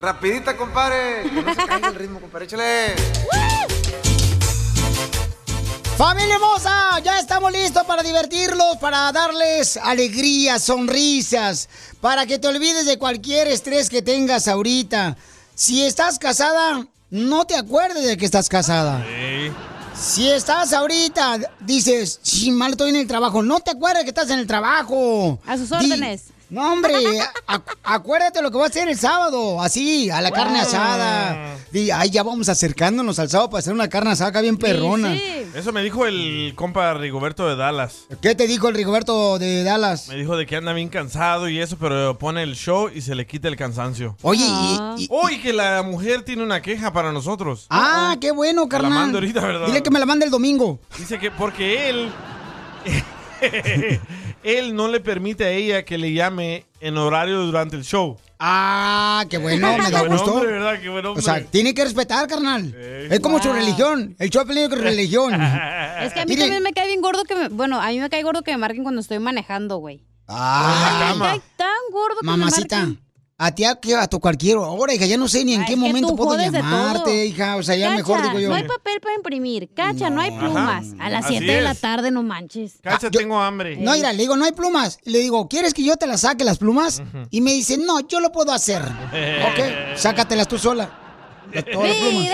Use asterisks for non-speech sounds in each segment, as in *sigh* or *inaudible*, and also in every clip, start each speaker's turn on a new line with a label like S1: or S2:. S1: Rapidita, compadre. Que no se caiga el ritmo, compadre. Échale.
S2: Familia hermosa, ya estamos listos para divertirlos, para darles alegrías, sonrisas, para que te olvides de cualquier estrés que tengas ahorita. Si estás casada, no te acuerdes de que estás casada. Si estás ahorita, dices, si mal estoy en el trabajo, no te acuerdes que estás en el trabajo.
S3: A sus
S2: Di-
S3: órdenes.
S2: no, hombre, acu- acuérdate lo que va a hacer el sábado, así, a la carne asada. Mm. Di, ay, ya vamos acercándonos al sábado para hacer una carne asada acá bien perrona.
S4: Eso me dijo el compa Rigoberto de Dallas.
S2: ¿Qué te dijo el Rigoberto de Dallas?
S4: Me dijo de que anda bien cansado y eso, pero pone el show y se le quita el cansancio.
S2: Oye,
S4: y, que la mujer tiene una queja para nosotros.
S2: Ah, qué bueno,
S4: Te la
S2: carnal.
S4: mando ahorita, ¿verdad?
S2: Dile que me la mande el domingo.
S4: Dice que porque él. *laughs* él no le permite a ella que le llame en horario durante el show.
S2: Ah, qué bueno, me da
S4: Qué buen
S2: gusto.
S4: hombre, ¿verdad? Qué buen
S2: O
S4: hombre.
S2: sea, tiene que respetar, carnal.
S4: Ey.
S2: Es como su
S4: Wow.
S2: religión. El show peligro que
S4: *laughs*
S2: religión.
S3: *laughs* Es que a mí
S2: Mire,
S3: también me cae bien gordo que me... Bueno, a mí me cae gordo que me marquen cuando estoy manejando, güey.
S2: Ah,
S3: me cae tan gordo que me
S2: mamacita.
S3: marquen.
S2: A ti, a, qué- a tu cualquier hora, hija, ya no sé ni en qué
S3: que
S2: momento
S3: tú
S2: puedo
S3: jodes de todo.
S2: llamarte, hija. O sea, ya
S3: Cacha,
S2: mejor digo yo.
S3: No hay papel para imprimir. Cacha, no, hay
S2: No.
S3: plumas.
S2: Ajá.
S3: A las
S2: Así
S3: 7 de la
S2: es.
S3: tarde, no manches.
S4: Cacha, tengo hambre.
S2: No, mira, le digo, no hay plumas. Y Le digo, ¿quieres que yo te las saque las plumas? Y me dice, no, yo lo puedo hacer. ok, sácatelas tú sola. Las- todas las plumas.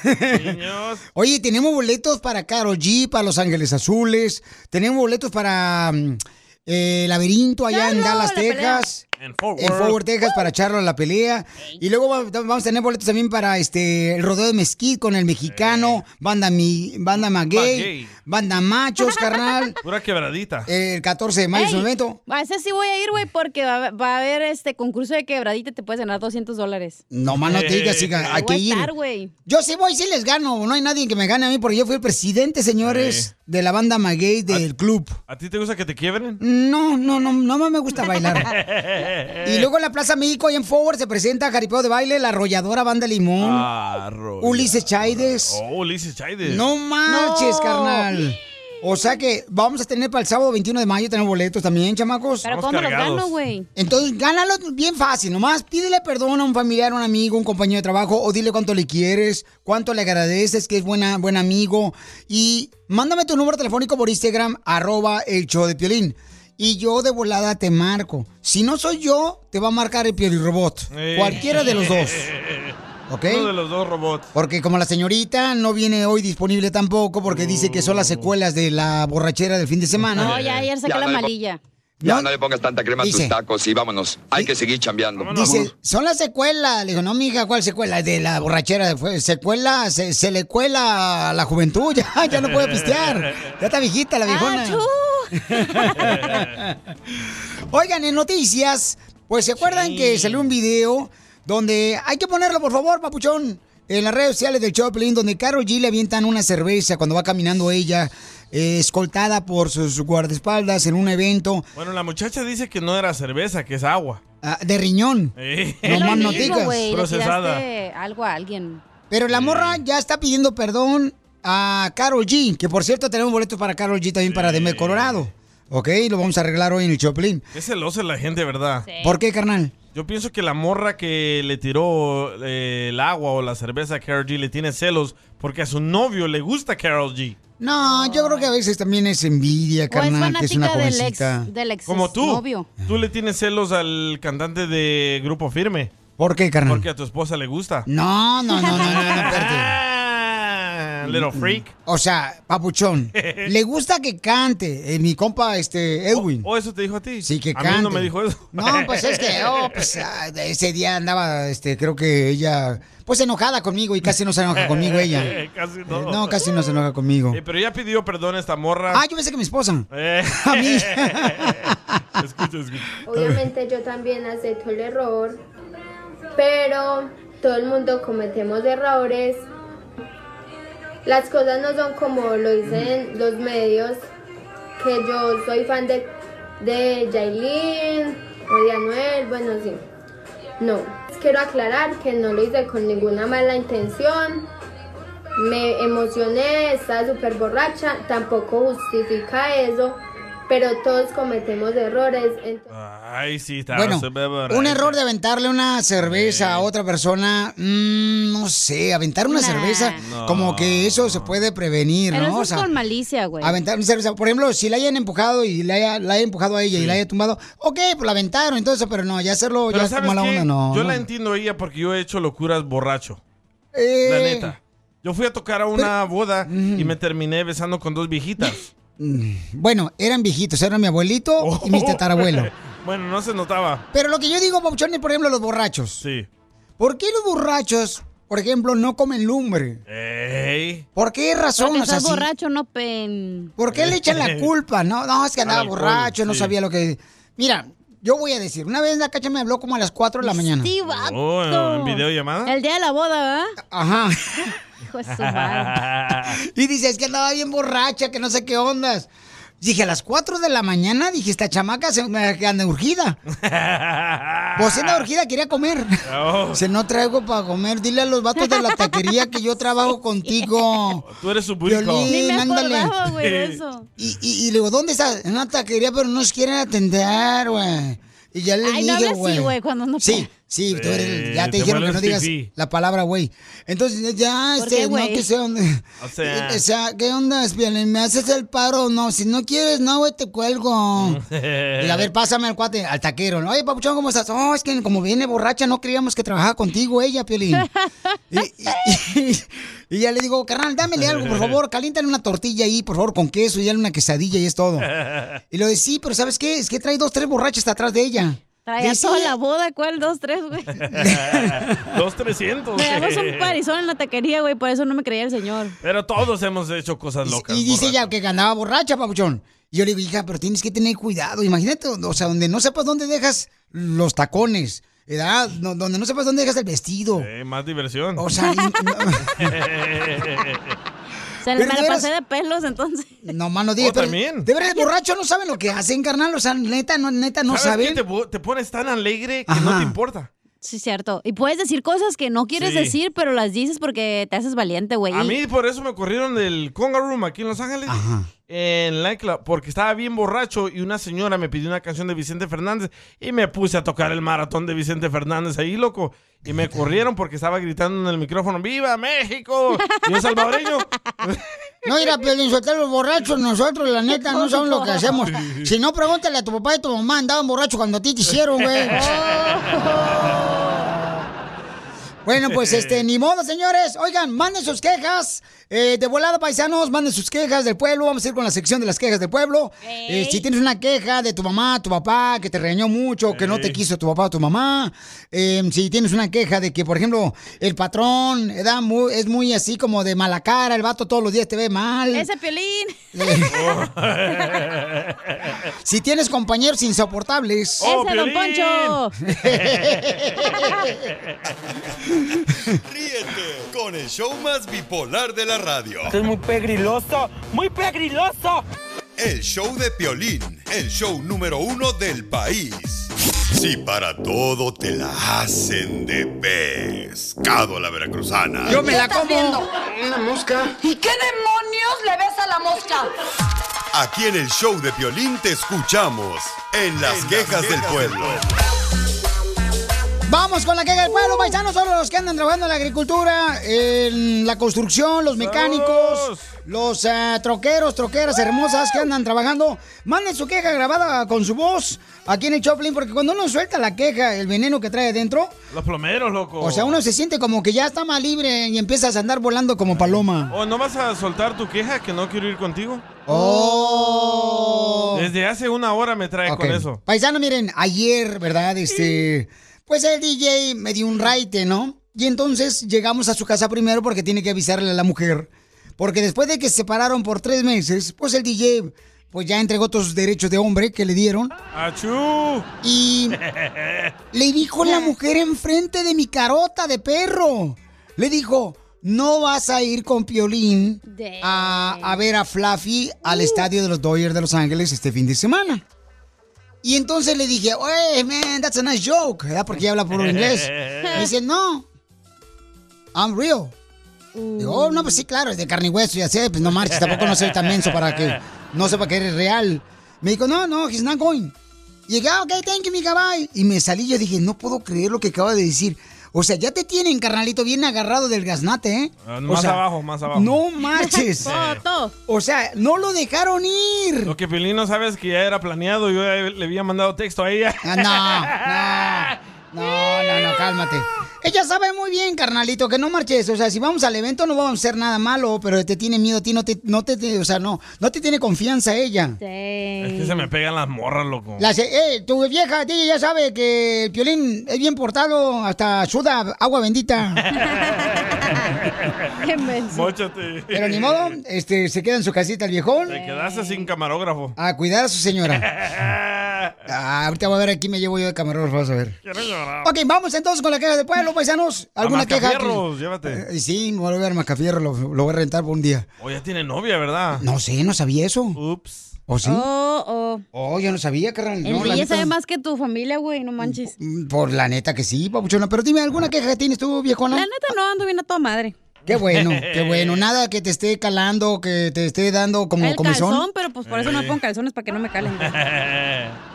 S3: *laughs*
S2: Oye, tenemos boletos para Karol G, para Los Ángeles Azules. Tenemos boletos para mm, eh, Laberinto allá en Dallas, Texas.
S4: En
S2: En Forward, Texas, para Charlo en la pelea. Y luego va- vamos a tener boletos también para este el rodeo de Mesquite con el mexicano, banda, mi, banda Maguey,
S4: Maguey.
S2: banda Machos, carnal.
S4: Pura quebradita.
S2: El 14 de mayo es
S3: Ey,
S2: un evento.
S3: A ese sí voy a ir, güey, porque va, va a haber este concurso de quebradita y te puedes ganar 200 dólares.
S2: No más no te digas,
S3: Ahí
S2: hija, hay que
S3: voy a
S2: ir.
S3: estar, güey.
S2: Yo sí voy, sí les gano. No hay nadie que me gane a mí porque yo fui el presidente, señores, de la banda Maguey del club.
S4: ¿A ti te gusta que te quiebren?
S2: No, no, no, no más me gusta
S4: *laughs*
S2: bailar. Y luego en la Plaza México, ahí en Forward, se presenta Jaripeo de Baile, La Arrolladora Banda Limón, Ulises Chaides.
S4: Ah, Oh, Ulises Chaides.
S2: No marches,
S4: No.
S2: carnal. O sea que vamos a tener para el sábado 21 de mayo, tenemos boletos también, chamacos.
S3: Pero ¿cómo me los gano, güey?
S2: Entonces, gánalo bien fácil, nomás pídele perdón a un familiar, un amigo, un compañero de trabajo, o dile cuánto le quieres, cuánto le agradeces, que es buena, buen amigo, y mándame tu número telefónico por Instagram, arroba el show de Piolín, y yo de volada te marco. Si no soy yo, te va a marcar el Piolín Robot,
S4: Eh.
S2: cualquiera de los
S4: *laughs*
S2: dos, ¿ok?
S4: Uno de los dos robots.
S2: Porque como la señorita no viene hoy disponible tampoco, porque dice que son las secuelas de la borrachera del fin de semana.
S3: No, ya ayer saqué
S5: Ya,
S3: la
S5: no le-
S3: malilla.
S5: Ya no, le pongas tanta crema a
S2: Dice-
S5: tus tacos y vámonos. Hay que seguir chambeando.
S2: Dice, son las secuelas. Le digo, no, mija, ¿cuál secuela? De la borrachera. Fue- Secuela, se, se le cuela a la juventud. *laughs* Ya, ya no puede pistear. Ya está viejita la viejona. *laughs* Oigan, en noticias, pues se acuerdan que salió un video donde hay que ponerlo, por favor, papuchón, en las redes sociales del Choplin, donde Carol G le avientan una cerveza cuando va caminando ella, eh, escoltada por sus guardaespaldas en un evento
S4: Bueno, la muchacha dice que no era cerveza, que es agua.
S2: ah, de riñón.
S4: Eh.
S2: No más
S3: Lo
S2: noticas.
S3: mismo, güey, le
S4: Procesada.
S3: tiraste algo a alguien.
S2: Pero la morra ya está pidiendo perdón a Carol G, que por cierto tenemos boletos para Carol G también para Denver, Colorado. Ok, lo vamos a arreglar hoy en el Choplin.
S4: Qué celosa es la gente, ¿verdad?
S2: ¿Por qué, carnal?
S4: Yo pienso que la morra que le tiró eh, el agua o la cerveza a Carol G le tiene celos porque a su novio le gusta Carol G.
S2: No, yo creo que a veces también es envidia, carnal, que es una jovencita.
S4: Como tú. Tú le tienes celos al cantante de Grupo Firme.
S2: ¿Por qué, carnal?
S4: Porque a tu esposa le gusta.
S2: No, no, no, no, no, no, espérate.
S4: *laughs* Ah, little freak.
S2: O sea,
S4: *laughs*
S2: papuchón, le gusta que cante eh, mi compa este Edwin.
S4: ¿O Oh, eso te dijo a ti?
S2: Sí, que
S4: A
S2: cante.
S4: mí no me dijo eso.
S2: No, pues es que, oh,
S4: *laughs*
S2: pues ah, ese día andaba, este, creo que ella, pues enojada conmigo y casi no se enoja conmigo
S4: *laughs*
S2: ella. Eh,
S4: Casi no.
S2: No, casi no se enoja conmigo.
S4: Eh, pero ya pidió perdón a esta morra.
S2: Ah, yo pensé que mi esposa.
S4: Eh.
S2: *laughs* A
S4: *laughs*
S2: mí.
S4: Escucha, escucha.
S6: Obviamente yo también acepto el error, pero todo el mundo cometemos errores. Las cosas no son como lo dicen los medios, que yo soy fan de, de Yailin o de Anuel, bueno, sí. No, quiero aclarar que no lo hice con ninguna mala intención. Me emocioné, estaba súper borracha, tampoco justifica eso, pero todos cometemos errores. entonces-
S4: Ay, sí, está.
S2: Bueno,
S4: se me va a-
S2: un error de aventarle una cerveza a otra persona, mm, no sé, aventar una
S3: Nah.
S2: cerveza,
S4: No.
S2: como que eso se puede prevenir,
S3: Pero
S2: ¿no?
S3: eso
S2: O
S3: es
S2: sea,
S3: con malicia, güey.
S2: aventar una cerveza, por ejemplo, si la hayan empujado y la haya, la haya empujado a ella y la haya tumbado, ok, pues la aventaron, entonces, pero no, ya hacerlo,
S4: Pero
S2: ya es
S4: ¿sabes
S2: mala
S4: qué?
S2: onda, no.
S4: Yo
S2: no.
S4: la entiendo a ella porque yo he hecho locuras borracho.
S2: Eh,
S4: La neta. Yo fui a tocar a una boda y me terminé besando con dos viejitas.
S2: mm, Bueno, eran viejitos, eran mi abuelito y
S4: *laughs*
S2: mi tatarabuelo.
S4: Oh. bueno, no se notaba.
S2: Pero lo que yo digo, Pauchón, es, por ejemplo, los borrachos.
S4: Sí.
S2: ¿Por qué los borrachos, por ejemplo, no comen lumbre? *laughs*
S4: Ey. *laughs*
S2: ¿Por qué razón?
S3: Porque
S2: O sea,
S3: estás
S2: si-
S3: borracho, no pen.
S2: ¿Por qué le echan
S4: *laughs*
S2: la culpa? No, no, es que andaba
S4: alcohol,
S2: borracho, no
S4: sí.
S2: sabía lo que... Mira, yo voy a decir, una vez la cacha me habló como a las 4 de la mañana.
S3: Pues Sí, vato.
S4: Oh, ¿en videollamada?
S3: El día de la boda, ¿verdad?
S2: Ajá.
S3: Hijo de Pues su madre.
S2: Y dice, es que andaba bien borracha, que no sé qué ondas. Dije, a las 4 de la mañana, dije, esta chamaca se me que anda urgida. Pues anda urgida, quería comer.
S4: Ah. Oh,
S2: Se no traigo para comer, dile a los vatos de la taquería que yo
S4: *laughs*
S2: trabajo contigo.
S4: tú eres su público.
S2: Violín.
S3: Ni me
S2: Mándale.
S3: acordaba, güey, de eso.
S2: Y, y, y le digo, ¿dónde está? En una taquería, pero no se quieren atender, güey. Y ya le
S3: Ay, no
S2: dije,
S3: hables así, güey, cuando no
S2: Sí, sí, tú eres el- ya
S4: Eh,
S2: te,
S4: te
S2: dijeron que
S4: vuelves
S2: no digas
S4: fifí.
S2: la palabra, güey. Entonces, ya,
S3: ¿Por
S2: este,
S3: qué,
S2: no,
S3: güey?
S2: que sé dónde.
S4: O sea.
S2: *laughs* O sea, ¿qué onda, Spielin? ¿Me haces el paro o no? Si no quieres, no, güey, te cuelgo.
S4: *laughs*
S2: Y a ver, pásame al cuate, al taquero. ¿no? Oye, papuchón, ¿cómo estás? Oh, es que como viene borracha, no creíamos que trabajaba contigo ella, Piolín. Y, y- y- y ya le digo, carnal, dámele algo, por favor, caliéntale una tortilla ahí, por favor, con queso y dale una quesadilla y es todo. Y lo dice, sí, pero ¿sabes qué? Es que trae dos, tres borrachas atrás de ella.
S3: Traía
S2: Dice-
S3: toda la boda, ¿cuál? Dos, tres, güey.
S4: Dos, trescientos.
S3: Traíamos un parizón en la taquería, güey, por eso no me creía el señor.
S4: Pero todos hemos hecho cosas
S2: Y-
S4: locas.
S2: y dice
S4: borracho.
S2: ella que ganaba borracha, papuchón. Y yo le digo, hija, pero tienes que tener cuidado. Imagínate, o sea, donde no sepas dónde dejas los tacones, ¿verdad? No- donde no sepas dónde dejas el vestido.
S4: Eh, más diversión.
S2: O sea, y-
S3: Se
S2: Pero de
S3: me la
S2: veras-
S3: pasé de pelos, entonces.
S2: No, mano, diga,
S4: Oh,
S2: pero
S4: también.
S2: De verdad, borracho no saben lo que hacen, carnal. O sea, neta, no, neta, no
S4: ¿Sabes
S2: saben.
S4: qué? Te, po- te pones tan alegre que
S2: Ajá.
S4: no te importa.
S3: Sí, cierto. Y puedes decir cosas que no quieres
S4: Sí.
S3: decir, pero las dices porque te haces valiente, güey.
S4: A mí por eso me corrieron del Conga Room aquí en Los Ángeles.
S2: Ajá.
S4: En Nightclub, porque estaba bien borracho y una señora me pidió una canción de Vicente Fernández y me puse a tocar el maratón de Vicente Fernández ahí, loco. Y me corrieron porque estaba gritando en el micrófono, ¡Viva México! Y
S2: *laughs*
S4: yo salvadoreño.
S2: No, mira, Piolín, soltar los borrachos, nosotros, la neta,
S3: *laughs*
S2: no saben lo que hacemos. Si no, pregúntale a tu papá y tu mamá, andaban borrachos cuando a ti te hicieron,
S3: *laughs*
S2: güey.
S3: Oh.
S2: Bueno, pues
S7: *laughs*
S3: *laughs*
S2: este, ni modo, señores. Oigan, manden sus quejas. eh, de volada, paisanos, manden sus quejas del pueblo. Vamos a ir con la sección de las quejas del pueblo. Eh, si tienes una queja de tu mamá, tu papá, que te regañó mucho, que no te quiso tu papá o tu mamá. eh, si tienes una queja de que, por ejemplo, el patrón eh, da mu- es muy así como de mala cara, el vato todos los días te ve mal.
S3: Ese piolín.
S2: Si tienes compañeros insoportables.
S4: Oh,
S3: ese don
S4: Piolín.
S3: Poncho.
S2: *laughs*
S8: Ríete con el show más bipolar de la radio.
S9: es muy pegriloso, muy pegriloso.
S8: El show de Piolín, el show número uno del país. Si para todo te la hacen de pescado a la veracruzana.
S2: Yo me la como.
S8: Aquí en el show de Piolín te escuchamos en las quejas del pueblo.
S2: Vamos con la queja del pueblo, paisanos, solo los que andan trabajando en la agricultura, en la construcción, los mecánicos, los eh, troqueros, troqueras hermosas que andan trabajando. Manden su queja grabada con su voz aquí en el Choplin, porque cuando uno suelta la queja, el veneno que trae adentro,
S4: Los plomeros, loco.
S2: o sea, uno se siente como que ya está más libre y empiezas a andar volando como paloma.
S4: ¿O Oh, no vas a soltar tu queja que no quiero ir contigo?
S2: Oh.
S4: Desde hace una hora me trae
S2: Ok.
S4: con eso.
S2: Paisano, miren, ayer, ¿verdad? Este, pues el DJ me dio un raite, ¿no? Y entonces llegamos a su casa primero porque tiene que avisarle a la mujer. Porque después de que se separaron por tres meses, pues el DJ, pues ya entregó todos sus derechos de hombre que le dieron.
S4: ¡Achú!
S2: Y le dijo la mujer enfrente de mi carota de perro. Le dijo, no vas a ir con Piolín a, a ver a Fluffy al estadio de los Dodgers de Los Ángeles este fin de semana. Y entonces le dije, hey man, that's a nice joke, ¿verdad? Porque ella habla puro inglés. Me dice, no, I'm real. Digo, oh, no, pues sí, claro, es de carne y hueso, ya sé, pues no marches, tampoco no soy tan menso para que no sepa que eres real. Me dijo, no, no, he's not going. Y dije, ah, ok, thank you, mija, bye. Y me salí, yo dije, no puedo creer lo que acaba de decir. O sea, ya te tienen, carnalito, bien agarrado del gaznate, ¿eh?
S4: Ah,
S2: O
S4: *laughs* más
S2: sea,
S4: abajo, más abajo.
S2: No
S4: *laughs*
S2: marches.
S4: Foto.
S2: o sea, no lo dejaron ir.
S4: Lo que Pelín no sabe es que ya era planeado. Yo ya le había mandado texto a ella.
S2: no, Ah, no, no, no, cálmate. Ella sabe muy bien, carnalito, que no marches. O sea, si vamos al evento no vamos a hacer nada malo, pero te tiene miedo a ti, no te, no te, te- o sea, no, no te tiene confianza ella.
S4: Es que se me pegan las morras, loco.
S2: La
S4: *laughs*
S2: se- eh, tu vieja, tía, ya sabe que el piolín es bien portado, hasta suda agua
S3: *laughs*
S2: bendita.
S4: Móchate.
S2: Pero ni modo, este, se queda en su casita el viejón.
S4: Te quedaste sin camarógrafo.
S2: A cuidar a su
S4: *laughs*
S2: señora. Ah, ahorita voy a ver aquí me llevo yo de camarógrafo, vas a ver.
S4: Quiero llorar.
S2: Ok, vamos entonces con la queja de pueblo, paisanos. ¿Alguna queja?
S4: Mascafierros,
S2: que-
S4: llévate.
S2: Eh, sí, me voy a ver Mascafierro, lo, lo voy a rentar por un día.
S4: O Oh, ya tiene novia, ¿verdad?
S2: No sé, no sabía eso.
S4: Ups.
S2: ¿O sí?
S3: Oh, oh.
S2: Oh, yo no sabía, carnal.
S3: El
S2: No, Mm, la
S3: DJ
S2: neta,
S3: sabe más que tu familia, güey, no manches.
S2: Por la neta que sí, papuchona. Pero dime, ¿alguna queja que tienes tú, viejona?
S3: La neta no, ando bien a toda madre.
S2: Qué
S3: *laughs*
S2: bueno, qué bueno. Nada que te esté calando, que te esté dando como
S3: El calzón,
S2: comezón.
S3: pero pues por eso no me pongo calzones para que no me calen.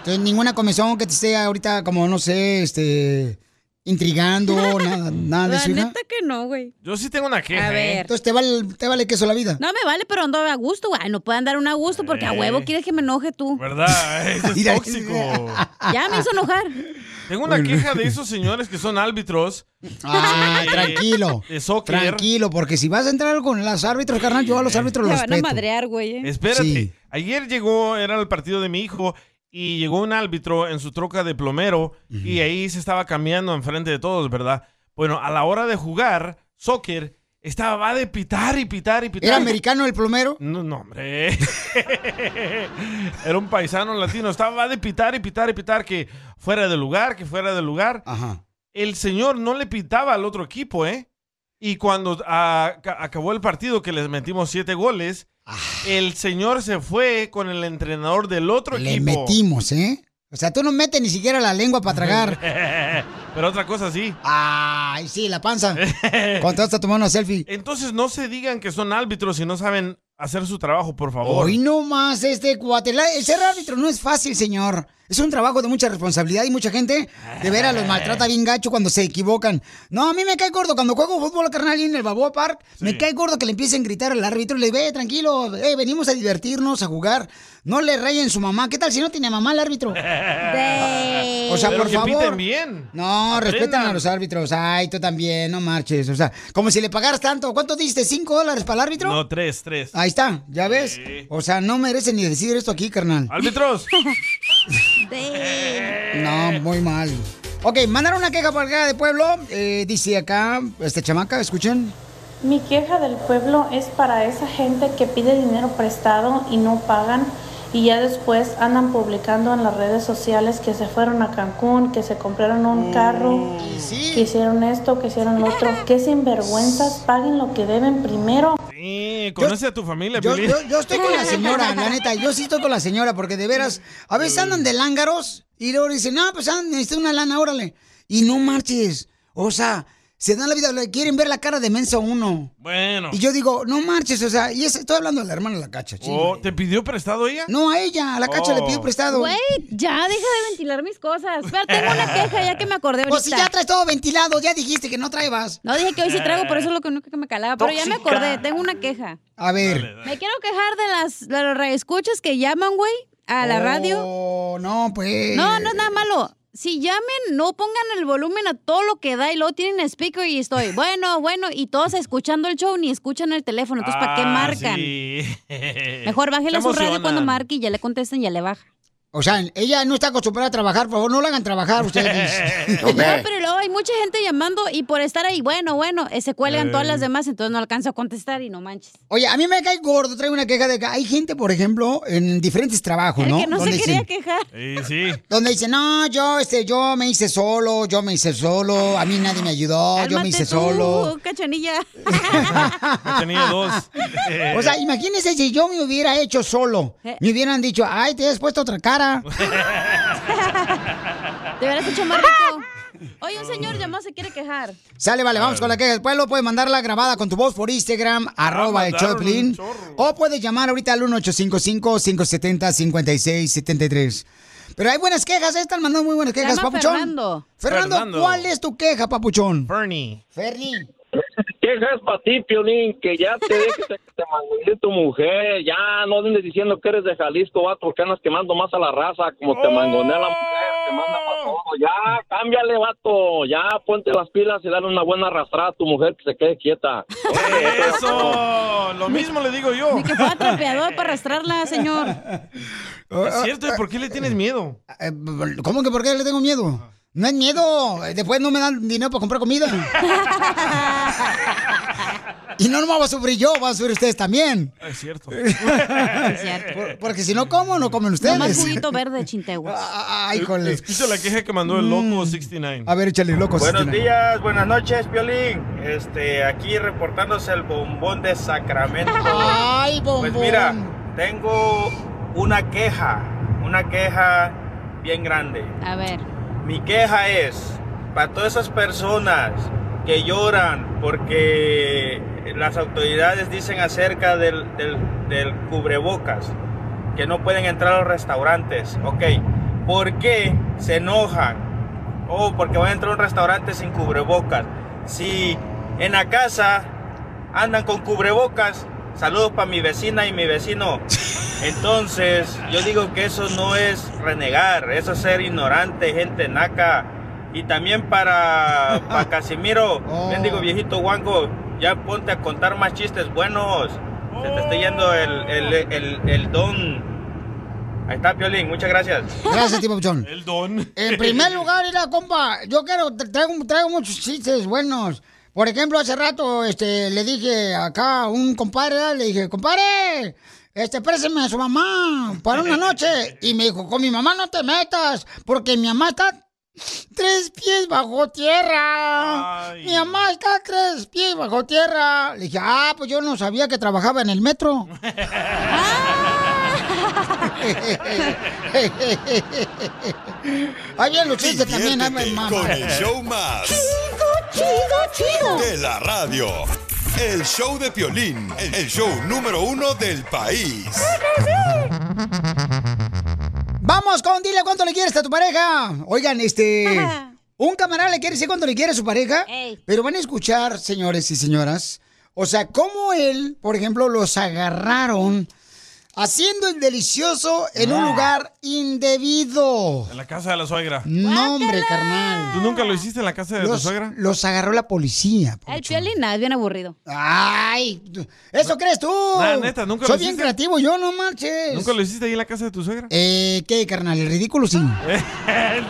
S2: Que Ninguna comezón que te esté ahorita como, no sé, este...
S3: *laughs*
S2: Intrigando, nada, nada Ah, de
S3: La
S2: eso, hija.
S3: neta que no, güey.
S4: Yo sí tengo una queja. ¿eh?
S3: A ver.
S2: Entonces te vale, te vale queso la vida.
S3: No me vale, pero ando a gusto, güey. No puedo andar un a gusto porque a
S4: Eh.
S3: huevo quieres que me enoje tú.
S4: ¿Verdad? *laughs* Eso es
S2: Mira.
S4: tóxico.
S3: *laughs* Ya me hizo enojar.
S4: Tengo una queja de esos señores que son árbitros.
S3: *laughs*
S2: Ah,
S4: *laughs* Eh,
S2: tranquilo.
S4: De soccer.
S2: Tranquilo, porque si vas a entrar con los árbitros, carnal, yo a los árbitros
S3: Me
S2: los
S3: Eh, van a
S2: respeto.
S3: madrear, güey. eh.
S4: Espérate.
S2: Sí.
S4: Ayer llegó, era el partido de mi hijo, y llegó un árbitro en su troca de plomero, y ahí se estaba cambiando enfrente de todos, ¿verdad? Bueno, a la hora de jugar soccer, estaba va de pitar y pitar y pitar.
S2: ¿Era americano el plomero?
S4: No, no, hombre. *laughs* Era un paisano latino. Estaba de pitar y pitar y pitar que fuera de lugar, que fuera de lugar.
S2: Ajá.
S4: El señor no le pitaba al otro equipo, ¿eh? Y cuando ah, ca- acabó el partido, que les metimos siete goles,
S2: Ah.
S4: el señor se fue con el entrenador del otro
S2: Le
S4: equipo.
S2: metimos, ¿eh? O sea, tú no metes ni siquiera la lengua para
S3: *laughs*
S2: tragar.
S4: *laughs* Pero otra cosa sí.
S2: Ay, sí, la
S4: *laughs*
S2: panza. Cuando estás tomando una selfie.
S4: Entonces no se digan que son árbitros y no saben hacer su trabajo, por favor.
S2: Hoy no más este cuate. La- El ser árbitro no es fácil, señor. Es un trabajo de mucha responsabilidad y mucha gente de veras los maltrata bien gacho cuando se equivocan. No, a mí me cae gordo. Cuando juego fútbol carnal y en el Baboa Park, me cae gordo que le empiecen a gritar al árbitro. Le digo, ve, tranquilo, eh, venimos a divertirnos, a jugar. No le rayen su mamá. ¿Qué tal si no tiene mamá el
S4: *laughs*
S2: árbitro? O sea,
S4: Pero
S2: por
S4: que
S2: favor.
S4: piten bien.
S2: No,
S4: Aprendan.
S2: respetan a los árbitros. Ay, tú también, no marches. O sea, como si le pagaras tanto. ¿Cuánto diste? ¿Cinco dólares para el árbitro?
S4: No, tres, tres.
S2: Ahí está, ya ves.
S4: Sí.
S2: O sea, no merece ni decir esto aquí, carnal. *laughs*
S4: Árbitros.
S2: No, muy mal. Ok, mandaron una queja por acá de pueblo. Eh, dice acá, este chamaca, escuchen.
S10: Mi queja del pueblo es para esa gente que pide dinero prestado y no pagan y ya después andan publicando en las redes sociales que se fueron a Cancún, que se compraron
S2: Mm,
S10: un carro, que hicieron esto, que hicieron lo
S2: *laughs*
S10: otro. Qué sinvergüenzas, paguen lo que deben primero.
S4: Sí, conoce a tu familia,
S2: Eh, Yo,
S4: Piolín.
S2: yo- yo estoy con la señora,
S4: *laughs*
S2: la neta, yo sí estoy con la señora, porque de veras, a veces andan de lángaros y luego dicen, no, pues ah, necesito una lana, órale. Y no marches. O sea, se dan la vida, le quieren ver la cara de menso a uno.
S4: Bueno.
S2: Y yo digo, no marches, o sea, y es- estoy hablando de la hermana de la cacha, chinga.
S4: Oh, ¿Te pidió prestado ella?
S2: No, a ella, a la cacha
S4: Oh.
S2: le pidió prestado.
S3: Güey, ya deja de ventilar mis cosas. Pero tengo
S2: *laughs*
S3: una queja ya que me acordé ahorita.
S2: Pues si ya traes todo ventilado, ya dijiste que no traebas.
S3: No, dije que hoy sí traigo, por eso es lo que nunca que me calaba. Pero ya me
S2: Tóxica.
S3: acordé, tengo una queja.
S2: A ver.
S3: Me quiero quejar de las de los reescuchas que llaman, güey, a la radio.
S2: Oh, no, pues.
S3: No, no es nada malo. Si llamen, no pongan el volumen a todo lo que da y luego tienen speaker
S2: *laughs*
S3: y estoy, bueno, bueno, y todos escuchando el show ni escuchan el teléfono. Entonces, ¿para qué
S4: Ah,
S3: marcan?
S4: sí.
S3: Mejor bájele
S4: Se
S3: su radio
S4: emocionan.
S3: cuando marque y ya le contesten, ya le baja.
S2: O sea, ella no está acostumbrada a trabajar, por favor, no la hagan trabajar ustedes.
S3: *laughs* No, pero luego hay mucha gente llamando y por estar ahí, bueno, bueno, eh, se cuelgan
S2: Eh.
S3: todas las demás, entonces no alcanzo a contestar y no manches.
S2: Oye, a mí me cae gordo, traigo una queja de que hay gente, por ejemplo, en diferentes trabajos,
S3: El
S2: Pues ¿no?
S3: que no se
S2: Donde
S3: quería
S2: dicen-
S3: quejar.
S4: Sí, sí.
S2: Donde dice, no, yo, este, yo me hice solo, yo me hice solo, a mí nadie me ayudó, "Oh, yo me
S3: Cálmate
S2: hice
S3: tú,
S2: solo.
S3: *laughs* cachanilla.
S4: Tenía dos.
S2: *laughs*
S4: Eh.
S2: O
S3: *laughs*
S2: sea, imagínense si yo me hubiera hecho solo.
S3: Eh.
S2: Me hubieran dicho, ay, te has puesto otra cara.
S3: *laughs* Te hubieras hecho más rico. Oye, un señor llamó, se quiere quejar.
S2: Sale, vale, vamos con la queja del pueblo. Puedes mandarla grabada con tu voz por Instagram,
S4: Ah,
S2: arroba el
S3: mandaron
S2: Choplin.
S3: un
S2: O puedes llamar ahorita al 1-855-570-5673. Pero hay buenas quejas, están mandando muy buenas quejas,
S3: Llama
S2: papuchón.
S3: Fernando.
S2: Fernando,
S11: Fernando.
S2: ¿cuál es tu queja, papuchón?
S4: Bernie.
S2: Fernie.
S11: Quejas para ti, Piolín, que ya te dejes de que te manguele tu mujer. Ya no andes diciendo que eres de Jalisco, vato, que andas quemando más a la raza. Como te mangonea la
S7: Oh.
S11: mujer, te manda para todo. Ya, cámbiale, vato. Ya, pues, ponte las pilas y dale una buena arrastrada a tu mujer que se quede quieta.
S4: Eso, lo mismo le digo yo.
S3: Que fue atrapeador para arrastrarla, señor.
S4: *laughs* Es cierto, ¿y por qué le tienes miedo?
S2: Oh, Eh, ¿Cómo que por qué le tengo miedo? No es miedo, eh, después no me dan dinero para comprar
S3: *laughs*
S2: comida. y no nomás va a sufrir yo, va a sufrir ustedes también.
S4: Es
S2: *laughs*
S4: cierto.
S2: Por- porque si no como, no comen ustedes.
S3: Nomás juguito verde, chinteguas.
S2: Ay, híjole.
S4: Escucha la queja que mandó el loco 69.
S2: Mm. A ver, échale, loco.
S9: Buenos
S2: Cristina.
S9: días, buenas noches, Piolín. Este, aquí reportándose el bombón de Sacramento.
S2: Ay,
S9: Pues mira, tengo una queja, una queja bien grande.
S3: A ver.
S9: Mi queja es para todas esas personas que lloran porque las autoridades dicen acerca del, del- del cubrebocas, que no pueden entrar a los restaurantes. Ok, ¿por qué se enojan? Oh, porque van a entrar a un restaurante sin cubrebocas. Si en la casa andan con cubrebocas, saludos para mi vecina y mi vecino. Entonces, yo digo que eso no es renegar, eso es ser ignorante, gente naca. Y también para, para Casimiro, bendigo viejito guango, ya ponte a contar más chistes buenos. Se te está yendo el, el- el- el don. Ahí está, Piolín, muchas gracias.
S2: Gracias, tipo John.
S4: El don.
S2: En primer lugar, mira, compa, yo quiero, tra- traigo, traigo muchos chistes buenos. Por ejemplo, hace rato este, le dije acá a un compadre, ¿verdad? le dije, compadre, este, préseme a su mamá para una noche. Y me dijo, con mi mamá no te metas, porque mi mamá está tres pies bajo tierra. Mi mamá está tres pies bajo tierra. Le dije, ah, pues yo no sabía que trabajaba en el metro.
S3: Ah.
S4: *laughs*
S2: *laughs* Ahí vienen los chistes también, ay,
S8: Diviértete
S2: mamá.
S8: con el show más. Chido,
S2: chido, chido.
S8: De la radio. El show de Piolín, el show número uno del país.
S2: Vamos con dile cuánto le quieres a tu pareja. Oigan, este. Un camarada le quiere decir cuánto le quiere a su pareja. Pero van a escuchar, señores y señoras. O sea, cómo él, por ejemplo, los agarraron haciendo el delicioso en un
S4: Ah.
S2: lugar indebido.
S4: En la casa de la suegra.
S2: No, hombre, Mm, carnal.
S4: ¿Tú nunca lo hiciste en la casa de tu
S2: Los,
S4: suegra?
S2: los agarró la policía.
S3: El piolín nada, es bien aburrido.
S2: Ay, ¿eso crees tú?
S4: Nah, Ah, neta, nunca lo
S2: Soy bien
S4: hiciste.
S2: creativo, yo no marches.
S4: ¿Nunca lo hiciste ahí en la casa de tu suegra?
S2: Pues,
S4: Eh,
S2: Eh, ¿qué, carnal? ¿El ridículo sí?
S4: El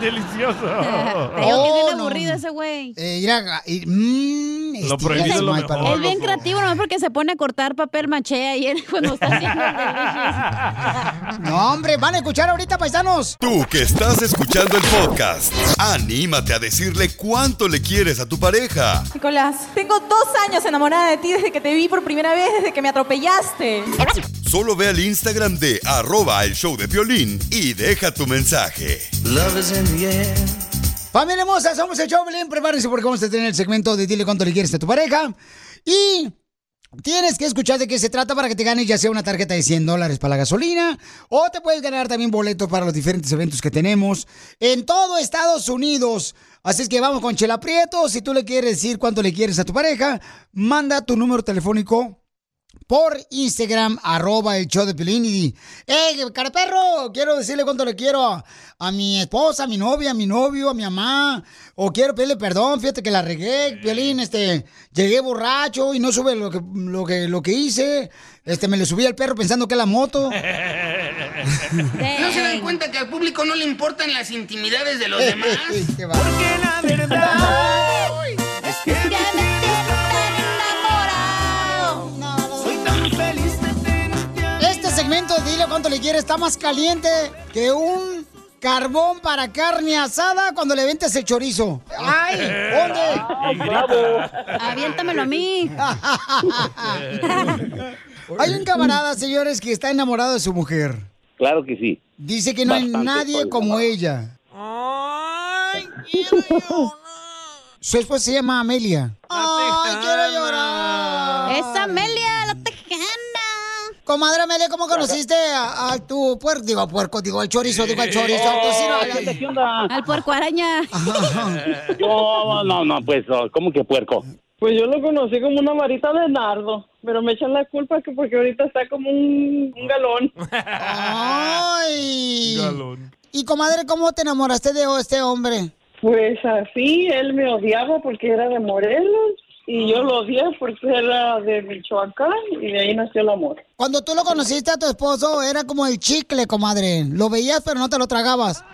S3: Te
S4: delicioso.
S3: digo que es bien
S2: Oh, no.
S3: aburrido ese güey.
S2: Eh, ir a- ir- mm, este,
S4: prohibido
S2: ya
S4: es lo
S2: mal,
S4: mejor.
S2: perdón.
S3: es bien creativo, no porque se pone a cortar papel maché ahí él *laughs* cuando está haciendo el delicious.
S2: No, hombre, van a escuchar ahorita, paisanos.
S8: Tú que estás escuchando el podcast, anímate a decirle cuánto le quieres a tu pareja.
S7: Nicolás, tengo dos años enamorada de ti desde que te vi por primera vez, desde que me atropellaste.
S8: Solo ve al Instagram de arroba el show de Piolín y deja tu mensaje.
S2: Familia hermosa, somos el Choplin. Prepárense porque vamos a tener el segmento de Dile cuánto le quieres a tu pareja. Y tienes que escuchar de qué se trata para que te ganes ya sea una tarjeta de 100 dólares para la gasolina o te puedes ganar también boletos para los diferentes eventos que tenemos en todo Estados Unidos. Así es que vamos con Chela Prieto. Si tú le quieres decir cuánto le quieres a tu pareja, manda tu número telefónico por Instagram, arroba el show de Piolín y di, ¡Ey, cara de perro! Quiero decirle cuánto le quiero a, a mi esposa, a mi novia, a mi novio, a mi mamá. O quiero pedirle perdón, fíjate que la regué, Piolín, este, llegué borracho y no sube lo que, lo que, lo que hice. Este, me le subí al perro pensando que era la moto. Oh.
S12: ¿No se dan cuenta que al público no le importan las intimidades de los demás?
S2: Qué
S12: Porque la verdad es que de ti
S2: Soy tan feliz Este segmento de Dile cuánto le quieres está más caliente que un carbón para carne asada cuando le ventes el chorizo. ¡Ay! ¿Dónde?
S3: Aviéntamelo a mí.
S2: Hay un camarada, señores, que está enamorado de su mujer.
S13: Claro que sí.
S2: Dice que no hay
S13: Bastante
S2: nadie
S13: estoy
S2: como ella. Su esposa se llama Amelia.
S3: ¡Ay,
S2: quiero llorar!
S3: ¡Es Amelia, la
S2: tejana! Comadre Amelia, ¿cómo conociste a, a tu puerco? Digo, a puerco, digo, al chorizo, digo, al chorizo. al tocino, al-
S3: Al puerco araña.
S13: Yo, no, no, pues, oh, ¿cómo que puerco?
S7: Pues yo lo conocí como una varita de nardo, pero me echan la culpa que porque ahorita está como un, un galón.
S2: ¡Ay! Y comadre, ¿cómo te enamoraste de este hombre?
S7: Pues así, él me odiaba porque era de Morelos y yo lo odié porque era de Michoacán y de ahí nació el amor.
S2: Cuando tú lo conociste a tu esposo, era como el chicle, comadre. Lo veías, pero no te lo tragabas.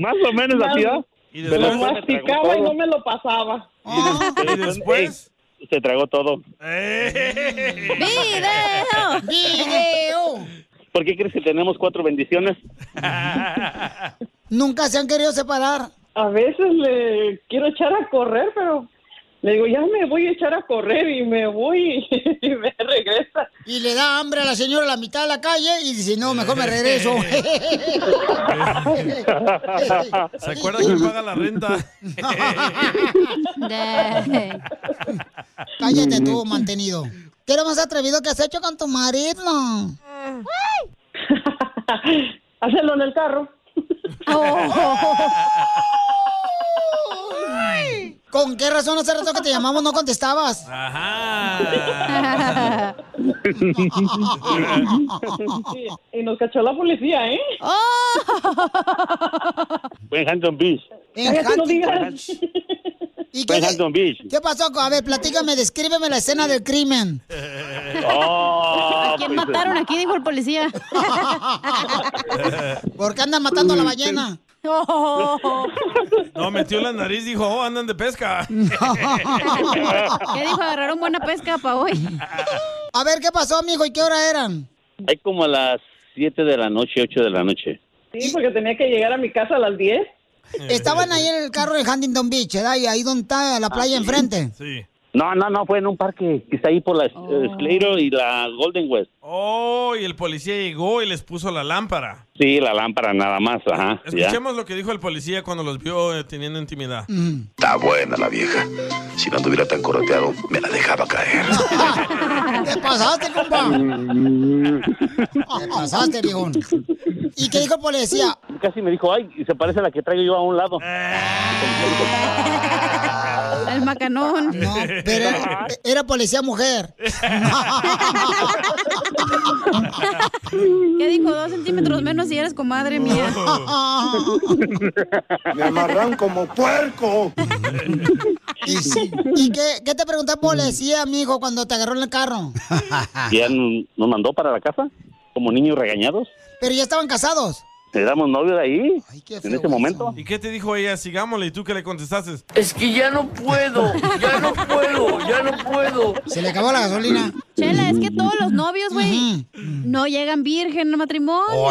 S13: Más o menos así, ¿no?
S7: Y
S13: Pero
S7: lo
S13: después me tragó
S7: masticaba y
S13: todo.
S7: no me lo pasaba.
S2: Ah.
S13: Pero ey, se tragó todo.
S2: Eh.
S3: ¡Video!
S2: ¡Video!
S13: ¿Por qué crees que tenemos cuatro
S2: *laughs*
S13: bendiciones?
S2: Nunca se han querido separar.
S7: A veces le quiero echar a correr, pero le digo, ya me voy a echar a correr y me
S4: *laughs*
S7: voy y me regresa.
S2: Y le da hambre a la señora a la mitad de la calle y dice, no, mejor me regreso. *laughs*
S4: ¿Se acuerda que paga la renta?
S2: *laughs* Cállate tú, mantenido. ¿Qué era más atrevido que has hecho con tu marido?
S7: *laughs* Hazlo en el carro.
S2: ¿Con qué razón hace rato que te llamamos no contestabas?
S4: Ajá.
S7: *laughs* y nos cachó la policía,
S2: *laughs*
S7: ¿eh?
S2: ¡Oh!
S13: Fue en Hampton Beach.
S7: Cállate, no
S2: digas. ¿Y
S13: Fue
S2: qué,
S13: en
S2: *laughs*
S13: Hampton Beach.
S2: qué pasó? A ver, platícame, descríbeme la escena del crimen.
S13: Oh,
S3: ¿A quién
S13: pues,
S3: mataron aquí? Dijo el
S2: *laughs*
S3: policía.
S2: ¿Por qué andan matando a la
S3: *laughs*
S2: ballena?
S3: Oh,
S4: No, metió la nariz y dijo, oh, andan de pesca.
S3: ¿Qué dijo? Agarraron buena pesca para hoy.
S2: A ver, ¿qué pasó, amigo? ¿Y qué hora eran?
S13: Hay como a las 7 de la noche, 8 de la noche.
S7: Sí, porque tenía que llegar a mi casa a las 10.
S2: *laughs* Estaban ahí en el carro de Huntington Beach, ¿verdad? Y ahí donde está la
S7: Ah,
S2: playa
S7: *laughs*
S2: enfrente.
S13: Ah,
S2: Oh.
S13: No, no, no, fue en un parque que está ahí por la eh, Sclero y la Golden West.
S4: *laughs* Oh, y el policía llegó y les puso la lámpara.
S13: Sí, la lámpara nada más, ajá. ya.
S4: Escuchemos lo que dijo el policía cuando los vio eh, teniendo intimidad.
S14: Está buena la vieja. Si no anduviera tan coroteado, me la dejaba caer.
S2: ¿Qué pasaste, compa? ¿Qué pasaste,
S4: *laughs*
S2: viejón? ¿Y qué dijo *laughs* el policía?
S13: Casi me dijo, ay, se parece a la que traigo yo a un lado.
S2: Ah.
S3: El macanón.
S2: No, pero era, era policía
S7: *laughs*
S2: mujer.
S3: ¿Qué dijo? Dos centímetros menos y eres
S2: *laughs*
S3: comadre mía.
S15: Me amarran como puerco.
S2: ¿Y, y qué, qué te preguntó el policía, amigo, cuando te agarró en el carro?
S13: ya n- nos mandó para la casa, como niños regañados.
S2: Pero ya estaban casados.
S13: Éramos novios de ahí, en ese momento.
S4: ¿Y qué te dijo ella? Sigámosle. ¿Y tú qué le contestaste?
S12: Es que ya no puedo, ya no puedo, ya no puedo.
S2: Se le acabó la gasolina.
S3: Chela, es que todos los novios, güey, no llegan virgen al matrimonio,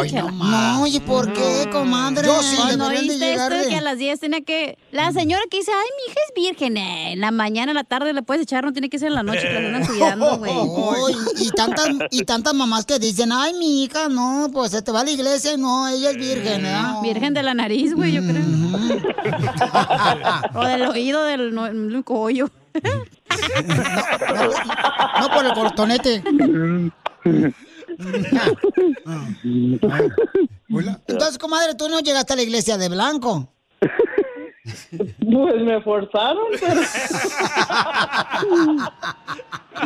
S2: Ay, no
S3: Chela.
S2: más. No, oye, ¿por qué, comadre? Yo sí,
S3: Pues,
S2: deberían
S3: ¿No
S2: de Mm.
S3: oíste esto
S2: llegarle.
S3: de que a las 10 tenía que... La señora que dice, ay, mi hija es virgen, eh, en la mañana, en la tarde le puedes echar, no tiene que ser en la noche, que la
S2: *laughs*
S3: andan cuidando, güey.
S2: Ay, y, tantas, y tantas mamás que dicen, ay, mi hija, no, pues se te va a la iglesia, y no, ella es virgen, ¿eh?
S3: Virgen de la nariz, güey, yo creo.
S2: Mm.
S3: *laughs* o del oído, del no- del cuello.
S2: No por el cortonete.
S4: *laughs*
S2: Entonces, comadre, tú no llegaste a la iglesia de
S7: *laughs*
S2: blanco.
S16: Pues me forzaron, pero...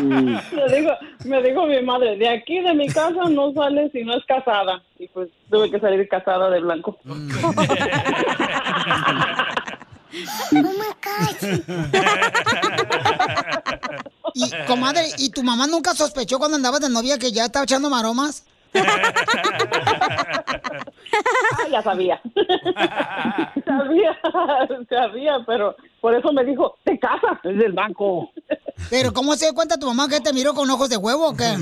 S16: me, dijo, me dijo mi madre, de aquí de mi casa no sales si no es casada. Y pues tuve que salir casada de blanco.
S2: Y, comadre, ¿y tu mamá nunca sospechó cuando andabas de novia que ya estaba echando maromas?
S16: Ah, ya *laughs* sabía. sabía, sabía, pero por eso me dijo, te casas. Es del banco.
S2: Pero, ¿cómo se dio cuenta tu mamá que te miró con ojos de
S16: *laughs*
S2: huevo o qué?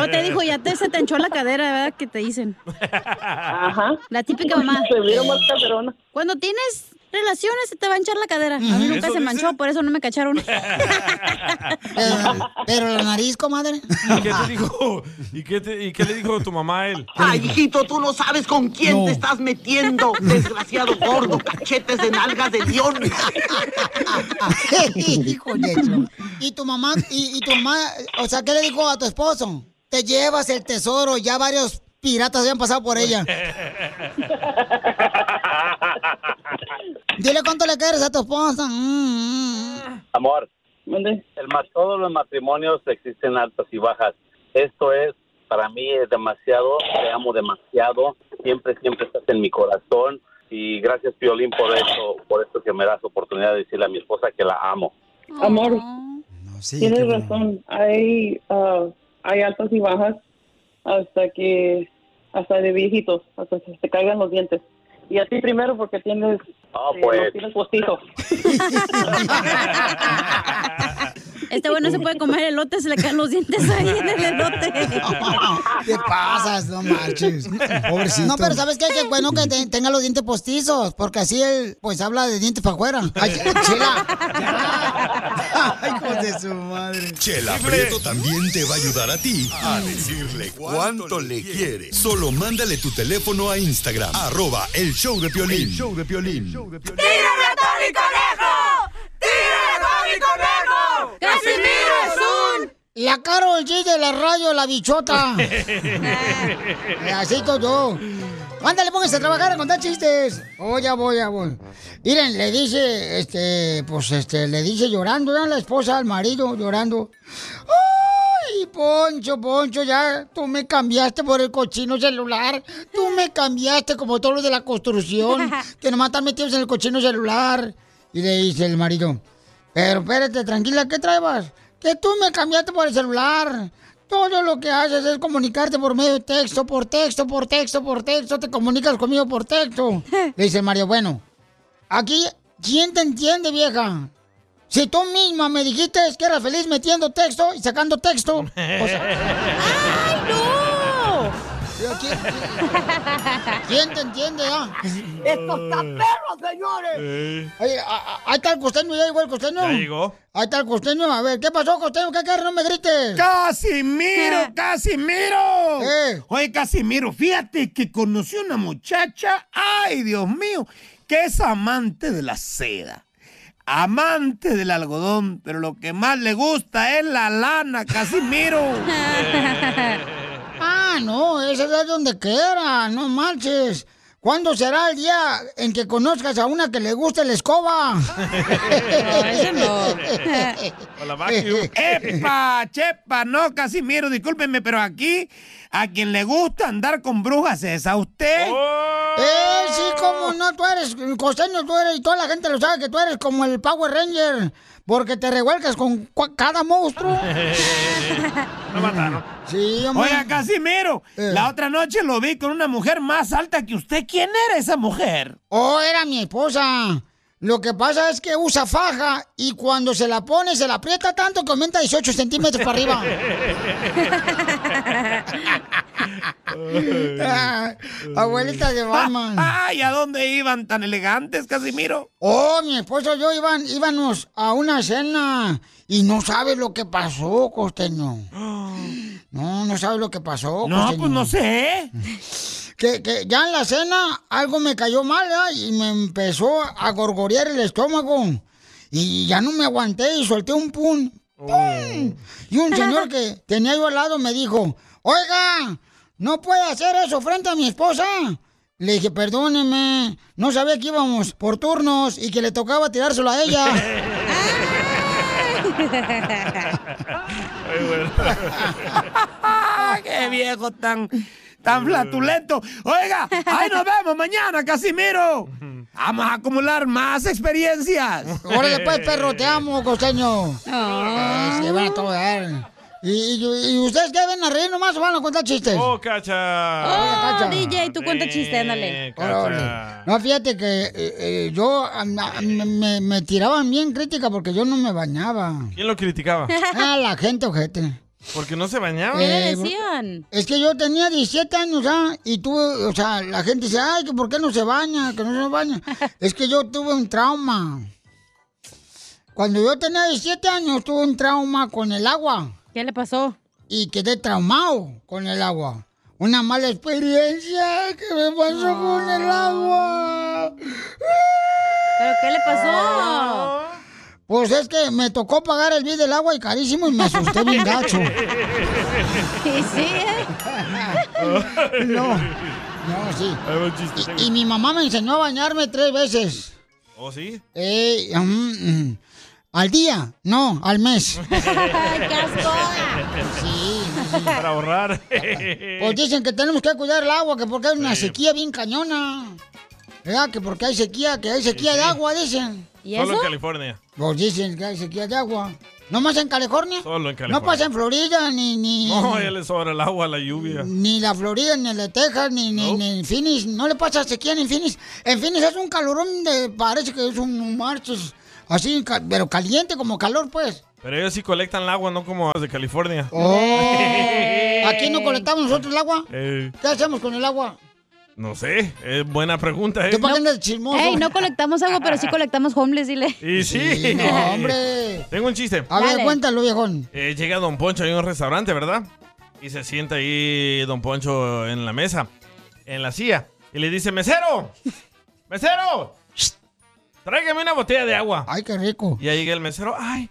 S3: O te dijo, ya te, se te hinchó la cadera, ¿verdad? Que te dicen.
S16: Ajá.
S3: La típica mamá. Eh,
S16: Se vieron más caderona.
S3: Cuando tienes relaciones, se te va a hinchar la cadera. A mí nunca
S2: ¿Eso
S3: se manchó, por eso no me cacharon.
S2: *laughs* pero, la nariz, comadre.
S4: *laughs* ¿Y qué te dijo? ¿Y qué, te- y qué le dijo tu mamá a él?
S17: Ay, hijito, tú no sabes con quién te
S2: *laughs*
S17: estás metiendo, desgraciado gordo, cachetes de nalgas de león.
S2: Hijo de eso. ¿Y tu mamá, y, y tu mamá, o sea, qué le dijo a tu esposo? Te llevas el tesoro, ya varios piratas habían pasado por
S16: *laughs*
S2: ella. Dile cuánto le quieres a tu esposa. Mm, mm, mm.
S18: Amor, el ma- todos los matrimonios existen altas y bajas. Esto es, para mí, es demasiado. Te amo demasiado. Siempre, siempre estás en mi corazón. Y gracias, Piolín, por esto, por esto que me das oportunidad de decirle a mi esposa que la amo.
S16: Amor,
S2: sí,
S16: tienes razón. Hay, ah, hay altas y bajas hasta que, hasta de viejitos, hasta que se te caigan los dientes. Y a ti primero porque tienes,
S18: Ah,
S16: eh,
S18: pues.
S16: los tienes postizo.
S3: Este bueno se puede comer elote, se le caen los dientes ahí en el elote.
S2: *laughs* ¿Qué pasas? No marches.
S12: Pobrecito.
S2: No, pero ¿sabes qué? Que bueno que te- tenga los dientes postizos, porque así él, pues, habla de dientes para afuera. Ay, chela. Ay, hijos de su madre.
S8: Chela Prieto también te va a ayudar a ti a decirle cuánto le quiere. Solo mándale tu teléfono a Instagram, arroba el show de Piolín. show de Piolín.
S17: ¡Tírame a Tony Conejo! ¡Tírame a Tony Conejo!
S2: ¡Casimiro es un... La Carol G de la radio, la bichota. Eh, Así todo yo. Ándale, póngase a trabajar a contar chistes. Oh, ya voy, ya voy. Miren, le dice, este, pues este, le dice llorando, ya la esposa al marido llorando. Ay, Poncho, Poncho, ya tú me cambiaste por el cochino celular. Tú me cambiaste como todos los de la construcción, que nomás están metidos en el cochino celular. Y le dice el marido, pero espérate, tranquila, ¿qué traebas? Que tú me cambiaste por el celular. Todo lo que haces es comunicarte por medio de texto, por texto, por texto, por texto. Te comunicas conmigo por texto. Le dice el Mario, bueno, aquí, ¿quién te entiende, vieja? Si tú misma me dijiste que eras feliz metiendo texto y sacando texto.
S4: *laughs*
S2: O sea,
S17: ¡Ay,
S2: no! *laughs* ¿Quién te entiende, ah?
S4: *laughs*
S2: ¡Esto está perro, señores! Oye, a- a- ahí está el costeño, ya llegó el costeño.
S4: Ya llegó.
S2: Ahí está el costeño, a ver, ¿qué pasó, costeño? ¿Qué quieres? No me grites.
S12: ¡Casimiro, Casimiro! Oye, Casimiro, fíjate que conocí una muchacha, ay, Dios mío, que es amante de la seda, amante del algodón, pero lo que más le gusta es la lana, Casimiro. *laughs*
S2: Ah, no, esa es donde quiera, no marches. ¿Cuándo será el día en que conozcas a una que le guste la escoba?
S12: ese
S2: *laughs*
S4: O la vacu.
S12: *laughs* ¡Epa, chepa! No, Casimiro, discúlpeme, pero aquí a quien le gusta andar con brujas es a usted.
S2: ¡Eh, sí, cómo no! Tú eres costeño, tú eres, y toda la gente lo sabe que tú eres como el Power Ranger, porque te revuelcas con cua- cada monstruo.
S12: Lo mataron.
S2: Sí, Eh.
S12: hombre. Oiga, Casimiro, la otra noche lo vi con una mujer más alta que usted. ¿Quién era esa mujer?
S2: Oh, era mi esposa. Lo que pasa es que usa faja y cuando se la pone se la aprieta tanto que aumenta 18 centímetros para arriba.
S7: *laughs*
S2: *laughs* Ah, abuelita de Batman.
S12: ¡Ay! ¿A dónde iban tan elegantes, Casimiro? *laughs*
S2: Oh, mi esposo y yo iban, íbamos a una cena y no sabes lo que pasó, costeño. *gasps* No, no sabes lo que pasó.
S12: No, pues no sé.
S2: *laughs* Que, que ya en la cena algo me cayó mal ¿verdad? y me empezó a gorgorear el estómago. Y ya no me aguanté y solté un pum. ¡Pum! Y un señor que tenía yo al lado me dijo, oiga, no puede hacer eso frente a mi esposa. Le dije, perdóneme, no sabía que íbamos por turnos y que le tocaba tirárselo a
S3: *laughs*
S2: ella.
S12: Ay, bueno. ¡Qué viejo tan, tan flatulento! Oiga, ahí nos vemos mañana, Casimiro. Vamos a acumular más experiencias.
S2: Ahora después, pues, perro, te amo, costeño.
S3: Ah.
S2: Eh, se van a todo dar. ¿Y, y, y ustedes qué ven a reír nomás o van a contar chistes?
S4: ¡Oh, cacha!
S3: Oh, DJ, tú cuenta chiste, ándale.
S4: Cacha.
S2: No, fíjate que eh, eh, yo a- a- me, me tiraban bien crítica porque yo no me
S3: *laughs*
S2: bañaba.
S4: ¿Quién lo criticaba?
S2: Ah, la gente, ojete.
S4: Porque no se bañaba.
S2: Eh, Es que yo tenía 17 años, ¿ah? Y tuve, o sea, la gente dice, ay, que ¿por qué no se baña? Que no se
S3: *laughs*
S2: baña. es que yo tuve un trauma. Cuando yo tenía 17 años, tuve un trauma con el agua.
S3: ¿Qué le pasó?
S2: Y quedé traumado con el agua. Una mala experiencia que me pasó con el agua.
S3: ¿Pero qué le pasó?
S2: Pues es que me tocó pagar el bill del agua y carísimo y me asusté bien gacho.
S3: Sí, sí.
S2: No, no, sí. Y *laughs* mi mamá me enseñó a bañarme tres veces.
S4: ¿Oh, sí?
S2: Eh, mm, mm. al día, no, al
S4: *laughs*
S2: mes.
S4: Sí. Para ahorrar.
S2: Pues dicen que tenemos que cuidar el agua, que porque hay una sequía bien cañona. ¿Verdad? Que porque hay sequía, que hay sequía de agua, dicen.
S4: Solo en California.
S2: Pues dicen que hay sequía de agua. ¿No más en California?
S4: Solo en
S2: No
S4: California.
S2: pasa en Florida, ni, ni,
S4: No, ya le sobra el agua, la lluvia.
S2: ni la Florida, ni la Texas, ni, ni, ni en Phoenix. No le pasa sequía ni en Phoenix. En Phoenix es un calorón de, parece que es un, un marzo, así, ca- pero caliente como calor, pues.
S4: Pero ellos sí colectan el agua, no como los de California.
S2: Oh. Aquí no colectamos nosotros el agua.
S4: *laughs* Eh,
S2: ¿Qué hacemos con el agua?
S4: no sé, es buena pregunta. ¿eh?
S2: chismoso?
S3: Ey, no colectamos agua,
S2: *laughs*
S3: pero sí colectamos homeless, dile.
S4: Y sí.
S3: Sí, no, hombre.
S4: *laughs* Tengo un chiste.
S3: A ver, Dale.
S2: cuéntalo, viejón.
S4: Eh, llega Don Poncho ahí a un restaurante, ¿verdad? Y se sienta ahí Don Poncho en la mesa, en la silla. Y le dice, mesero, mesero, tráigame una botella de agua.
S2: Ay, qué rico.
S4: Y ahí llega el mesero, ay.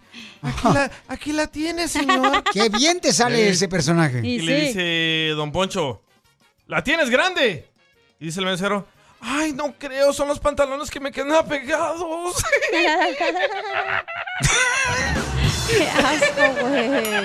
S2: Aquí la, tienes, señor. *laughs* Qué bien te sale
S4: Eh,
S2: ese personaje.
S4: Y, le dice Don Poncho, la tienes grande. Y dice el mesero, ay, no creo, son los pantalones que me quedan apegados.
S3: *laughs* Qué asco, güey.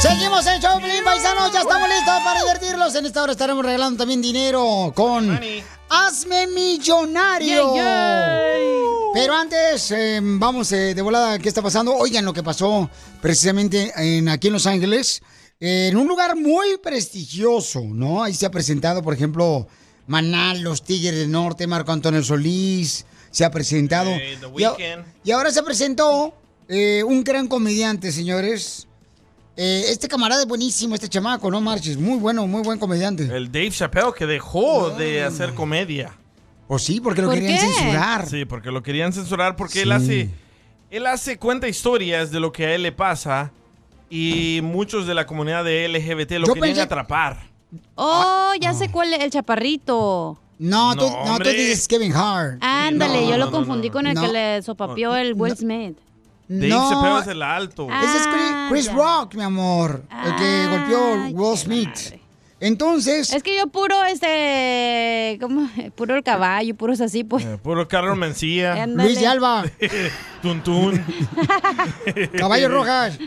S2: Seguimos el show, Pelín Paisanos. Ya estamos listos para divertirlos. En esta hora estaremos regalando también dinero con Hazme Millonario.
S1: Yeah,
S2: Pero antes, eh, vamos eh, de volada, ¿qué está pasando? Oigan lo que pasó precisamente en, aquí en Los Ángeles, eh, en un lugar muy prestigioso, ¿no? Ahí se ha presentado, por ejemplo, Manal, Los Tigres del Norte, Marco Antonio Solís, se ha presentado. Y a- y, ahora se presentó eh, un gran comediante, señores. Eh, este camarada es buenísimo, este chamaco,
S4: Eh.
S2: ¿no, Marches? Muy bueno, muy buen comediante.
S4: El Dave Chappelle que dejó de hacer comedia.
S2: O sí, porque lo querían censurar.
S4: Sí, porque lo querían censurar porque él hace. Él hace cuenta historias de lo que a él le pasa y muchos de la comunidad de LGBT lo
S3: Yo
S4: querían
S3: pensé-
S4: atrapar.
S3: Oh,
S2: Ah.
S3: ya sé cuál es el chaparrito.
S2: No, tú,
S4: No,
S2: no, tú
S4: hombre.
S2: dices Kevin Hart.
S3: Ah, Ándale,
S2: No,
S3: yo
S2: no,
S3: lo
S2: no,
S3: confundí con el
S2: no.
S3: que le sopapió
S2: No,
S3: el Will
S2: no.
S3: Smith.
S4: Dave
S2: No.
S4: Cepeda es el alto.
S3: Ah,
S2: Ese es Chris, Chris Rock, mi amor, el que golpeó Will Smith. Entonces.
S3: Es que yo puro este. ¿Cómo? *laughs* Puro el caballo, puros así, pues.
S4: Eh, Puro Carlos Mencía.
S3: Ándale. Luis de
S2: Alba.
S4: *laughs* Tuntún.
S2: *laughs*
S4: *laughs*
S2: Caballo Rojas.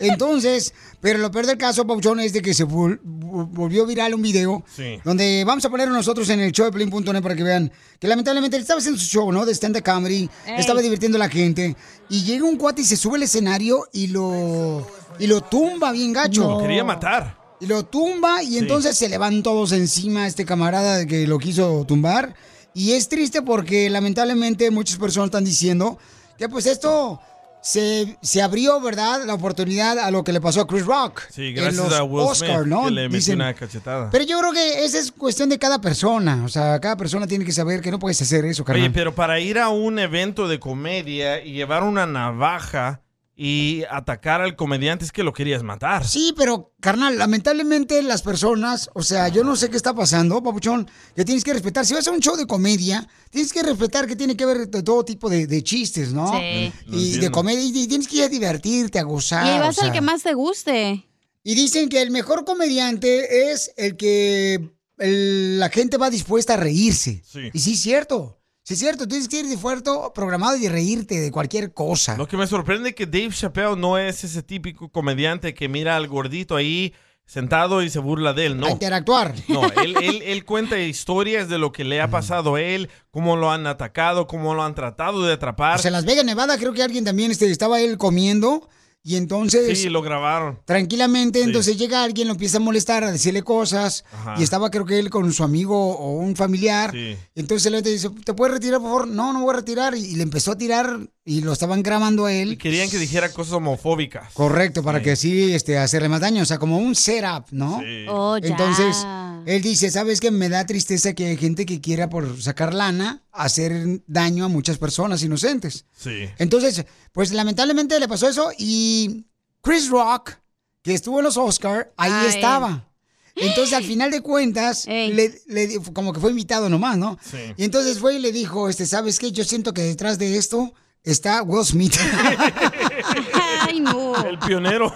S2: Entonces, pero lo peor del caso, Pauchón, es de que se vol- vol- volvió viral un video
S4: Sí.
S2: donde vamos a poner nosotros en el show de Plin.net para que vean que lamentablemente él estaba haciendo su show, ¿no? De stand-up comedy,
S19: Ey.
S2: estaba divirtiendo a la gente y llega un cuate y se sube al escenario y lo, y lo tumba bien gacho.
S4: Lo quería matar.
S2: Y lo tumba y entonces se le van todos encima a este camarada que lo quiso tumbar. Y es triste porque lamentablemente muchas personas están diciendo que pues esto se, se abrió, ¿verdad? La oportunidad a lo que le pasó a Chris Rock.
S4: Sí,
S2: en
S4: gracias
S2: los
S4: a Will
S2: Oscar,
S4: Smith
S2: ¿no?
S4: que le metió
S2: Dicen-
S4: una cachetada.
S2: Pero yo creo que esa es cuestión de cada persona. O sea, cada persona tiene que saber que no puedes hacer eso,
S4: Oye,
S2: carnal.
S4: pero para ir a un evento de comedia y llevar una navaja y atacar al comediante es que lo querías matar.
S2: Sí, pero carnal, lamentablemente las personas, o sea, yo no sé qué está pasando, papuchón, que tienes que respetar. Si vas a un show de comedia, tienes que respetar que tiene que haber de todo tipo de, de chistes, ¿no?
S4: Eh,
S3: Sí. Lo
S2: Y de
S3: entiendo.
S2: comedia, y y tienes que ir a divertirte, a gozar.
S3: y ahí vas
S2: Ah, o
S3: al
S2: sea.
S3: que más te guste.
S2: Y dicen que el mejor comediante es el que el- la gente va dispuesta a reírse.
S4: Sí.
S2: Y sí, es cierto. Sí, es cierto. Tienes que ir de fuerto programado y reírte de cualquier cosa.
S4: Lo que me sorprende que Dave Chappelle no es ese típico comediante que mira al gordito ahí sentado y se burla de él, no.
S2: A interactuar.
S4: No, él, él- él cuenta historias de lo que le ha pasado a él, cómo lo han atacado, cómo lo han tratado de atrapar.
S2: O sea, en Las Vegas, Nevada, creo que alguien también este, estaba él comiendo y entonces...
S4: Sí, lo grabaron.
S2: Tranquilamente,
S4: Sí.
S2: entonces llega alguien, lo empieza a molestar, a decirle cosas.
S4: Ajá.
S2: Y estaba, creo que él con su amigo o un familiar.
S4: Sí.
S2: Entonces le dice: ¿Te puedes retirar, por favor? No, no voy a retirar. Y le empezó a tirar y lo estaban grabando a él.
S4: Y querían que dijera cosas homofóbicas.
S2: Correcto, para que así este, hacerle más daño, o sea, como un setup, ¿no?
S4: Sí.
S3: Oh, ya.
S2: Entonces, él dice, ¿sabes qué? Me da tristeza que hay gente que quiera por sacar lana hacer daño a muchas personas inocentes. *laughs*
S4: Sí.
S2: Entonces, pues lamentablemente le pasó eso y Chris Rock, que estuvo en los Oscar, ahí
S3: eh.
S19: Ah, él.
S2: estaba. Entonces,
S3: *gasps*
S2: al final de cuentas, le- le di- como que fue invitado nomás, ¿no?
S19: Sí.
S2: Y entonces fue y le dijo, este, ¿sabes qué? Yo siento que detrás de esto está Will Smith.
S3: *laughs* Ay, no.
S4: El pionero.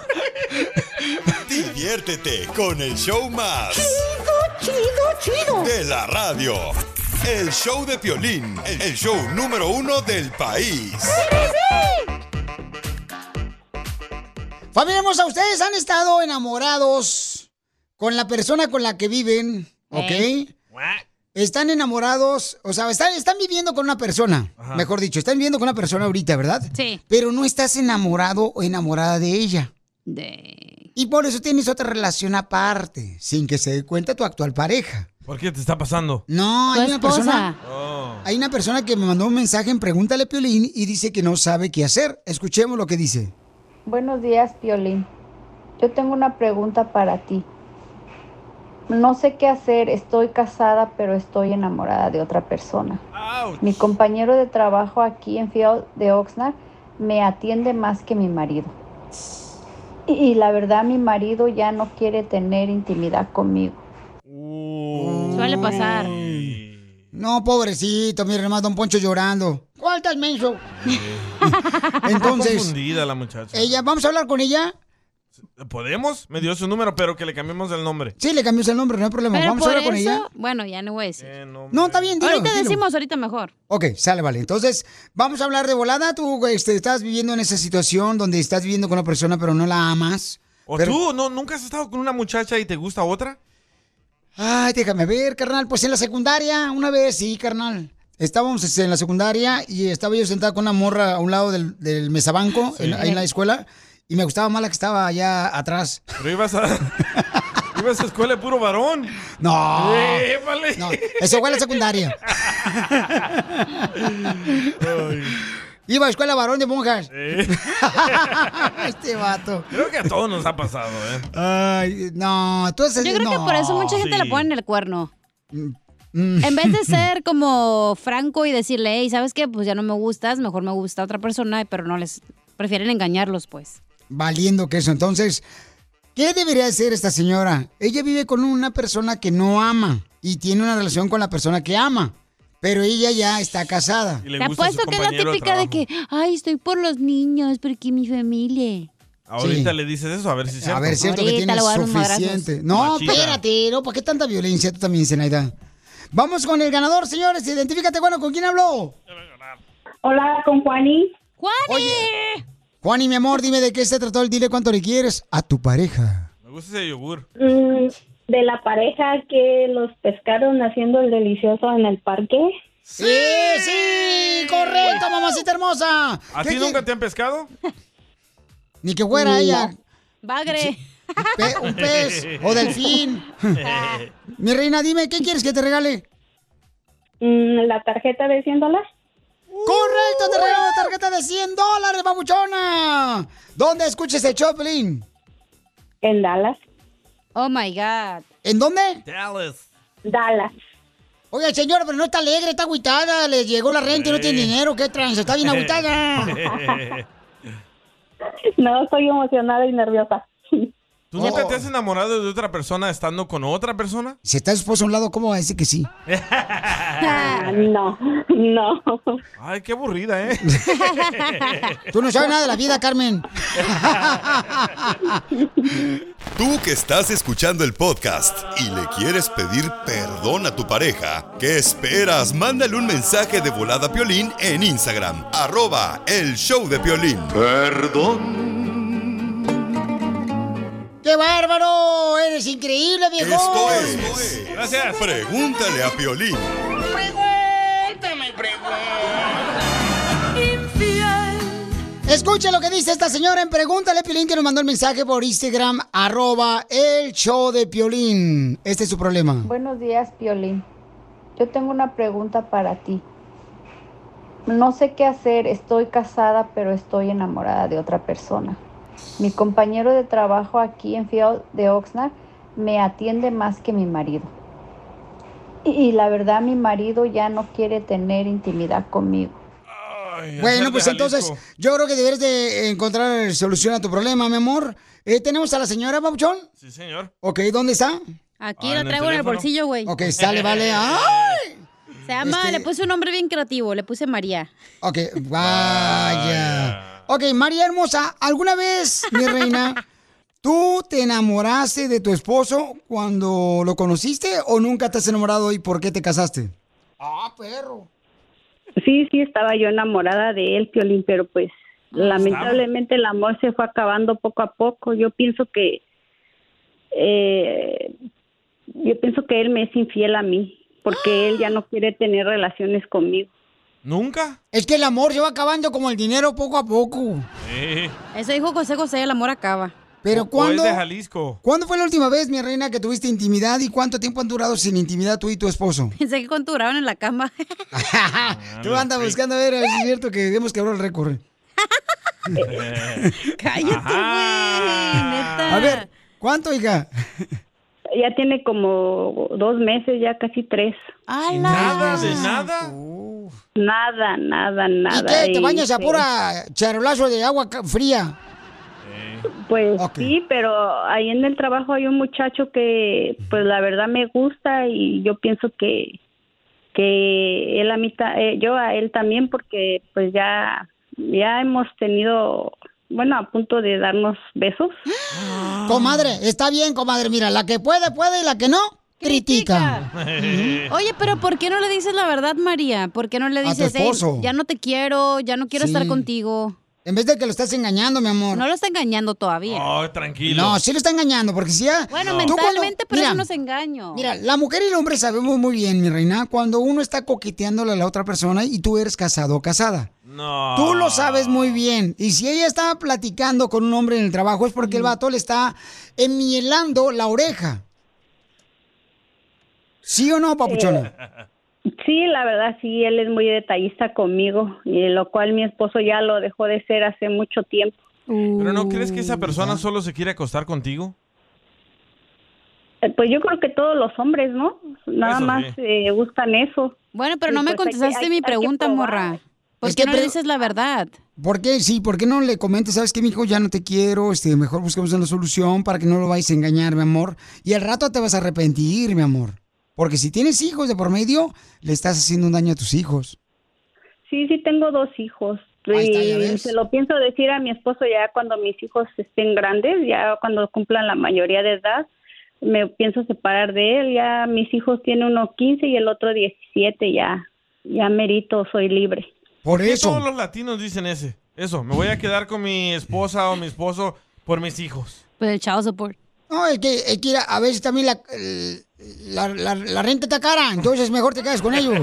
S8: Diviértete con el show más.
S19: Chido, chido, chido.
S8: De la radio. El show de Piolín, el show número uno del país.
S2: Familia hermosa, ustedes han estado enamorados con la persona con la que viven, ¿ok?
S19: Ey.
S2: Están enamorados, o sea, están, están viviendo con una persona,
S19: Ajá.
S2: mejor dicho, están viviendo con una persona ahorita, ¿verdad? Sí. Pero no estás enamorado o enamorada de ella. Y por eso tienes otra relación aparte, sin que se dé cuenta tu actual pareja.
S4: ¿Por qué te está pasando?
S2: No,
S4: Tu
S2: hay una
S4: esposa.
S2: persona.
S4: Oh.
S2: Hay una persona que me mandó un mensaje en Pregúntale Piolín y dice que no sabe qué hacer. Escuchemos lo que dice.
S20: Buenos días, Piolín. Yo tengo una pregunta para ti. No sé qué hacer, estoy casada, pero estoy enamorada de otra persona. Mi compañero de trabajo aquí en Field de Oxnard me atiende más que mi marido. Y, y la verdad, mi marido ya no quiere tener intimidad conmigo.
S3: Suele pasar.
S2: No, pobrecito, mira nomás Don Poncho llorando. ¿Cuál tal
S3: *laughs*
S2: menso? *laughs*
S4: Entonces.
S2: Entonces-
S4: confundida la muchacha.
S2: Ella, ¿vamos a hablar con ella?
S4: ¿Podemos? Me dio su número, pero que le cambiemos el nombre.
S2: Sí, le cambiamos el nombre, no hay problema.
S3: Pero
S2: ¿Vamos a
S3: por
S2: hablar con
S3: eso-
S2: ella?
S3: Bueno, ya no voy a decir.
S2: No, está bien, dilo,
S3: ahorita
S2: dilo.
S3: decimos, ahorita mejor.
S2: Ok, sale, vale. Entonces, vamos a hablar de volada. Tú este, estás viviendo en esa situación donde estás viviendo con una persona pero no la amas.
S4: ¿O
S2: Pero-
S4: tú no, nunca has estado con una muchacha y te gusta otra?
S2: Ay, déjame ver, carnal. Pues en la secundaria, una vez, sí, carnal. Estábamos este, en la secundaria y estaba yo sentada con una morra a un lado del, del mesabanco,
S4: Sí.
S2: en, ahí en la escuela, y me gustaba más la que estaba allá atrás.
S4: Pero ibas a. *laughs* ibas a escuela de puro varón.
S2: No.
S4: Épale.
S2: No, eso fue en la secundaria. Iba a escuela varón de monjas.
S4: Eh.
S2: *laughs* este vato.
S4: Creo que a todos nos ha pasado, ¿eh?
S2: Ay, no, tú Mm,
S3: Yo creo que por eso mucha gente
S4: Sí.
S3: le pone el cuerno. En
S2: *laughs*
S3: vez de ser como franco y decirle, hey, ¿sabes qué? Pues ya no me gustas, mejor me gusta otra persona, pero no les. Prefieren engañarlos, pues.
S2: Valiendo que eso. Entonces, ¿qué debería hacer esta señora? Ella vive con una persona que no ama y tiene una relación con la persona que ama, pero ella ya está casada.
S3: Te apuesto que es la típica de que, ay, estoy por los niños, porque mi familia.
S4: Ahorita le dices eso, a ver si es cierto.
S2: A ver, es cierto que tiene suficiente. No,
S4: Machita.
S2: espérate, no, ¿para qué tanta violencia tú también, Zenaida? Vamos con el ganador, señores. Identifícate, bueno, ¿con quién habló?
S21: Hola, con Juani.
S3: ¡Juani!
S2: Juani, mi amor, dime de qué se trató el dile cuánto le quieres a tu pareja.
S4: Me gusta ese yogur.
S21: Mm, de la pareja que los pescaron haciendo el delicioso en el parque.
S2: ¡Sí, sí! ¡Correcto, mamacita hermosa!
S4: ¿A ti nunca te han pescado?
S2: *laughs* Ni que fuera ella.
S3: Bagre.
S2: pe- un pez o
S3: *laughs*
S2: delfín. Mi reina, dime, ¿qué quieres que te regale?
S21: Mm, la tarjeta de 100 dólares.
S2: ¡Correcto! Te regalo una tarjeta de 100 dólares, babuchona. ¿Dónde escuches el Choplin?
S21: En Dallas.
S3: Oh my God.
S2: ¿En dónde?
S4: *laughs* Dallas.
S21: Dallas.
S2: Oiga, señora, pero no está alegre, está agüitada. Le llegó la renta y no tiene dinero. ¿Qué tranza? Está bien *laughs*
S7: *laughs*
S2: agüitada.
S21: No, estoy emocionada y nerviosa.
S4: ¿Tú nunca te has enamorado de otra persona estando con
S2: *laughs*
S4: otra persona?
S2: Si está su esposo a un lado, ¿cómo va a decir que sí?
S21: no, no.
S4: Ay, qué aburrida, ¿eh?
S2: *laughs* Tú no sabes nada de la vida, Carmen.
S8: Tú que estás escuchando el podcast y le quieres pedir perdón a tu pareja, ¿qué esperas? Mándale un mensaje de volada a Piolín en Instagram, arroba el show de Piolín. Perdón.
S2: ¡Qué bárbaro! ¡Eres increíble, viejo!
S8: Esto es. Gracias. Pregúntale a Piolín.
S17: Pregúntame, pregúntame.
S2: Escucha lo que dice esta señora en Pregúntale Piolín que nos mandó el mensaje por Instagram, arroba el show de Piolín. Este es su problema.
S20: Buenos días, Piolín. Yo tengo una pregunta para ti. No sé qué hacer, estoy casada, pero estoy enamorada de otra persona. Mi compañero de trabajo aquí en Fiel de Oxnard me atiende más que mi marido. Y, y la verdad, mi marido ya no quiere tener intimidad conmigo.
S2: Bueno, pues entonces yo creo que deberes de encontrar solución a tu problema, mi amor. Eh, ¿Tenemos a la señora, Papuchón? *laughs*
S4: Sí, señor.
S2: Ok, ¿dónde está?
S3: Aquí lo traigo en el bolsillo, güey.
S2: Ok, sale,
S3: *laughs*
S2: vale. ¡Ay!
S3: Se llama,
S2: Este-
S3: le puse un nombre bien creativo, le puse María.
S2: Ok, vaya. Ok, María Hermosa, ¿alguna vez, mi reina, tú te enamoraste de tu esposo cuando lo conociste o nunca te has enamorado y por qué te casaste? Ah, perro.
S21: Sí, sí, estaba yo enamorada de él, Piolín, pero pues
S2: Ah,
S21: lamentablemente el amor se fue acabando poco a poco. Yo pienso que eh, yo pienso que él me es infiel a mí, porque él ya no quiere tener relaciones conmigo.
S4: ¿Nunca?
S2: Es que el amor se va acabando como el dinero poco a poco.
S3: Eso dijo José José, el amor acaba. *laughs*
S2: Pero ¿cuándo,
S4: O es de Jalisco.
S2: ¿cuándo fue la última vez, mi reina, que tuviste intimidad y cuánto tiempo han durado sin intimidad tú y tu esposo?
S3: Pensé que cuánto duraban en la cama. *laughs*
S2: Tú anda buscando a ver, a ver si es cierto que hemos quebrado el récord.
S3: Cállate,
S2: A ver, ¿cuánto, hija?
S21: Ya tiene como dos meses, ya casi tres.
S4: ¿Nada de nada?
S21: Nada, nada, nada.
S2: ¿Y qué? ¿Te
S21: Y,
S2: bañas a
S21: sí.
S2: pura charolazo de agua ca- fría?
S21: Pues sí, pero ahí en el trabajo hay un muchacho que, pues la verdad me gusta y yo pienso que que él a mí, ta- eh, yo a él también porque pues ya ya hemos tenido, bueno, a punto de darnos besos.
S2: Comadre, está bien, comadre. Mira, la que puede, puede y la que no, critica.
S3: Oye, pero ¿por qué no le dices la verdad, María? ¿Por qué no le
S2: A tu
S3: dices, "Ey,
S2: esposo.
S3: ya no te quiero, ya no quiero
S2: Sí.
S3: estar contigo?
S2: En vez de que lo estás engañando, mi amor.
S3: No lo está engañando todavía.
S4: Oh, tranquilo.
S2: No, sí lo está engañando, porque si ya...
S3: Bueno,
S2: tú cuando-
S3: mentalmente, pero
S2: mira,
S3: eso no es engaño.
S2: Mira, la mujer y el hombre sabemos muy bien, mi reina, cuando uno está coqueteándole a la otra persona y tú eres casado o casada.
S4: No.
S2: Tú lo sabes muy bien. Y si ella está platicando con un hombre en el trabajo es porque el vato le está enmielando la oreja. ¿Sí o no, papuchona?
S21: Sí, la verdad sí, él es muy detallista conmigo, y lo cual mi esposo ya lo dejó de ser hace mucho tiempo.
S2: Uh.
S4: ¿Pero no crees que esa persona solo se quiere acostar contigo?
S21: Eh, Pues yo creo que todos los hombres, ¿no? Nada
S3: Eso
S21: más
S3: sí.
S21: eh, buscan eso.
S3: Bueno, pero
S21: Y
S3: no me
S21: pues hay que-
S3: contestaste
S21: hay-
S3: mi
S21: hay que
S3: pregunta,
S21: probar.
S3: morra.
S2: Es
S3: Pues
S2: que
S3: que no le
S2: pre-
S3: dices la verdad.
S2: ¿Por qué? Sí, ¿por qué no le comentas? ¿Sabes qué, mijo? Ya no te quiero, este, mejor busquemos una solución para que no lo vayas a engañar, mi amor. Y al rato te vas a arrepentir, mi amor. Porque si tienes hijos de por medio, le estás haciendo un daño a tus hijos.
S21: Sí, sí, tengo dos hijos. Y se lo pienso decir a mi esposo ya cuando mis hijos estén grandes, ya cuando cumplan la mayoría de edad, me pienso separar de él. Ya mis hijos tienen uno 15 y el otro 17, ya, ya merito, soy libre.
S2: Por
S4: eso. Todos los latinos dicen ese. Eso, me voy a quedar con mi esposa o mi esposo por mis hijos.
S3: Pues el chavo support.
S2: No, es que, es que a veces también la, la, la- la renta está cara, entonces mejor te quedas con ellos.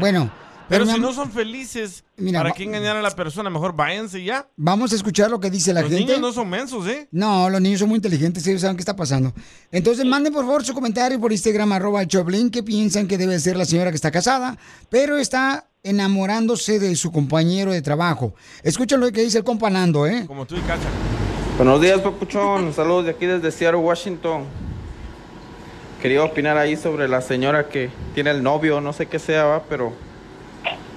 S2: Bueno, pero
S4: Pero,
S2: mi
S4: si
S2: am-
S4: no son felices,
S2: Mira,
S4: ¿para
S2: va-
S4: qué engañar a la persona? Mejor váyanse ya.
S2: Vamos a escuchar lo que dice la
S4: Los
S2: gente.
S4: niños no son mensos, ¿eh?
S2: No, los niños son muy inteligentes, ellos saben qué está pasando. Entonces, manden por favor su comentario por Instagram, arroba el Choplin, qué piensan que debe ser la señora que está casada, pero está enamorándose de su compañero de trabajo. Escuchen lo que dice el compa Nando, ¿eh?
S4: Como tú y Cacha.
S5: Buenos días, Papuchón. Saludos de aquí desde Seattle, Washington. Quería opinar ahí sobre la señora que tiene el novio, no sé qué sea, ¿va? pero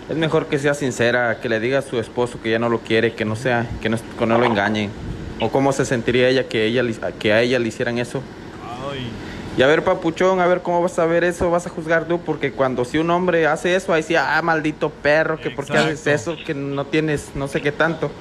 S5: es mejor que sea sincera, que le diga a su esposo que ya no lo quiere, que no sea, que no, que no lo engañen. O cómo se sentiría ella que, ella le- que a ella le hicieran eso. Y a ver, papuchón, a ver cómo vas a ver eso, vas a juzgar tú, porque cuando si un hombre hace eso, ahí sí, ah, maldito perro, que por qué haces eso, que no tienes, no sé qué tanto.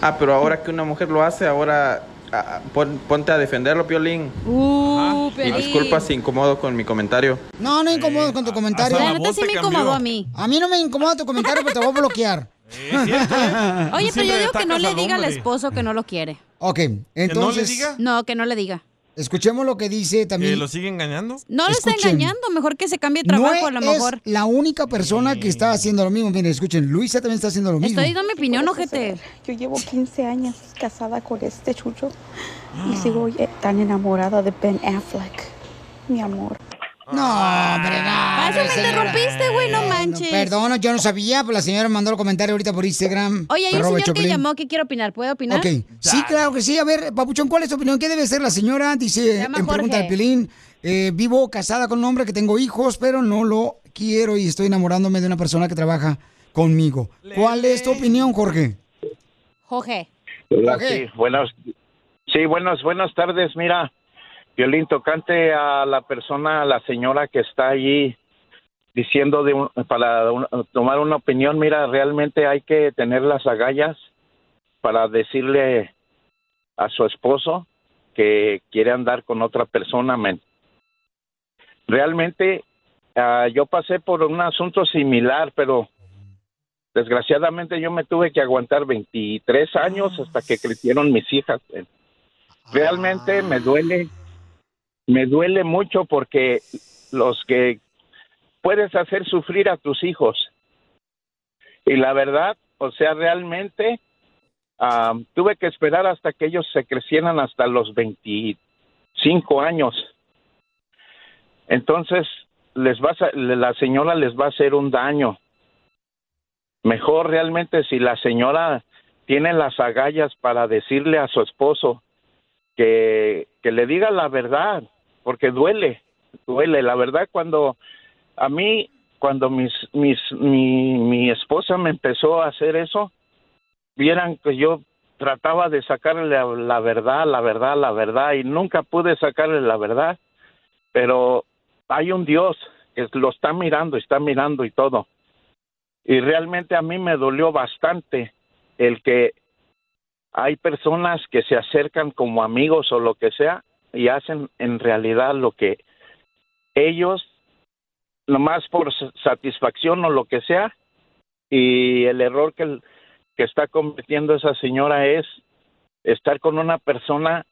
S5: Ah, pero ahora que una mujer lo hace, ahora ah, ah, pon- ponte a defenderlo, Piolín.
S3: Uh,
S5: Y
S3: Pelín.
S5: disculpa si incomodo con mi comentario.
S2: No, no incomodo con tu comentario.
S3: La neta sí me incomodó a mí.
S2: A mí no me incomoda tu comentario, pero te voy a bloquear.
S3: *laughs* Oye, pero yo digo que no le diga al esposo ¿eh? que no lo quiere.
S2: Ok, entonces...
S3: diga? No, que no le diga.
S2: Escuchemos lo que dice también.
S4: ¿Que lo sigue engañando?
S3: No lo está
S2: Escuchen.
S3: engañando, mejor que se cambie de este trabajo a lo
S2: no
S3: mejor.
S2: es la única persona que está haciendo lo mismo. Miren, escuchen, Luisa también está haciendo lo mismo.
S3: Estoy dando mi opinión, ojete.
S6: Yo llevo 15 años casada con este chucho y sigo eh, tan enamorada de Ben Affleck, mi amor.
S2: No, hombre, no.
S3: Para Ah, eso me
S2: señora.
S3: interrumpiste, güey, no
S2: Ay,
S3: manches.
S2: Perdona, yo no sabía, pero la señora mandó el comentario ahorita por Instagram.
S3: Oye, hay un
S2: arroba
S3: señor que
S2: Choplin.
S3: llamó que quiere opinar. ¿Puede opinar?
S2: Ok, sí, claro que sí. A ver, Papuchón, ¿cuál es tu opinión? ¿Qué debe ser la señora? Dice,
S3: llama
S2: en pregunta al
S3: Jorge.
S2: Pilín, eh, vivo casada con un hombre que tengo hijos, pero no lo quiero y estoy enamorándome de una persona que trabaja conmigo. ¿Cuál es tu opinión, Jorge?
S3: Jorge.
S22: Hola,
S3: Ok.
S22: sí, buenas, sí, buenas, buenas tardes. Mira, Violín, tocante a la persona, a la señora que está allí diciendo de un- para un- tomar una opinión, mira, realmente hay que tener las agallas para decirle a su esposo que quiere andar con otra persona, men. Realmente ah, yo pasé por un asunto similar, pero desgraciadamente yo me tuve que aguantar 23 años hasta que crecieron mis hijas. men. Realmente me duele, me duele mucho porque los que puedes hacer sufrir a tus hijos. Y la verdad, o sea, realmente ah, tuve que esperar hasta que ellos se crecieran hasta los 25 años. Entonces, les vas a- la señora les va a hacer un daño. Mejor realmente si la señora tiene las agallas para decirle a su esposo que, que le diga la verdad, porque duele, duele. La verdad cuando a mí, cuando mis, mis, mi, mi esposa me empezó a hacer eso, vieran que yo trataba de sacarle la, la verdad, la verdad, la verdad, y nunca pude sacarle la verdad, pero hay un Dios que lo está mirando, está mirando y todo. Y realmente a mí me dolió bastante el que hay personas que se acercan como amigos o lo que sea y hacen en realidad lo que ellos, nomás por s- satisfacción o lo que sea, y el error que, el- que está cometiendo esa señora es estar con una persona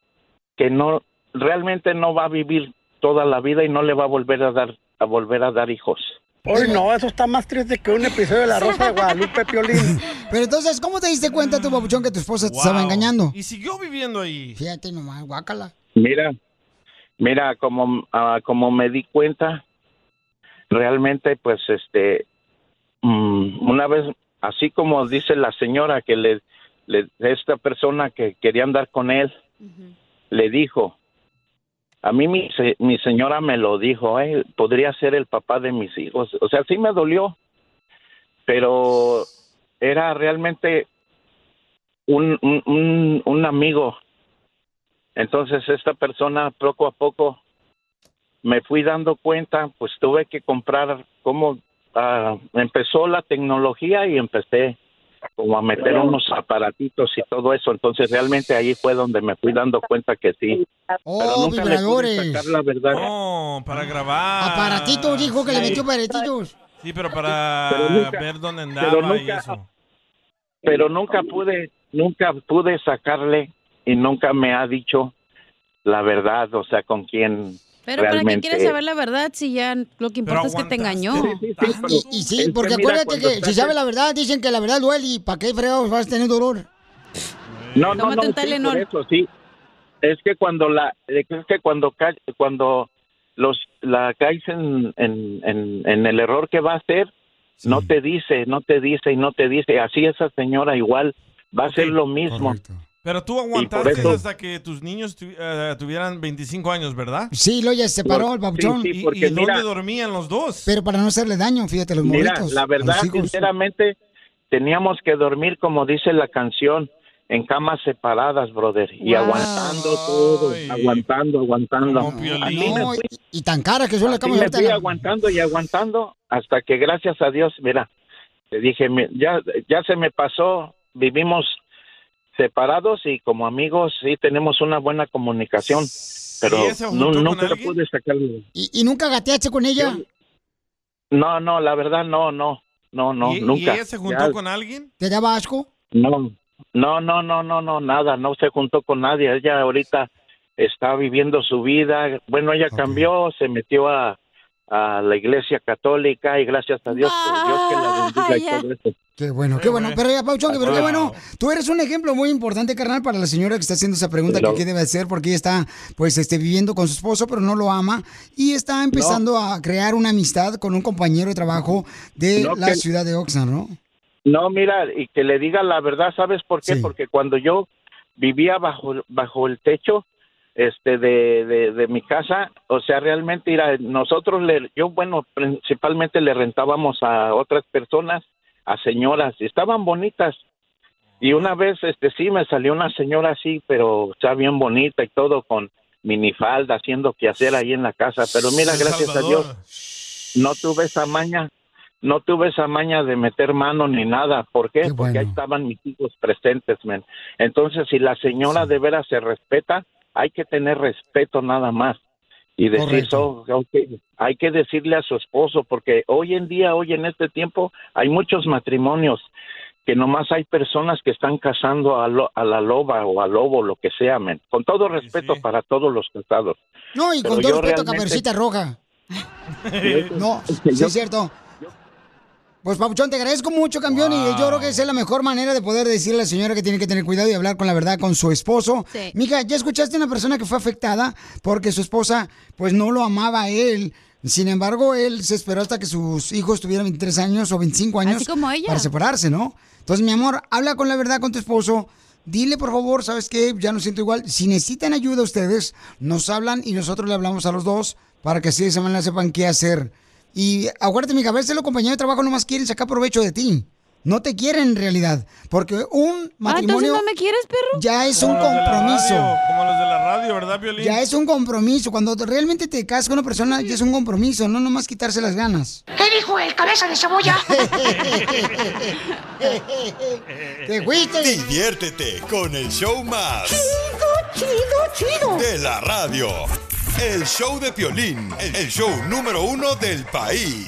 S22: que no realmente no va a vivir toda la vida y no le va a volver a dar a volver a dar hijos.
S23: Hoy no, eso está más triste que un episodio de La Rosa de Guadalupe, Piolín.
S2: Pero entonces, ¿cómo te diste cuenta tu papuchón que tu esposa te estaba engañando?
S4: Y siguió viviendo ahí.
S2: Fíjate nomás, guácala.
S22: Mira, mira, como, ah, como me di cuenta, realmente, pues, este, mm, una vez, así como dice la señora que le, le- esta persona que quería andar con él, le dijo, A mí mi, se- mi señora me lo dijo, "Ey, podría ser el papá de mis hijos. O sea, sí me dolió, pero era realmente un, un, un- un amigo. Entonces esta persona poco a poco me fui dando cuenta, pues tuve que comprar cómo ah, empezó la tecnología y empecé como a meter unos aparatitos y todo eso. Entonces realmente ahí fue donde me fui dando cuenta que sí. Pero
S2: Oh,
S22: nunca le pude
S2: vibradores.
S22: sacar la verdad.
S4: No, para grabar.
S2: Aparatitos, dijo que le metió aparatitos.
S4: Sí, pero para
S22: Pero nunca-
S4: ver dónde andaba
S22: pero
S4: y
S22: nunca-
S4: eso.
S22: pero nunca pude, nunca pude sacarle y nunca me ha dicho la verdad, o sea, con quién
S3: Pero ¿para qué
S22: realmente.
S3: quieres saber la verdad si ya lo que importa es que te engañó?
S22: Y- y sí, Es que
S2: Porque
S22: mira,
S2: acuérdate
S22: cuando
S2: que
S22: estás
S2: si sabes
S22: en-
S2: la verdad, dicen que la verdad duele y ¿para qué fregados vas a tener dolor?
S22: No, no,
S2: Tómate
S22: no,
S2: un
S22: sí,
S2: Tylenol.
S22: por eso sí. Es que cuando la, es que cuando ca- cuando los la caes en, en, en, en el error que va a hacer, no te dice, no te dice y no te dice. Así esa señora igual va a hacer lo mismo.
S4: Pero tú
S22: Y por
S4: aguantaste
S22: eso-
S4: hasta que tus niños tu- eh, tuvieran 25 años, ¿verdad?
S2: Sí, lo ya se separó el babuchón. Ah,
S4: ¿Y- ¿Y, dónde dormían los dos?
S2: Pero para no hacerle daño, fíjate, los
S22: Mira,
S2: morritos.
S22: la verdad,
S2: los hijos.
S22: sinceramente, teníamos que dormir, como dice la canción, en camas separadas, brother. Y aguantando todo, aguantando, aguantando. Así me
S2: No,
S22: fui,
S2: y, y tan cara que son las
S22: así
S2: camas
S22: me
S2: ahorita.
S22: fui
S2: la-
S22: aguantando y aguantando hasta que, gracias a Dios, mira, le dije, "Mi- ya, ya se me pasó, vivimos separados y como amigos sí tenemos una buena comunicación, pero
S2: ella se
S22: nu-
S2: juntó con
S22: nunca
S2: alguien?
S22: pude sacarle.
S2: ¿Y, y nunca gateaste con ella?
S22: No, no, la verdad, no, no, no, no,
S4: ¿Y, y
S22: nunca.
S4: ella se juntó
S22: Ya-
S4: con alguien?
S2: ¿Te daba asco?
S22: No, no, no, no, no, no, nada, no se juntó con nadie. Ella ahorita está viviendo su vida. Bueno, ella cambió, se metió a, a la iglesia católica y gracias a Dios, por Dios que la bendiga y todo eso.
S2: Qué bueno, qué bueno. Pero ya, Pauchón, pero qué bueno. Tú eres un ejemplo muy importante, carnal, para la señora que está haciendo esa pregunta,
S22: Pero-
S2: que qué debe hacer, porque ella está, pues, este, viviendo con su esposo, pero no lo ama, y está empezando a crear una amistad con un compañero de trabajo de
S22: No,
S2: la
S22: que-
S2: ciudad de Oxnard, ¿no?
S22: No, mira, y que le diga la verdad, ¿sabes por qué? Porque cuando yo vivía bajo, bajo el techo este de, de, de mi casa, o sea, realmente mira, nosotros, le, yo, bueno, principalmente le rentábamos a otras personas, a señoras, y estaban bonitas. Y una vez, este, sí, me salió una señora así, pero está bien bonita y todo, con minifalda, haciendo quehacer ahí en la casa. Pero mira,
S4: El
S22: gracias a
S4: Salvador.
S22: Dios, no tuve esa maña, no tuve esa maña de meter mano ni nada. ¿Por qué? Porque ahí estaban mis hijos presentes, men. Entonces, si la señora de veras se respeta, hay que tener respeto nada más. Y decir,
S9: Correcto.
S22: "Oh, ok, hay que decirle a su esposo, porque hoy en día, hoy en este tiempo, hay muchos matrimonios que nomás hay personas que están casando a, lo- a la loba o al lobo, lo que sea, men. Con todo respeto para todos los casados.
S2: No, y con
S22: Pero
S2: todo respeto,
S22: yo realmente-
S2: Caperucita Roja. No,
S22: que
S2: sí
S22: yo-
S2: es cierto. Pues, Papuchón, te agradezco mucho, campeón, y yo creo que esa es la mejor manera de poder decirle a la señora que tiene que tener cuidado y hablar con la verdad con su esposo.
S3: Sí.
S2: Mica, ya escuchaste a una persona que fue afectada porque su esposa, pues, no lo amaba a él. Sin embargo, él se esperó hasta que sus hijos tuvieran 23 años o 25 años
S3: Así como ella.
S2: para separarse, ¿no? Entonces, mi amor, habla con la verdad con tu esposo. Dile, por favor, ¿sabes qué? Ya no siento igual. Si necesitan ayuda ustedes, nos hablan y nosotros le hablamos a los dos para que así de esa manera sepan qué hacer. Y acuérdate, mi a veces los compañeros de trabajo nomás quieren sacar provecho de ti. No te quieren en realidad. Porque un matrimonio.
S3: Ah, no me quieres, perro?
S2: Ya es un
S4: Como los de la
S2: compromiso.
S4: radio, como los de la radio, ¿verdad, Violín?
S2: Ya es un compromiso. Cuando te- realmente te casas con una persona, ya es un compromiso, no nomás quitarse las ganas.
S19: ¿Qué dijo el cabeza de
S2: *laughs*
S19: cebolla?
S2: ¡Te fuiste!
S8: Diviértete con el show más.
S19: Chido, chido, chido.
S8: De la radio. El show de Piolín, el show número uno del país.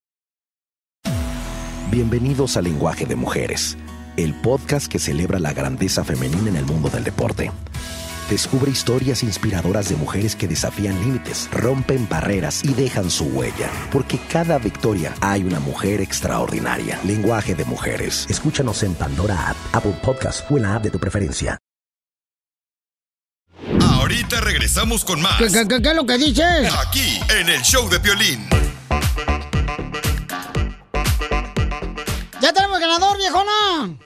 S14: Bienvenidos a Lenguaje de Mujeres, el podcast que celebra la grandeza femenina en el mundo del deporte. Descubre historias inspiradoras de mujeres que desafían límites, rompen barreras y dejan su huella. Porque cada victoria hay una mujer extraordinaria. Lenguaje de mujeres. Escúchanos en Pandora App, Apple Podcast o en la app de tu preferencia.
S8: Ahorita regresamos con más.
S2: ¿Qué, qué, qué- qué es lo que dices?
S8: Aquí, en el show de Piolín.
S2: ¡Ya tenemos ganador, viejona!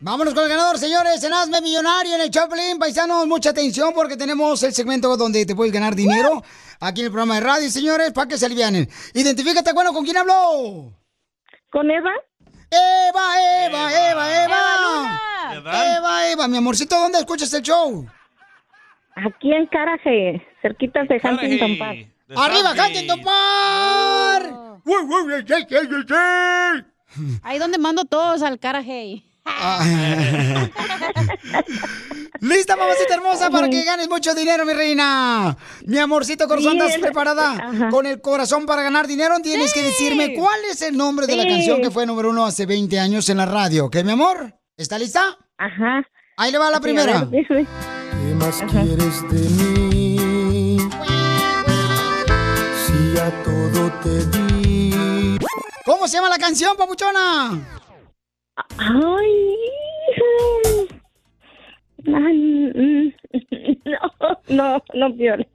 S2: Vámonos con el ganador, señores. En Hazme Millonario en el Choplin. Paisanos, mucha atención porque tenemos el segmento donde te puedes ganar dinero. Aquí en el programa de radio, señores, para que se alivianen. Identifícate, bueno, ¿con quién habló?
S9: ¿Con Eva?
S2: ¡Eva, Eva, Eva, Eva!
S9: Luna!
S2: Eva, Eva, mi amorcito, ¿dónde escuchas el show?
S9: Aquí en Caraje, cerquitas de Huntington Park.
S2: ¡Arriba, Huntington Park! ¡Uy, uy, uy, uy, uy, uy, uy!
S3: Ahí donde mando todos al cara, hey.
S2: ¡Lista, mamacita hermosa, para que ganes mucho dinero, mi reina! Mi amorcito corazón,
S9: Sí,
S2: ¿estás
S9: es-
S2: preparada
S9: *laughs* ajá.
S2: con el corazón para ganar dinero? Tienes que decirme cuál es el nombre de la
S9: Sí.
S2: canción que fue número uno hace 20 años en la radio. ¿Ok, mi amor? ¿Está lista?
S9: Ajá.
S2: Ahí le va la
S9: Sí, a ver,
S2: primera.
S9: dime.
S2: ¿Qué más quieres de mí? Si a todo te di. ¿Cómo se llama la canción, papuchona?
S9: Ay. Ay, mm, *laughs* No, no, no, Piolín.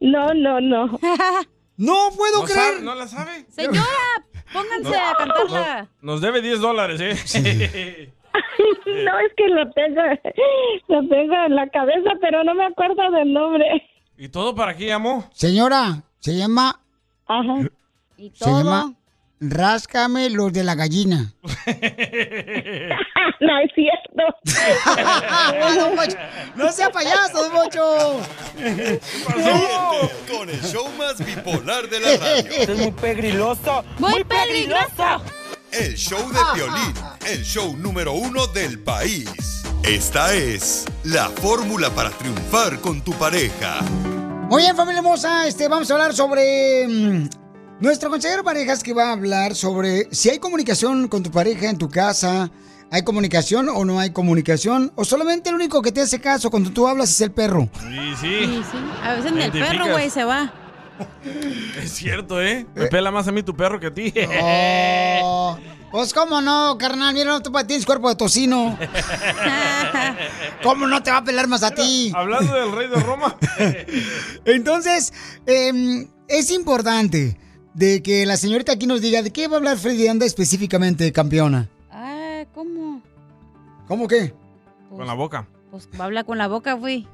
S9: No, no, no.
S2: *laughs* No puedo
S4: ¿No creer. sabe- no la sabe?
S3: Señora,
S4: *laughs*
S3: pónganse
S4: No,
S3: a cantarla.
S4: Nos debe 10 dólares, ¿eh?
S9: No, es que lo tengo, lo tengo en la cabeza, pero no me acuerdo del nombre.
S4: *laughs* ¿Y todo para qué llamó?
S2: Señora, se llama.
S9: Ajá.
S3: ¿Y
S2: Se llama. Ráscame los de la gallina.
S9: Ah, no es cierto.
S2: Don Poncho, no sea payaso, Don Poncho.
S8: Ríete Con el show más bipolar de la radio.
S2: Es muy
S8: pegriloso.
S2: Muy muy
S8: pegriloso. El show de Piolín, el show número uno del país. Esta es la fórmula para triunfar con tu pareja.
S2: Muy bien, familia hermosa, este, vamos a hablar sobre. mm, nuestro consejero de parejas que va a hablar sobre si hay comunicación con tu pareja en tu casa, hay comunicación o no hay comunicación, o solamente el único que te hace caso cuando tú hablas es el perro.
S4: Sí, sí.
S3: A veces ni el
S4: Identificas.
S3: perro, güey, se va.
S4: Es cierto, ¿eh? Me pela más a mí tu perro que a ti.
S2: Oh, pues cómo no, carnal, mira, tú pa- tienes cuerpo de tocino. ¿Cómo no te va a pelar más a ti?
S4: Hablando del rey de Roma.
S2: *laughs* Entonces, eh, es importante de que la señorita aquí nos diga de qué va a hablar Freddy Anda específicamente, campeona.
S3: Ah, ¿cómo?
S2: ¿Cómo qué?
S4: Con la boca.
S3: Pues va a hablar con la boca, güey.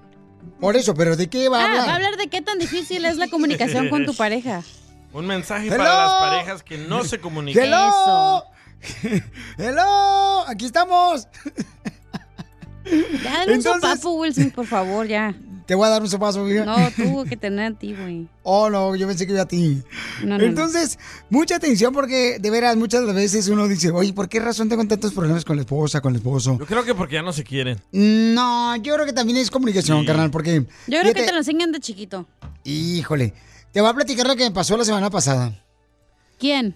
S2: Por eso, pero ¿de qué va a
S3: ah,
S2: hablar?
S3: va a hablar de qué tan difícil es la comunicación con tu pareja.
S4: *laughs* Un mensaje
S2: Hello.
S4: para las parejas que no se comunican.
S2: ¡Hello! ¡Hello! Aquí estamos.
S3: Ya dale un
S2: Entonces-
S3: sopapo, Will Smith, por favor, ya.
S2: Te voy a dar un sopazo, vieja.
S3: No, tuvo que tener a ti, güey.
S2: *laughs* Oh, no, yo pensé que iba a ti.
S3: no, no.
S2: Entonces, mucha atención porque de veras muchas veces uno dice, oye, ¿por qué razón tengo tantos problemas con la esposa, con el esposo?
S4: Yo creo que porque ya no se quieren.
S2: No, yo creo que también es comunicación,
S4: Sí.
S2: carnal, porque...
S3: Yo creo que
S2: fíjate-
S3: te lo enseñan de chiquito.
S2: Híjole, te voy a platicar lo que me pasó la semana pasada.
S3: ¿Quién?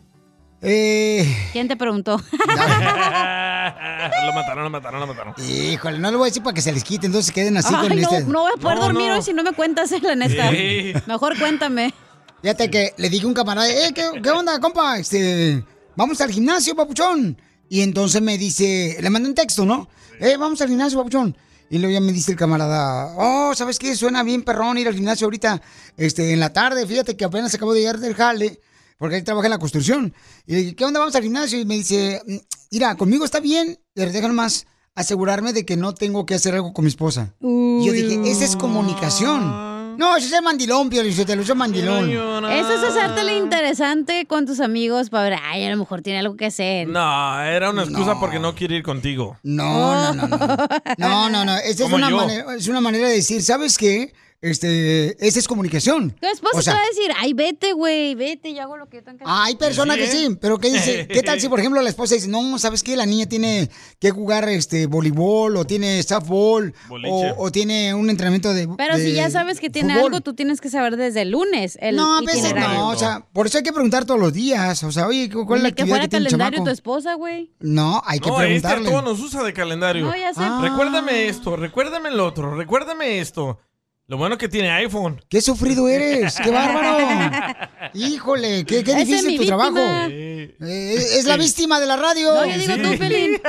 S2: Eh,
S3: ¿Quién te preguntó?
S4: Ah, lo mataron, lo mataron, lo mataron.
S2: híjole, no le voy a decir para que se les quite, entonces queden así
S3: Ay,
S2: con
S3: no,
S2: este.
S3: no voy a poder dormir
S2: no.
S3: hoy si no me cuentas, eh, la neta.
S2: Sí.
S3: *laughs* Mejor cuéntame.
S2: Fíjate que le dije a un camarada, eh, ¿qué, qué onda, compa? Este, vamos al gimnasio, papuchón. Y entonces me dice, le mandé un texto, ¿no? Eh, vamos al gimnasio, papuchón. Y luego ya me dice el camarada, oh, ¿sabes qué? Suena bien perrón ir al gimnasio ahorita, este, en la tarde. Fíjate que apenas acabo de llegar del jale, porque él trabaja en la construcción. Y le dije, ¿qué onda? Vamos al gimnasio. Y me dice, "Mm, mira, conmigo está bien, pero déjame más asegurarme de que no tengo que hacer algo con mi esposa. Y *laughs* yo dije, "Eh, esa es comunicación. No, eso es el mandilón, Pio Lizotelo, eso es mandilón.
S3: Eso es hacértelo interesante con tus amigos para ver, ay, a lo mejor tiene algo que hacer.
S4: No, era una excusa porque no quiere ir contigo.
S3: *laughs*
S2: No, no, no, no. No, no, no. Esta es
S4: Como
S2: una,
S4: yo.
S2: manera, es una manera de decir, ¿sabes qué? este, esa es comunicación.
S3: Tu esposo
S2: O sea,
S3: te va a decir, ay, vete, güey, vete, yo hago lo que yo tengo que hacer".
S2: Hay personas que sí, pero ¿qué dice? ¿Qué tal si, por ejemplo, la esposa dice, no, ¿sabes qué? La niña tiene que jugar este voleibol o tiene softball
S3: Boliche.
S2: o, o tiene un entrenamiento de
S3: *laughs* Pero si
S2: de
S3: ya sabes que tiene
S2: fútbol.
S3: algo, tú tienes que saber desde el lunes. El
S2: No, a veces
S3: itinerario.
S2: no, o sea, por eso hay que preguntar todos los días, o sea, oye, ¿cu- ¿cuál es la
S3: Ni que
S2: actividad
S3: fuera
S2: que tiene el
S3: calendario
S2: chamaco?
S3: tu esposa, güey.
S2: No, hay que
S4: No, este a
S2: preguntarle.
S4: todos nos usa de calendario.
S3: No, ya sé. Ah.
S4: Recuérdame esto, recuérdame el otro, recuérdame esto. Lo bueno que tiene iPhone.
S2: Qué sufrido eres, qué
S4: *laughs*
S2: bárbaro. Híjole, qué, qué
S4: Esa es
S2: difícil
S4: mi
S2: tu
S4: víctima.
S2: trabajo.
S4: Sí.
S2: Eh, es es la *laughs* víctima de la radio.
S3: No, yo digo tú, Pelín.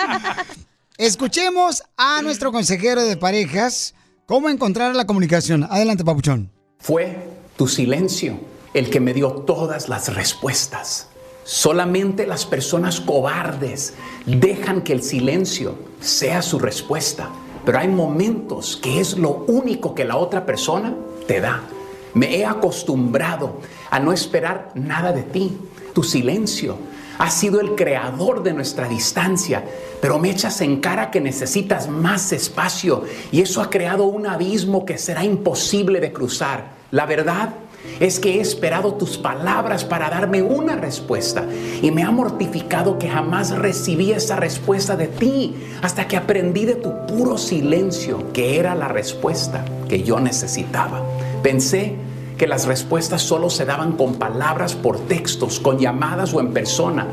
S2: *laughs* Escuchemos a nuestro consejero de parejas cómo encontrar la comunicación. Adelante, papuchón.
S10: Fue tu silencio el que me dio todas las respuestas. Solamente las personas cobardes dejan que el silencio sea su respuesta. Pero hay momentos que es lo único que la otra persona te da. Me he acostumbrado a no esperar nada de ti. Tu silencio ha sido el creador de nuestra distancia, pero me echas en cara que necesitas más espacio y eso ha creado un abismo que será imposible de cruzar. La verdad es que he esperado tus palabras para darme una respuesta y me ha mortificado que jamás recibí esa respuesta de ti hasta que aprendí de tu puro silencio que era la respuesta que yo necesitaba. Pensé que las respuestas solo se daban con palabras, por textos, con llamadas o en persona.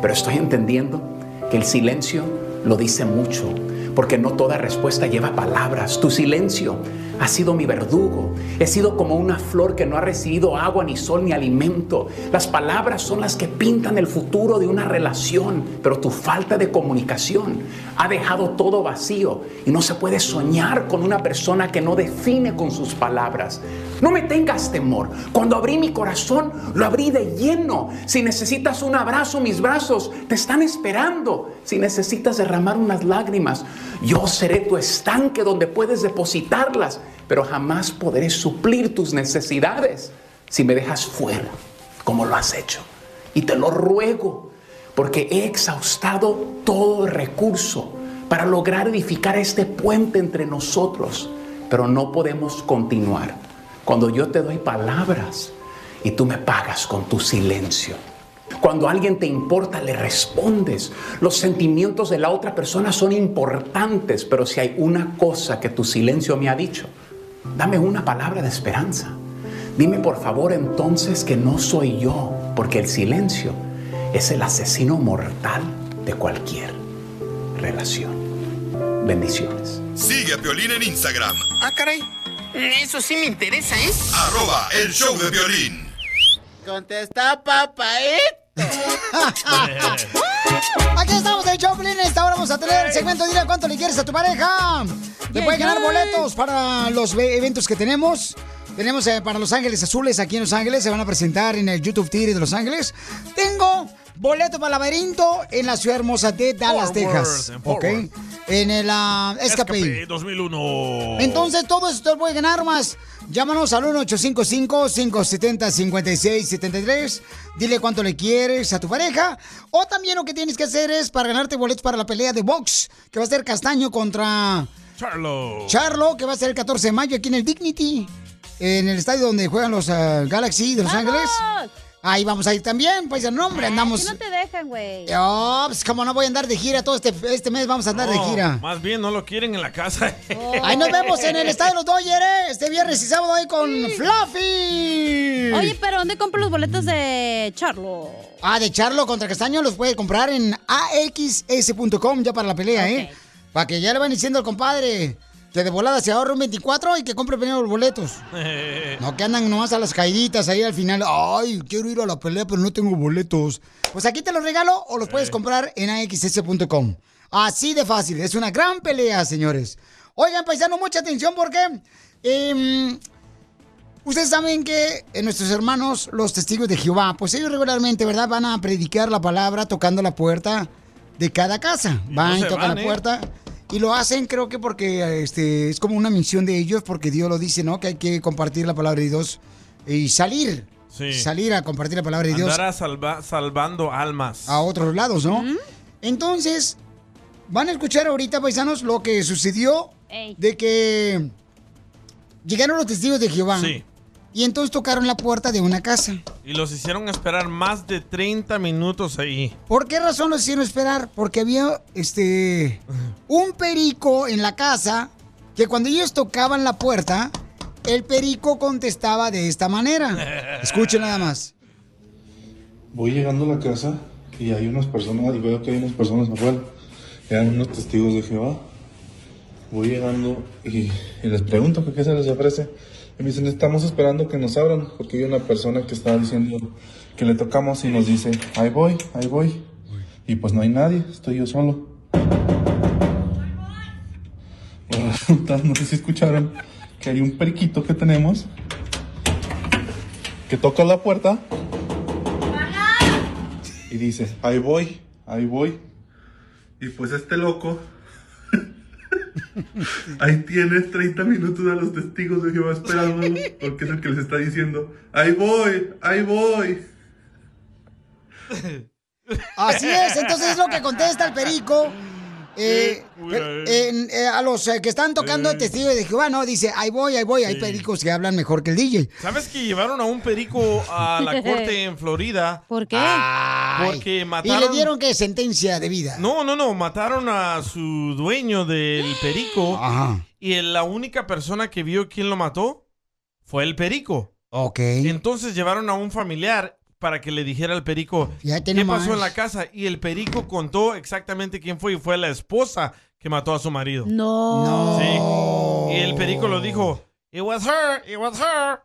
S10: Pero estoy entendiendo que el silencio lo dice mucho, porque no toda respuesta lleva palabras. Tu silencio ha sido mi verdugo. He sido como una flor que no ha recibido agua, ni sol, ni alimento. Las palabras son las que pintan el futuro de una relación, pero tu falta de comunicación ha dejado todo vacío y no se puede soñar con una persona que no define con sus palabras. No me tengas temor. Cuando abrí mi corazón, lo abrí de lleno. Si necesitas un abrazo, mis brazos te están esperando. Si necesitas derramar unas lágrimas, yo seré tu estanque donde puedes depositarlas, pero jamás podré suplir tus necesidades si me dejas fuera, como lo has hecho. Y te lo ruego, porque he exhaustado todo recurso para lograr edificar este puente entre nosotros, pero no podemos continuar cuando yo te doy palabras y tú me pagas con tu silencio. Cuando a alguien te importa, le respondes. Los sentimientos de la otra persona son importantes, pero si hay una cosa que tu silencio me ha dicho, dame una palabra de esperanza. Dime por favor entonces que no soy yo, porque el silencio es el asesino mortal de cualquier relación. Bendiciones.
S8: Sigue a Piolín en Instagram,
S17: Ah, caray. Mm, Eso sí me interesa, ¿eh?
S8: arroba el show de violín.
S17: Contesta,
S2: *laughs*
S17: papá, ¿eh?
S2: Aquí estamos de Choplin. Esta hora vamos a tener el segmento Dile cuánto le quieres a tu pareja. Te
S19: Yay,
S2: puedes ganar
S19: yay.
S2: boletos para los ve- eventos que tenemos. Tenemos eh, para Los Ángeles Azules aquí en Los Ángeles. Se van a presentar en el YouTube Theater de Los Ángeles. Tengo boleto para laberinto en la ciudad hermosa de Dallas,
S4: Forward,
S2: Texas.
S4: en
S2: ¿Ok?
S4: Forward.
S2: En el ah, Escape.
S4: Escape 2001.
S2: Entonces, todo eso te puede ganar más. Llámanos al 1-855-570-5673. Dile cuánto le quieres a tu pareja. O también lo que tienes que hacer es para ganarte boletos para la pelea de box, que va a ser Castaño contra
S4: Charlo.
S2: Charlo, que va a ser el 14 de mayo aquí en el Dignity, en el estadio donde juegan los ah, Galaxy de Los Ángeles. Ahí vamos a ir también, pues el nombre, andamos.
S3: Que no te dejan, güey.
S2: Oh, pues como no voy a andar de gira todo este, este mes, vamos a andar de
S4: No,
S2: gira.
S4: Más bien no lo quieren en
S3: *laughs*
S4: la casa.
S2: Ahí nos vemos en el estadio de los Dodgers, ¿eh? este viernes y sábado ahí con Fluffy.
S3: Oye, pero ¿dónde compro los boletos de Charlo?
S2: Ah, de Charlo contra Castaño los puede comprar en axs.com ya para la pelea, ¿eh? Para que ya le van diciendo al compadre que de volada se ahorre un 24 y que compre primero los boletos. No, que andan nomás a las caíditas ahí al final. Ay, quiero ir a la pelea, pero no tengo boletos. Pues aquí te los regalo o los puedes comprar en axs.com. Así de fácil. Es una gran pelea, señores. Oigan, paisano, mucha atención porque... em, Ustedes saben que eh, nuestros hermanos, los testigos de Jehová, pues ellos regularmente, ¿verdad? Van a predicar la palabra tocando la puerta de cada casa. Van y,
S19: se
S2: tocan
S19: van,
S2: la
S19: ¿eh?
S2: puerta. Y lo hacen, creo que porque este, es como una misión de ellos, porque Dios lo dice, ¿no? Que hay que compartir la palabra de Dios y salir.
S4: *laughs* Sí.
S2: Salir a compartir la palabra de Dios
S4: Andará salva- salvando almas.
S2: a otros lados, ¿no? Entonces, van a escuchar ahorita, paisanos, lo que sucedió de que Llegaron los testigos de Jehová.
S4: Sí.
S2: Y entonces tocaron la puerta de una casa.
S4: Y los hicieron esperar más de 30 minutos ahí.
S2: ¿Por qué razón los hicieron esperar? Porque había este un perico en la casa que cuando ellos tocaban la puerta, el perico contestaba de esta manera. Escuchen nada más.
S11: Voy llegando a la casa y hay unas personas, y veo que hay unas personas afuera. Eran unos testigos de Jehová. Voy llegando y, y les pregunto que qué se les ofrece. Y me dicen, estamos esperando que nos abran, porque hay una persona que estaba diciendo que le tocamos y nos dice, ahí voy, ahí voy. Y pues no hay nadie, estoy yo solo. *laughs* Y resulta, no sé si escucharon, que hay un periquito que tenemos que toca la puerta y dice, ahí voy, ahí voy. Y pues este loco, ahí tienes 30 minutos a los testigos de Jehová esperándolos, porque es el que les está diciendo, ahí voy, ahí voy.
S2: Así es, entonces es lo que contesta el perico. eh, per- en- eh, a los eh, que están tocando el testigo de Jehová, no, dice, ahí voy, ahí voy, hay pericos que hablan mejor que el DJ.
S4: ¿Sabes que llevaron a un perico a
S3: *laughs*
S4: la corte en Florida?
S3: ¿Por qué?
S4: Porque
S2: Ah, Y le
S4: mataron.
S2: dieron que sentencia de vida.
S4: No, no, no. Mataron a su dueño del perico. Y la única persona que vio quién lo mató fue el perico.
S2: Ok.
S4: Entonces llevaron a un familiar para que le dijera al perico
S2: Fíjate
S4: qué
S2: nomás.
S4: pasó en la casa. Y el perico contó exactamente quién fue. Y fue la esposa que mató a su marido.
S3: No.
S4: Sí. Y el perico lo dijo. It was her, it was her.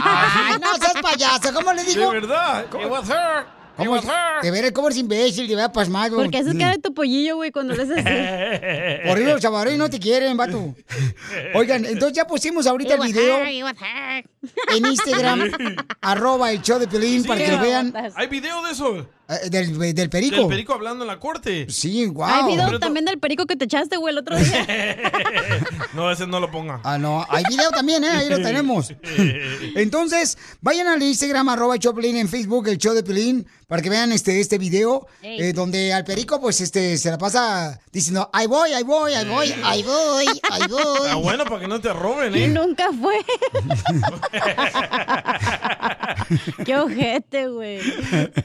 S2: Ay, no seas payaso, ¿cómo le digo?
S4: De verdad, it was her.
S2: ¿Cómo? De ver, ¿cómo eres imbécil? Te vea pasmado.
S3: Porque haces
S2: Mm.
S3: cara de tu pollillo, güey, cuando le haces
S2: *laughs*
S3: así.
S2: Horrible, los salvadoreños no te quieren,
S4: *laughs*
S2: vato. Oigan, entonces ya pusimos ahorita el video en Instagram,
S4: *laughs*
S2: arroba el show de Piolín, para que lo vean.
S4: Hay video de eso.
S2: eh, Del, del perico.
S4: Del perico hablando en la corte.
S2: Sí, guau.
S3: Hay video
S4: Pero-
S3: también del perico que te echaste, güey, el otro día.
S4: *laughs* No, ese no lo ponga.
S2: Ah, no, hay video también, ¿eh? Ahí lo *laughs* tenemos. Entonces, vayan al Instagram, arroba el show de Piolín, en Facebook, el show de Piolín, para que vean este, este video,
S3: Ey.
S2: eh, donde al perico, pues, este, se la pasa diciendo, ahí voy, ahí voy, ahí voy, ahí
S3: *laughs*
S2: voy, ahí voy.
S4: Está Ah, bueno para que no te roben,
S3: Y
S4: ¿eh?
S3: nunca fue. Qué ojete, güey.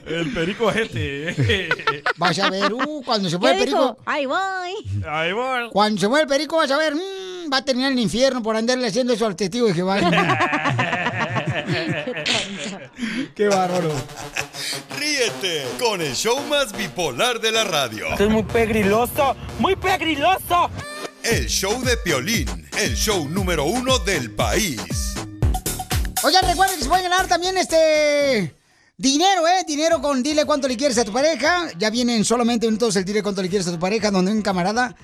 S4: El perico
S2: *laughs*
S4: gente.
S2: Vas a ver, uh, cuando se
S3: ¿Qué
S2: fue el
S3: dijo?
S2: perico.
S3: Ahí voy.
S4: Ahí voy.
S2: Cuando se mueve el perico, vas a ver, mm, va a terminar en el infierno por andarle haciendo eso al testigo de Jehová. *laughs* Qué bárbaro.
S8: Ríete con el show más bipolar de la radio.
S23: Esto es muy pegriloso,
S8: muy pegriloso. El show de Piolín, el show número uno del país.
S2: Oigan, recuerden que se pueden ganar también este dinero, ¿eh? Dinero con dile cuánto le quieres a tu pareja. Ya vienen solamente minutos el dile cuánto le quieres a tu pareja, donde un camarada.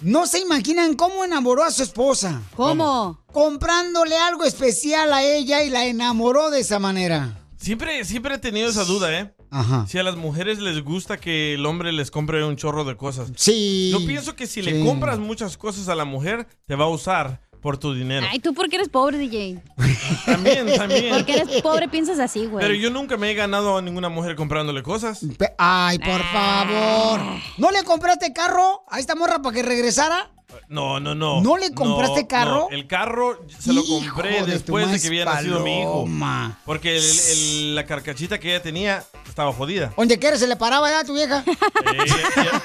S2: No se imaginan cómo enamoró a su esposa.
S3: ¿Cómo?
S2: Comprándole algo especial a ella y la enamoró de esa manera.
S4: Siempre, siempre he tenido esa duda, ¿eh?
S2: Ajá.
S4: Si a las mujeres les gusta que el hombre les compre un chorro de cosas.
S2: Sí.
S4: Yo pienso que si
S2: Sí.
S4: le compras muchas cosas a la mujer, te va a usar por tu dinero.
S3: Ay, tú porque eres pobre, DJ. *laughs*
S4: También, también.
S3: Porque eres pobre, piensas así, güey.
S4: Pero yo nunca me he ganado a ninguna mujer comprándole cosas.
S2: Ay, por favor. ¿No le compraste carro a esta morra para que regresara?
S4: No, no, no.
S2: ¿No le compraste carro?
S4: no. El carro se lo compré
S2: de tu
S4: después de
S2: maíz
S4: que había nacido mi hijo.
S2: paloma.
S4: Porque el- el- la carcachita que ella tenía estaba jodida.
S2: Donde quiera se le paraba ya a tu vieja.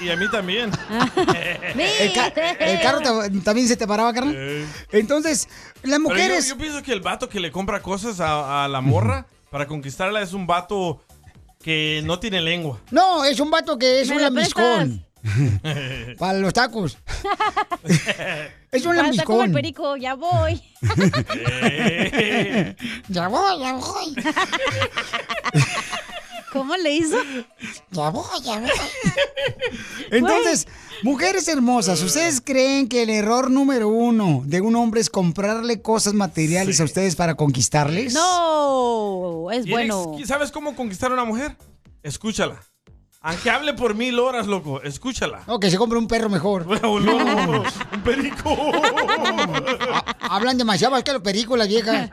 S4: Y, y a mí
S3: *laughs*
S4: también.
S2: El, ca- el carro ta- también se te paraba, carnal. Entonces, las
S4: Pero yo-
S2: mujeres.
S4: Yo, pienso que el vato que le compra cosas a, a la morra para conquistarla es un vato que no tiene lengua.
S2: No, es un vato que es
S4: ¿Me
S2: un
S4: lo prestas?
S2: lambiscón.
S4: *laughs*
S2: Para los tacos. Es un
S3: Basta como el
S2: lambiscón.
S3: perico, ya
S4: *laughs*
S3: voy.
S2: ya voy, ya
S3: *laughs*
S2: voy.
S3: ¿Cómo le hizo?
S2: Ya voy, ya voy. Entonces, mujeres hermosas,
S4: Eh.
S2: ¿ustedes creen que el error número uno de un hombre es comprarle cosas materiales a ustedes para conquistarles?
S3: No, es
S4: ¿Y eres-
S3: bueno.
S4: ¿Sabes cómo conquistar a una mujer? Escúchala. Aunque hable por mil horas, loco, escúchala.
S2: No, que se compre un perro
S4: *laughs*
S2: mejor.
S4: no, un
S2: *laughs*
S4: perico.
S2: Hablan demasiado más que los pericos, las viejas.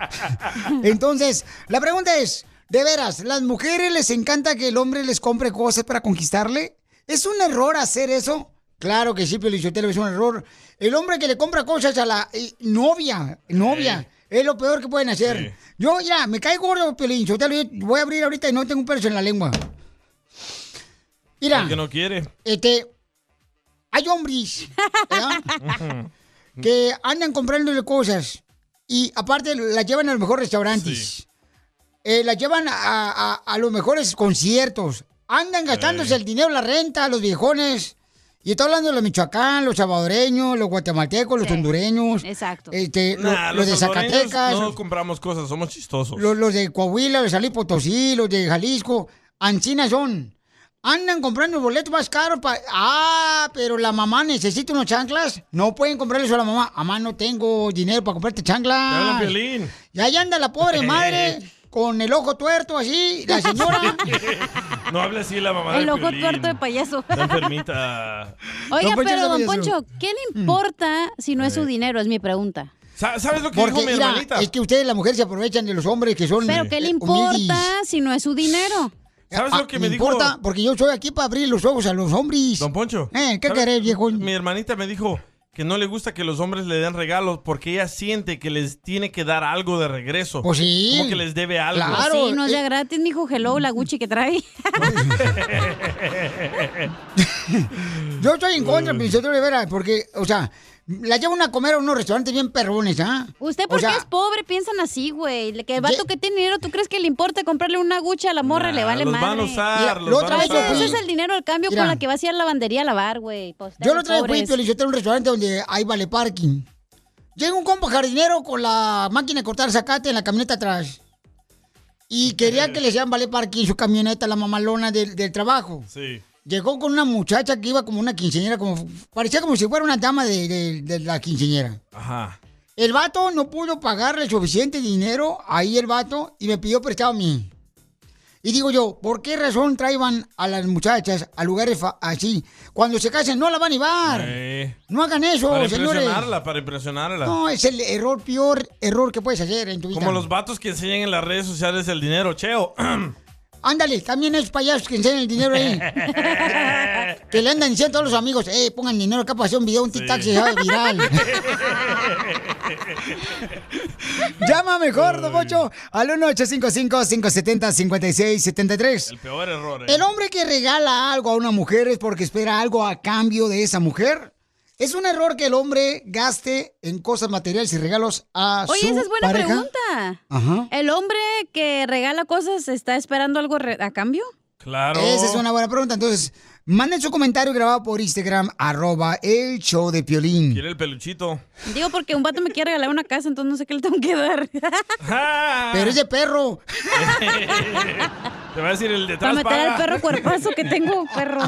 S2: Entonces, la pregunta es, de veras, ¿las mujeres les encanta que el hombre les compre cosas para conquistarle? ¿Es un error hacer eso? Claro que sí, Pio Lizotelo, es un error. El hombre que le compra cosas a la eh, novia, novia, Es lo peor que pueden hacer. Yo, ya, me cae gordo, Piolín. Yo te lo voy a abrir ahorita y no tengo un perro en la lengua. Mira,
S4: El que no quiere.
S2: este. Hay hombres ¿verdad? que andan comprándole cosas y aparte las llevan a los mejores restaurantes. Eh, las llevan a, a- a los mejores conciertos. Andan gastándose el dinero, la renta, los viejones. Y estoy hablando de los michoacán, los salvadoreños, los guatemaltecos, los hondureños. Exacto. Este, lo-
S4: Nah,
S2: los, de
S4: salvadoreños
S2: Zacatecas.
S4: No compramos cosas, somos chistosos.
S2: Los, los de Coahuila, los de Salí Potosí, los de Jalisco, Ancina son. Andan comprando boletos más caros para... Ah, pero la mamá necesita unos chanclas. No pueden comprarle eso a la mamá. Mamá, no tengo dinero para comprarte
S4: Te hablan,
S2: chanclas.
S4: Piolín.
S2: Y ahí anda la
S4: *laughs*
S2: pobre madre con el ojo tuerto así,
S3: *laughs*
S2: la señora.
S4: No hable así la mamá
S3: El
S4: de
S3: ojo
S4: Piolín.
S3: tuerto de payaso.
S4: Está enfermita.
S3: Oiga,
S2: pues
S4: Don Poncho
S3: pero don
S4: sabía eso.
S3: Poncho, ¿qué
S2: Mm.
S3: le importa si no es
S4: Eh.
S3: su dinero? Es mi pregunta.
S4: Sa- ¿Sabes lo que
S2: Porque,
S4: dijo mi
S2: mira,
S4: hermanita?
S2: es que ustedes, las mujeres, se aprovechan de los hombres que son
S3: Pero ¿qué le
S2: eh, humildis.
S3: importa si no es su dinero?
S4: ¿Sabes
S2: Ah,
S4: lo que
S2: me
S4: me dijo?
S2: importa, porque yo soy aquí para abrir los ojos a los hombres.
S4: Don Poncho.
S2: Eh, ¿Qué
S4: ¿Sabe?
S2: querés, viejo?
S4: Mi hermanita me dijo que no le gusta que los hombres le den regalos porque ella siente que les tiene que dar algo de regreso.
S2: Pues sí. Eh,
S4: Como que les debe algo.
S3: Pues Sí, no es de gratis, mijo. Hello, la Gucci que trae.
S2: Yo estoy en contra, Pinichotelo, de veras, porque, o sea, la llevan a comer a unos restaurantes bien perrones, ¿ah?
S3: *laughs* Usted
S2: O
S3: porque
S2: sea,
S3: es pobre, piensan así, güey. Que el vato que tiene dinero, ¿tú crees que le importa comprarle una Gucci a la morra? le vale
S4: los
S3: madre.
S4: van a usar, Mira, los
S2: la otra van a vez yo usar. fui-
S3: Ese es el dinero al cambio
S2: Mira.
S3: con la que va a ir a la lavandería a lavar, güey. Pues,
S2: Yo lo
S3: pobres.
S2: traigo fui Pinichotelo, a un restaurante donde hay vale parking. Llega un compa jardinero con la máquina de cortar zacate en la camioneta atrás. Y quería que le hicieran vale parking su camioneta, la mamalona del, del trabajo.
S4: Sí.
S2: Llegó con una muchacha que iba como una quinceñera, como, parecía como si fuera una dama de, de- de la quinceñera.
S4: Ajá.
S2: El vato no pudo pagarle suficiente dinero, ahí el vato, y me pidió prestado a mí. Y digo yo, ¿por qué razón traían a las muchachas a lugares fa- así? Cuando se casen no la van a llevar.
S4: Eh,
S2: No hagan eso,
S4: para
S2: señores.
S4: impresionarla, para impresionarla.
S2: No, es el error, peor error que puedes hacer en tu vida.
S4: Como los vatos que enseñan en las redes sociales el dinero, cheo. *clears throat*
S2: Ándale, también esos payasos que enseñan el dinero
S4: *laughs*
S2: ahí. que le andan diciendo a todos los amigos, eh, pongan dinero acá para hacer un video, un TikTok se haga viral.
S4: *laughs*
S2: Llama mejor, Don Pocho, al 1-855-570-5673.
S4: El peor error. eh.
S2: El hombre que regala algo a una mujer es porque espera algo a cambio de esa mujer. Es un error que el hombre gaste en cosas materiales y regalos a
S3: Oye,
S2: su
S3: esa es buena
S2: pareja.
S3: pregunta.
S2: Ajá.
S3: ¿El hombre que regala cosas está esperando algo re- a cambio?
S4: Claro.
S2: Esa es una buena pregunta. Entonces, manden su comentario grabado por Instagram, arroba el show de Piolín.
S4: Quiere el peluchito.
S3: Digo, porque un vato me quiere regalar una casa, entonces no sé qué le tengo que dar. Ah.
S2: Pero es de perro.
S4: Te va a decir el
S3: Para
S4: detrás.
S3: meter al
S4: paga.
S3: perro cuerpazo que tengo,
S4: *laughs*
S3: perro.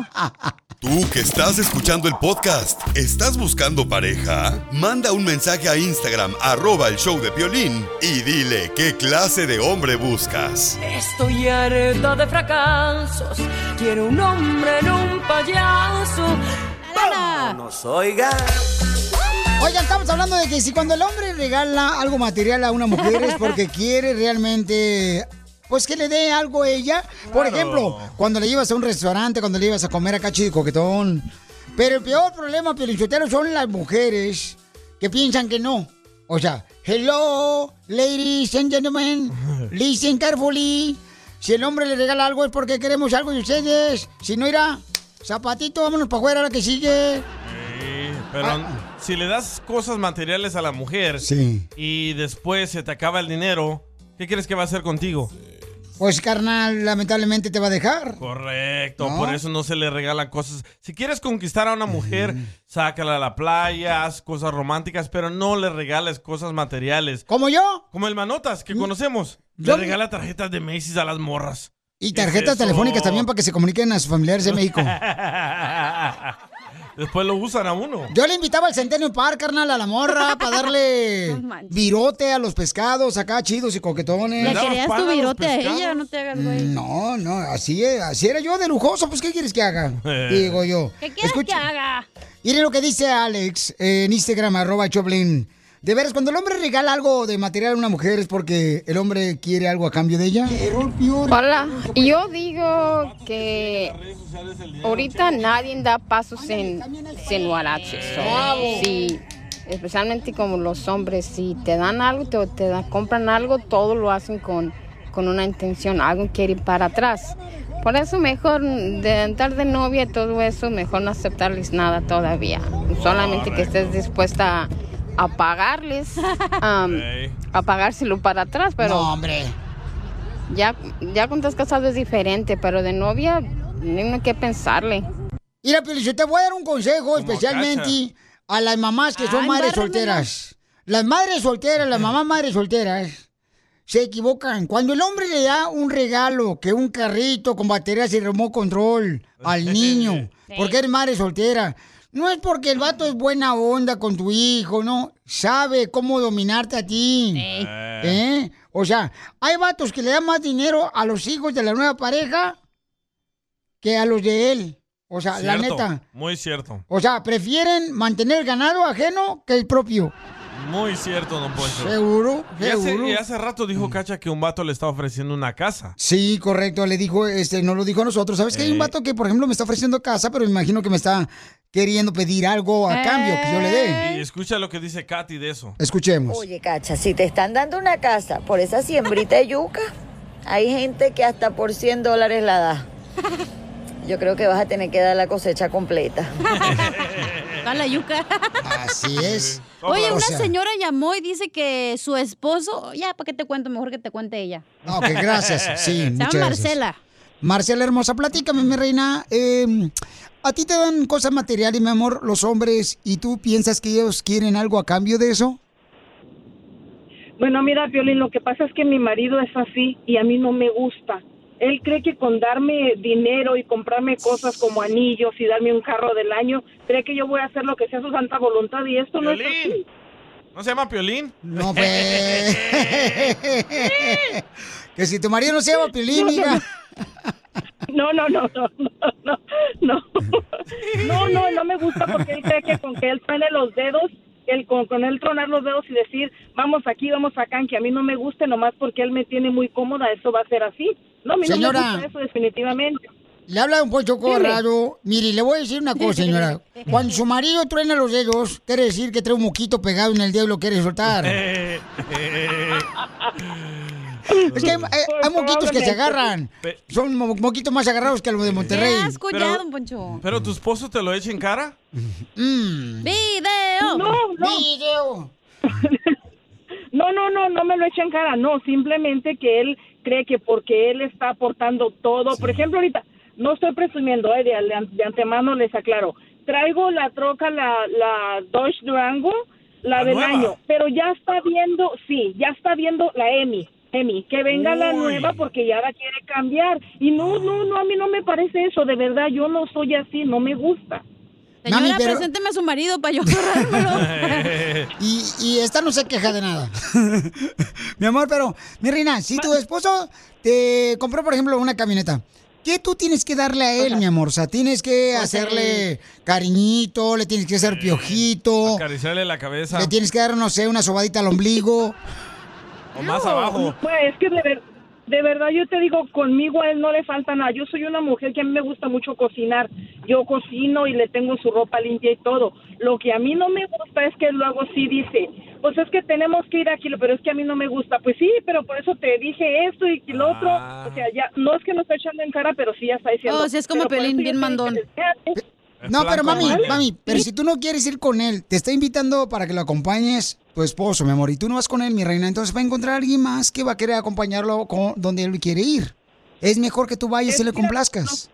S8: Tú que estás escuchando el podcast, ¿estás buscando pareja? Manda un mensaje a Instagram, arroba el show de Piolín, y dile qué clase de hombre buscas.
S7: Estoy harta de fracasos. Quiero un hombre en un payaso.
S24: Vámonos, oiga.
S2: Oigan, estamos hablando de que si cuando el hombre regala algo material a una mujer es porque quiere realmente, pues que le dé algo a ella. Por
S13: Claro.
S2: ejemplo, cuando le llevas a un restaurante, cuando le llevas a comer acá chido y coquetón. Pero el peor problema, Pelichotero, son las mujeres que piensan que no. O sea, hello, ladies and gentlemen, listen carefully. Si el hombre le regala algo es porque queremos algo de ustedes. Si no irá, zapatito, vámonos para afuera, la que sigue.
S4: Sí, pero
S2: Ah.
S4: si le das cosas materiales a la mujer y después se te acaba el dinero, ¿qué crees que va a hacer contigo?
S2: Pues carnal, lamentablemente te va a dejar.
S4: Correcto,
S2: ¿No?
S4: por eso no se le regalan cosas. Si quieres conquistar a una mujer, sácala a la playa, haz cosas románticas, pero no le regales cosas materiales.
S2: ¿Como yo? Mm.
S4: Como el Manotas, que conocemos.
S2: Yo-
S4: Le regala tarjetas de Macy's a las morras.
S2: Y tarjetas telefónicas también para que se comuniquen a sus familiares
S4: *laughs*
S2: de México.
S4: Después lo usan a uno.
S2: Yo le invitaba al Centennial Park, carnal, a la morra, para
S3: *laughs*
S2: darle virote a los pescados acá, chidos y coquetones.
S3: Le querías tu virote a ella, no te hagas, güey.
S2: No, no, así, es, así era yo de lujoso, pues ¿qué quieres que haga? Digo yo.
S3: ¿Qué quieres que haga?
S2: Miren lo que dice Alex eh, en Instagram, arroba Choplin. De veras, cuando el hombre regala algo de material a una mujer es porque el hombre quiere algo a cambio de ella.
S18: Hola, yo digo que ahorita nadie da pasos en, en huaraches. so,
S2: Bravo.
S18: Si especialmente como los hombres, si te dan algo, te, te dan- compran algo, todo lo hacen con, con una intención, algo quiere ir para atrás. Por eso mejor de andar de novia y todo eso, mejor no aceptarles nada todavía. Solamente que estés dispuesta a, a pagarles, am, a pagárselo para atrás, pero...
S2: No, hombre.
S18: Ya, ya cuando estás casado es diferente, pero de novia, ni uno que pensarle.
S2: Mira, Piolín, yo te voy a dar un consejo especialmente a las mamás que son
S18: Ay,
S2: madres
S18: bárbaro.
S2: solteras. Las madres solteras, las mamás madres solteras, se equivocan. Cuando el hombre le da un regalo, que un carrito con baterías y remote control
S18: *laughs*
S2: al niño, porque eres madre soltera, no es porque el vato es buena onda con tu hijo, no. Sabe cómo dominarte a ti. ¿Eh? O sea, hay vatos que le dan más dinero a los hijos de la nueva pareja que a los de él. O sea, la
S4: Cierto,
S2: neta.
S4: Muy cierto.
S2: O sea, prefieren mantener el ganado ajeno que el propio.
S4: Muy cierto, don Poncho.
S2: Seguro,
S4: Y hace,
S2: seguro. Mm.
S4: y hace rato dijo Cacha que un vato le está ofreciendo una casa.
S2: Sí, correcto, le dijo, este, no lo dijo a nosotros. ¿Sabes que hay un
S4: Eh.
S2: vato que, por ejemplo, me está ofreciendo casa, pero me imagino que me está queriendo pedir algo a cambio que yo le dé?
S4: Y escucha lo que dice Katy de eso.
S2: Escuchemos.
S1: Oye, cacha, si te están dando una casa por esa siembrita de yuca, hay gente que hasta por 100 dólares la da. Yo creo que vas a tener que dar la cosecha completa.
S3: Da la yuca.
S2: Así es.
S3: Oye, una
S2: O sea-
S3: señora llamó y dice que su esposo. Ya, ¿para qué te cuento? Mejor que te cuente ella.
S2: Ah, ok, *laughs* gracias. Sí,
S3: Se llama
S2: muchas gracias.
S3: Marcela.
S2: Marcela hermosa, platícame, mi reina. eh, ¿A ti te dan cosas materiales, mi amor, los hombres, y tú piensas que ellos quieren algo a cambio de eso?
S16: Bueno, mira, Violín, lo que pasa es que mi marido es así y a mí no me gusta. Él cree que con darme dinero y comprarme cosas como anillos y darme un carro del año, cree que yo voy a hacer lo que sea su santa voluntad y esto no es así.
S4: ¿No se llama Piolín?
S2: No,
S16: *laughs*
S2: pues. que si tu marido no se llama Pilín, mija.
S16: No, no, no, no, no, no, no, no, no, no me gusta porque él cree que con que él truene los dedos, él, con, con él tronar los dedos y decir, vamos aquí, vamos acá, que a mí no me guste nomás porque él me tiene muy cómoda, eso va a ser así. No, a mí
S2: Señora.
S16: no me gusta eso definitivamente.
S2: Le habla un pocho corrado. Mire, le voy a decir una cosa, señora. Cuando su marido truena los dedos, quiere decir que trae un moquito pegado en el dedo y lo quiere soltar.
S4: Eh, eh,
S2: Es que hay, hay- hay moquitos que se agarran.
S4: Pe-
S2: Son mo- moquitos más agarrados que los de Monterrey.
S4: Pero-
S3: ya, don Poncho.
S4: ¿Pero tu esposo te lo echa en cara?
S2: Mm.
S3: ¡Video!
S16: No, no. *laughs* No, no, no, no me lo echa en cara, no, simplemente que él cree que porque él está aportando todo, por ejemplo, ahorita, no estoy presumiendo, eh, de, de an- de antemano les aclaro, traigo la troca, la, la Dodge Durango, la,
S13: La
S16: del
S13: nueva.
S16: año, pero ya está viendo, sí, ya está viendo la Emi, Emi, que venga la
S13: Uy.
S16: nueva porque ya la quiere cambiar, y no, no, no, a mí no me parece eso, de verdad, yo no soy así, no me gusta.
S3: Señora, pues, presénteme a su marido para
S2: *laughs*
S3: yo ahorrármelo.
S2: y, y esta no se queja de nada. *laughs* mi amor, pero, mi reina, si tu esposo te compró, por ejemplo, una camioneta, ¿qué tú tienes que darle a él, mi amor? O sea, tienes que hacerle cariñito, le tienes que hacer piojito,
S4: Acariciarle la cabeza.
S2: Oh. le tienes que dar, no sé, una sobadita al ombligo.
S4: O más abajo.
S16: Pues es que de, ver- de verdad yo te digo, conmigo a él no le falta nada. Yo soy una mujer que a mí me gusta mucho cocinar. Yo cocino y le tengo su ropa limpia y todo. Lo que a mí no me gusta es que luego sí dice, pues es que tenemos que ir aquí, pero es que a mí no me gusta. Pues sí, pero por eso te dije esto y lo otro. O sea, ya no es que no está echando en cara, pero sí ya está diciendo.
S3: Oh, sí, es como
S16: "Pero por
S3: Piolín,
S16: eso yo
S3: bien
S16: te dije
S3: mandón".
S16: que te-
S2: No, pero mami,
S16: Vale.
S2: mami, pero si tú no quieres ir con él, te está invitando para que lo acompañes tu esposo, mi amor, y tú no vas con él, mi reina, entonces va a encontrar a alguien más que va a querer acompañarlo con, donde él quiere ir. Es mejor que tú vayas y le complazcas.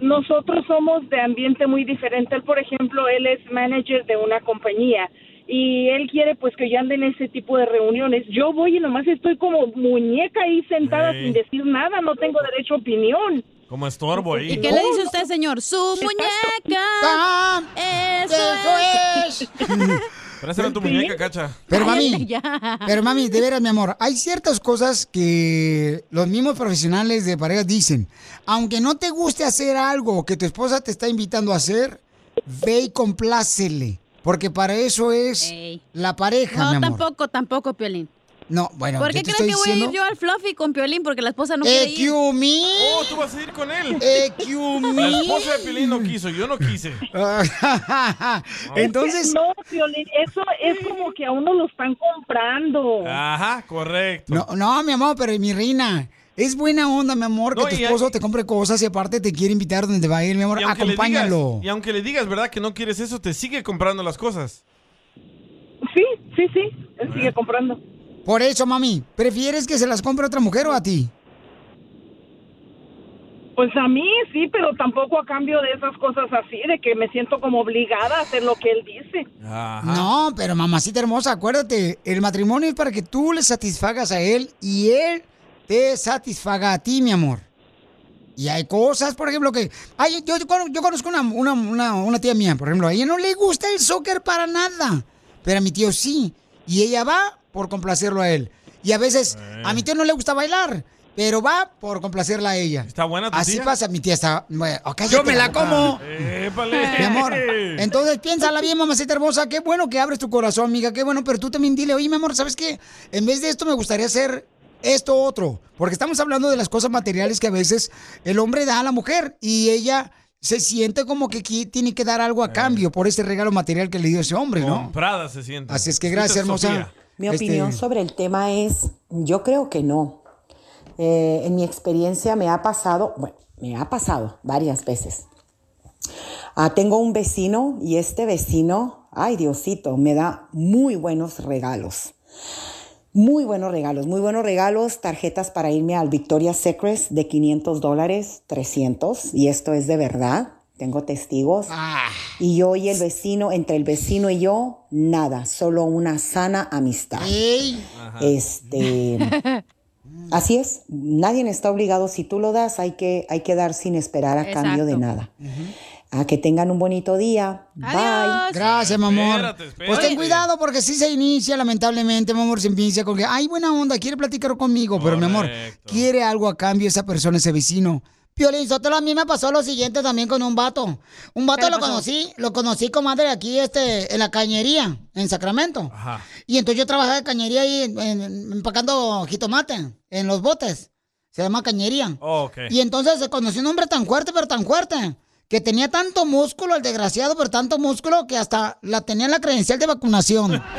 S16: nosotros somos de ambiente muy diferente. Él, por ejemplo, él es manager de una compañía y él quiere pues que yo ande en ese tipo de reuniones. Yo voy y nomás estoy como muñeca ahí sentada
S4: Sí.
S16: sin decir nada, no tengo derecho a opinión.
S4: Como estorbo ahí.
S3: ¿Y qué le dice usted, señor? ¡Su muñeca! ¡Eso,
S2: Ah, eso
S3: es!
S4: Préstame tu muñeca, Cacha.
S2: Pero mami, pero mami, de veras, mi amor, hay ciertas cosas que los mismos profesionales de parejas dicen. Aunque no te guste hacer algo que tu esposa te está invitando a hacer, ve y complácele. Porque para eso es la pareja, mi
S3: No,
S2: amor.
S3: tampoco, tampoco, Piolín.
S2: No, bueno,
S3: ¿Por
S2: yo
S3: qué
S2: te
S3: crees que
S2: estoy
S3: voy a
S2: diciendo...
S3: ir yo al Fluffy con Piolín? Porque la esposa no quiere ir.
S2: ¡Equiu me!
S4: Oh, tú vas a ir con él.
S2: ¡Equiu
S4: La esposa de Piolín no quiso, yo no quise.
S2: *laughs* Entonces-
S25: No, Piolín, eso es como que a uno lo están comprando.
S4: Ajá, correcto.
S2: No, no, mi amor, pero mi reina. Es buena onda, mi amor, que
S4: No,
S2: tu
S4: y-
S2: esposo te compre cosas y aparte te quiere invitar donde va a ir, mi amor.
S4: Y aunque le
S2: Acompáñalo.
S4: digas- y aunque le digas, ¿verdad? Que no quieres eso, te sigue comprando las cosas.
S25: Sí, sí, sí. Él sigue comprando.
S2: Por eso, mami, ¿prefieres que se las compre otra mujer o a ti?
S25: Pues a mí sí, pero tampoco a cambio de esas cosas así, de que me siento como obligada a hacer lo que él dice.
S2: No, pero mamacita hermosa, acuérdate, el matrimonio es para que tú le satisfagas a él y él te satisfaga a ti, mi amor. Y hay cosas, por ejemplo, que... Ay, yo, yo cono- yo conozco una, una- una- una tía mía, por ejemplo, a ella no le gusta el soccer para nada, pero a mi tío sí. Y ella va por complacerlo a él. Y a veces
S4: Eh.
S2: a mi tío no le gusta bailar, pero va por complacerla a ella.
S4: Está buena tu
S2: Así
S4: tía.
S2: pasa, mi tía está... bueno, cállate
S4: Yo me la
S2: boca.
S4: como. Épale.
S2: *laughs* Mi amor, entonces piénsala bien, mamacita hermosa. Qué bueno que abres tu corazón, amiga. Qué bueno, pero tú también dile, oye, mi amor, ¿sabes qué? En vez de esto me gustaría hacer esto otro. Porque estamos hablando de las cosas materiales que a veces el hombre da a la mujer y ella se siente como que qui- tiene que dar
S26: Eh.
S2: algo a cambio por ese regalo material que le dio ese hombre, ¿no?
S4: Comprada se siente.
S2: Así es que gracias, hermosa.
S26: Mi
S2: Este-
S26: opinión sobre el tema es, yo creo que no. Eh, en mi experiencia me ha pasado, bueno, me ha pasado varias veces. Ah, tengo un vecino y este vecino, ay Diosito, me da muy buenos regalos. Muy buenos regalos, muy buenos regalos, tarjetas para irme al Victoria's Secret de 500 dólares, 300, y esto es de verdad, tengo testigos.
S2: Ah.
S26: Y yo y el vecino, entre el vecino y yo, nada, solo una sana amistad.
S2: *laughs*
S26: Este, así es, nadie está obligado, si tú lo das, hay que, hay que dar sin esperar a cambio de
S2: Exacto.
S26: nada. A que tengan un bonito día. Bye.
S2: Gracias, mi amor.
S26: Espérate,
S2: Pues ten
S26: espérate.
S2: cuidado porque sí se inicia, lamentablemente, mi amor, se inicia con que, ay, buena onda, quiere platicar conmigo, pero mi amor, quiere algo a cambio esa persona, ese vecino. Piolín Sotelo, a mí me pasó lo siguiente también con un vato. Un
S7: ¿Qué
S2: vato
S7: le
S2: lo
S7: pasó?
S2: conocí, lo conocí, comadre, aquí este, en la cañería, en Sacramento. Y entonces yo trabajaba de cañería ahí en- en- empacando jitomate en los botes. Se llama cañería.
S4: Oh, ok.
S2: Y entonces se conoció un hombre tan fuerte, pero tan fuerte, que tenía tanto músculo, el desgraciado, pero tanto músculo que hasta la tenía en la credencial de
S7: *laughs*
S2: vacunación. *laughs*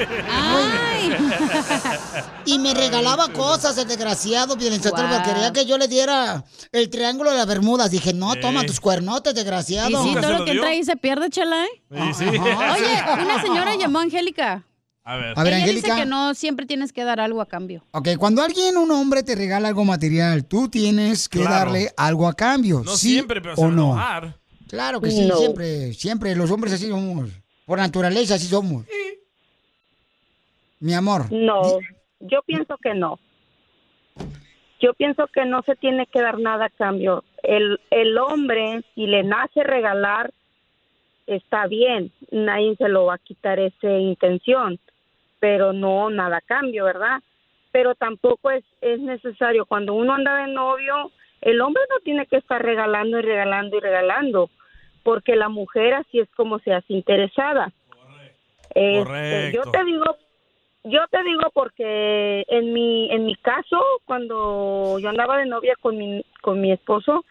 S2: Y me regalaba cosas el desgraciado, violenciador, porque quería que yo le diera el triángulo de las Bermudas. Dije, no, toma tus cuernotes,
S3: Y
S2: desgraciado.
S3: sí, todo lo que entra ahí se pierde, chela, ¿eh?
S4: Y sí.
S7: Pues
S3: Oye, una señora llamó a Angélica.
S4: A ver.
S2: A ver,
S3: Ella
S2: Angélica.
S3: dice que no siempre tienes que dar algo a cambio.
S2: Ok, cuando alguien, un hombre, te regala algo material, tú tienes que
S4: Claro.
S2: darle algo a cambio.
S4: No
S2: ¿sí
S4: siempre, pero se
S2: o
S4: va a
S2: no.
S4: enojar.
S2: Claro que sí,
S4: No.
S2: siempre, siempre. Los hombres así somos. Por naturaleza así somos. Mi amor.
S25: No, yo pienso que no. Yo pienso que no se tiene que dar nada a cambio. El, el hombre, si le nace regalar, está bien. Nadie se lo va a quitar esa intención. Pero no, nada a cambio, ¿verdad? Pero tampoco es, es necesario. Cuando uno anda de novio, el hombre no tiene que estar regalando y regalando y regalando. Porque la mujer así es como se hace interesada. Este,
S4: Correcto.
S25: Yo te digo yo te digo porque en mi en mi caso cuando yo andaba de novia con mi con mi esposo,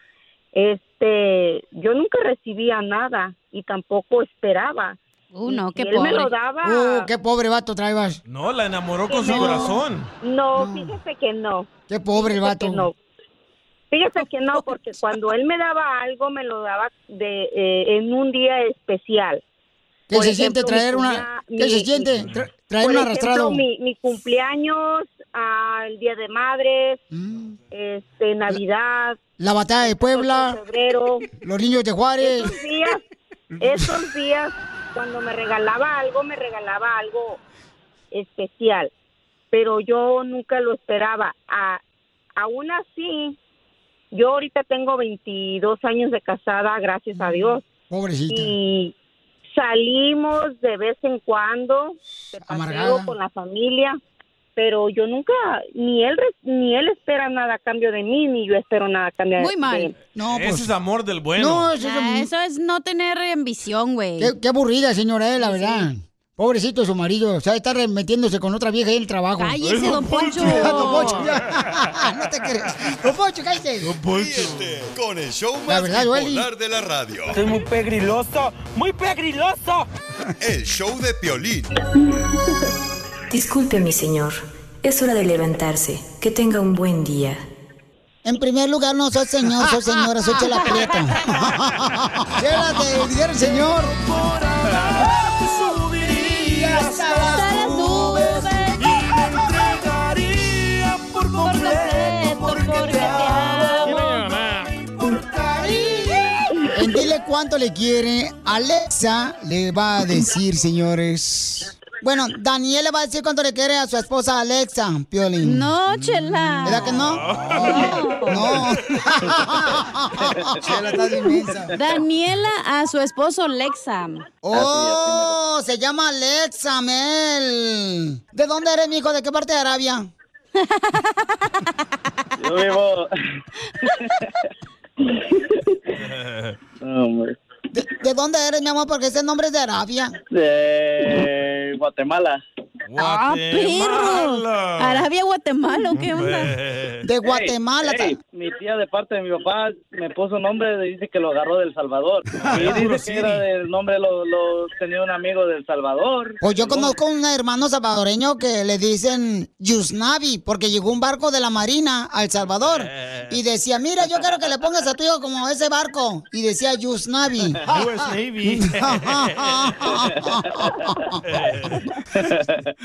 S25: este, yo nunca recibía nada y tampoco esperaba.
S3: Uh, no,
S25: Y
S3: qué
S25: él me lo
S3: pobre.
S25: daba.
S2: Uh, qué pobre vato traibas.
S4: No, la enamoró con su
S25: No.
S4: corazón.
S25: No, fíjese que no.
S2: Qué pobre el
S25: Fíjese que
S2: vato.
S25: no. Fíjese que no, porque cuando él me daba algo, me lo daba de, eh, en un día especial.
S2: ¿Qué
S25: Por
S2: se siente
S25: ejemplo, mi
S2: traer una-
S25: cuña-
S2: qué se siente tra- traer
S25: por
S2: un
S25: ejemplo,
S2: arrastrado?
S25: Mi, mi cumpleaños, ah, el Día de Madres,
S2: Mm.
S25: este, Navidad,
S2: La batalla de Puebla,
S25: febrero.
S2: los niños de Juárez.
S25: Esos días, esos días, cuando me regalaba algo, me regalaba algo especial. Pero yo nunca lo esperaba. A, aún así, yo ahorita tengo 22 años de casada, gracias a Dios.
S2: Mm, Pobrecita.
S25: Y salimos de vez en cuando, de paseo
S2: Amargada.
S25: con la familia. Pero yo nunca, ni él re- ni él espera nada a cambio de mí, ni yo espero nada a cambio de él.
S2: pues.
S4: Ese es amor del bueno.
S3: Ah, eso es no tener ambición, güey.
S2: Qué, qué aburrida, señora, eh, la verdad. Pobrecito su marido, o sea, está re- metiéndose con otra vieja ahí en el trabajo. *laughs*
S3: Cállese, Ay, don don Poncho. Poncho.
S2: Ah, don Poncho, ya. *laughs* no te crees. Don Poncho, cállese.
S8: Ríete con el show
S2: La
S8: más
S2: verdad, Joeli.
S8: bipolar de la radio. Soy muy pegriloso, muy pegriloso. El show de Piolín.
S4: Eh.
S5: *laughs* Disculpe, mi señor. Es hora de levantarse. Que tenga un buen día.
S2: En primer lugar, no soy
S27: *laughs*
S2: señor, soy señora, soy Chela
S7: *laughs*
S2: Prieto. Chela, te dijeron señor.
S7: por completo porque te
S2: En dile cuánto le quiere, Alexa le va a decir, señores. Bueno, Daniel le va a decir cuánto le quiere a su esposa Alexa, Piolín.
S3: No, Chela.
S2: ¿Verdad que no? No.
S7: *laughs*
S2: Chela, estás inmensa.
S3: Daniela a su esposo Lexa.
S2: Oh, se llama Alexa Mel. ¿De dónde eres, mijo? ¿De qué parte de
S3: *laughs*
S2: Arabia?
S7: *laughs*
S13: Yo vivo. No, hombre.
S2: ¿De dónde eres, mi amor? Porque ese nombre es de Arabia.
S13: De Guatemala.
S3: ¡Ah, perro! Arabia, Guatemala, ¿o ¿qué onda?
S4: Pues.
S13: De
S2: Guatemala,
S13: mi tía de parte de mi papá me puso nombre, dice que lo agarró del
S4: *laughs*
S13: Salvador.
S4: Ah,
S13: Y dice que era del nombre, lo, lo tenía un amigo del Salvador.
S2: Pues yo
S13: *laughs*
S2: conozco un hermano salvadoreño que le dicen Yusnavi, porque llegó un barco de la Marina al Salvador. Y decía, mira, yo quiero que le pongas a tu hijo como ese barco. Y decía
S7: *laughs*
S2: Yusnavi.
S7: US *laughs*
S4: *laughs*
S7: Navy.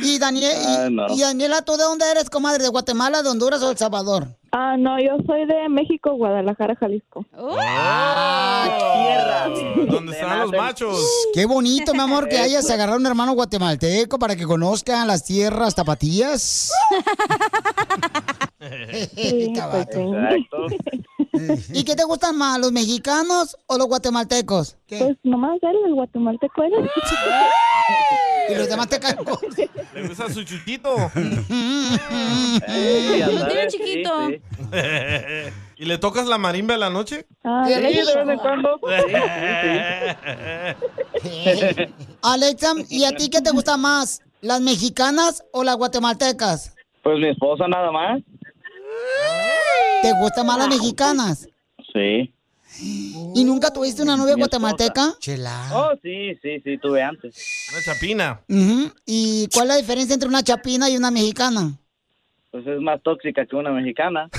S2: y, Daniel, y-
S13: Ah, no.
S2: y Daniela, ¿tú de dónde eres, comadre? ¿De Guatemala, de Honduras o El Salvador?
S9: Ah, no, yo soy de México, Guadalajara, Jalisco.
S7: Ah, *laughs*
S4: ¿Dónde están los machos?
S2: Qué bonito, mi amor,
S13: *laughs*
S2: que
S4: Eso.
S2: hayas agarrado un hermano guatemalteco para que conozca las tierras tapatías.
S7: Sí,
S2: Tabaco.
S7: pues sí.
S2: ¿Y qué te gustan más, los mexicanos o los guatemaltecos?
S9: Pues nomás él, el guatemalteco era.
S2: *laughs* Y los demás te caen gordos.
S4: ¿Le gusta su
S2: *laughs*
S4: chutito?
S3: Lo tiene chiquito.
S4: ¿Y le tocas la marimba en la noche?
S9: *laughs* Ah,
S13: Sí, de vez
S3: *laughs*
S13: en cuando. Pues
S2: Alexa, ¿y a ti qué te gusta más, las mexicanas o las guatemaltecas?
S13: Pues mi esposa nada más.
S2: ¿Te gustan más las mexicanas?
S13: Sí.
S2: ¿Y nunca tuviste una novia
S13: Mi esposa.
S2: guatemalteca?
S13: Oh, sí, sí, sí, tuve antes.
S4: Ah. Una chapina.
S2: Ujú. ¿Y cuál es la diferencia entre una chapina y una mexicana?
S13: Pues es más tóxica que una
S4: *laughs*
S13: mexicana.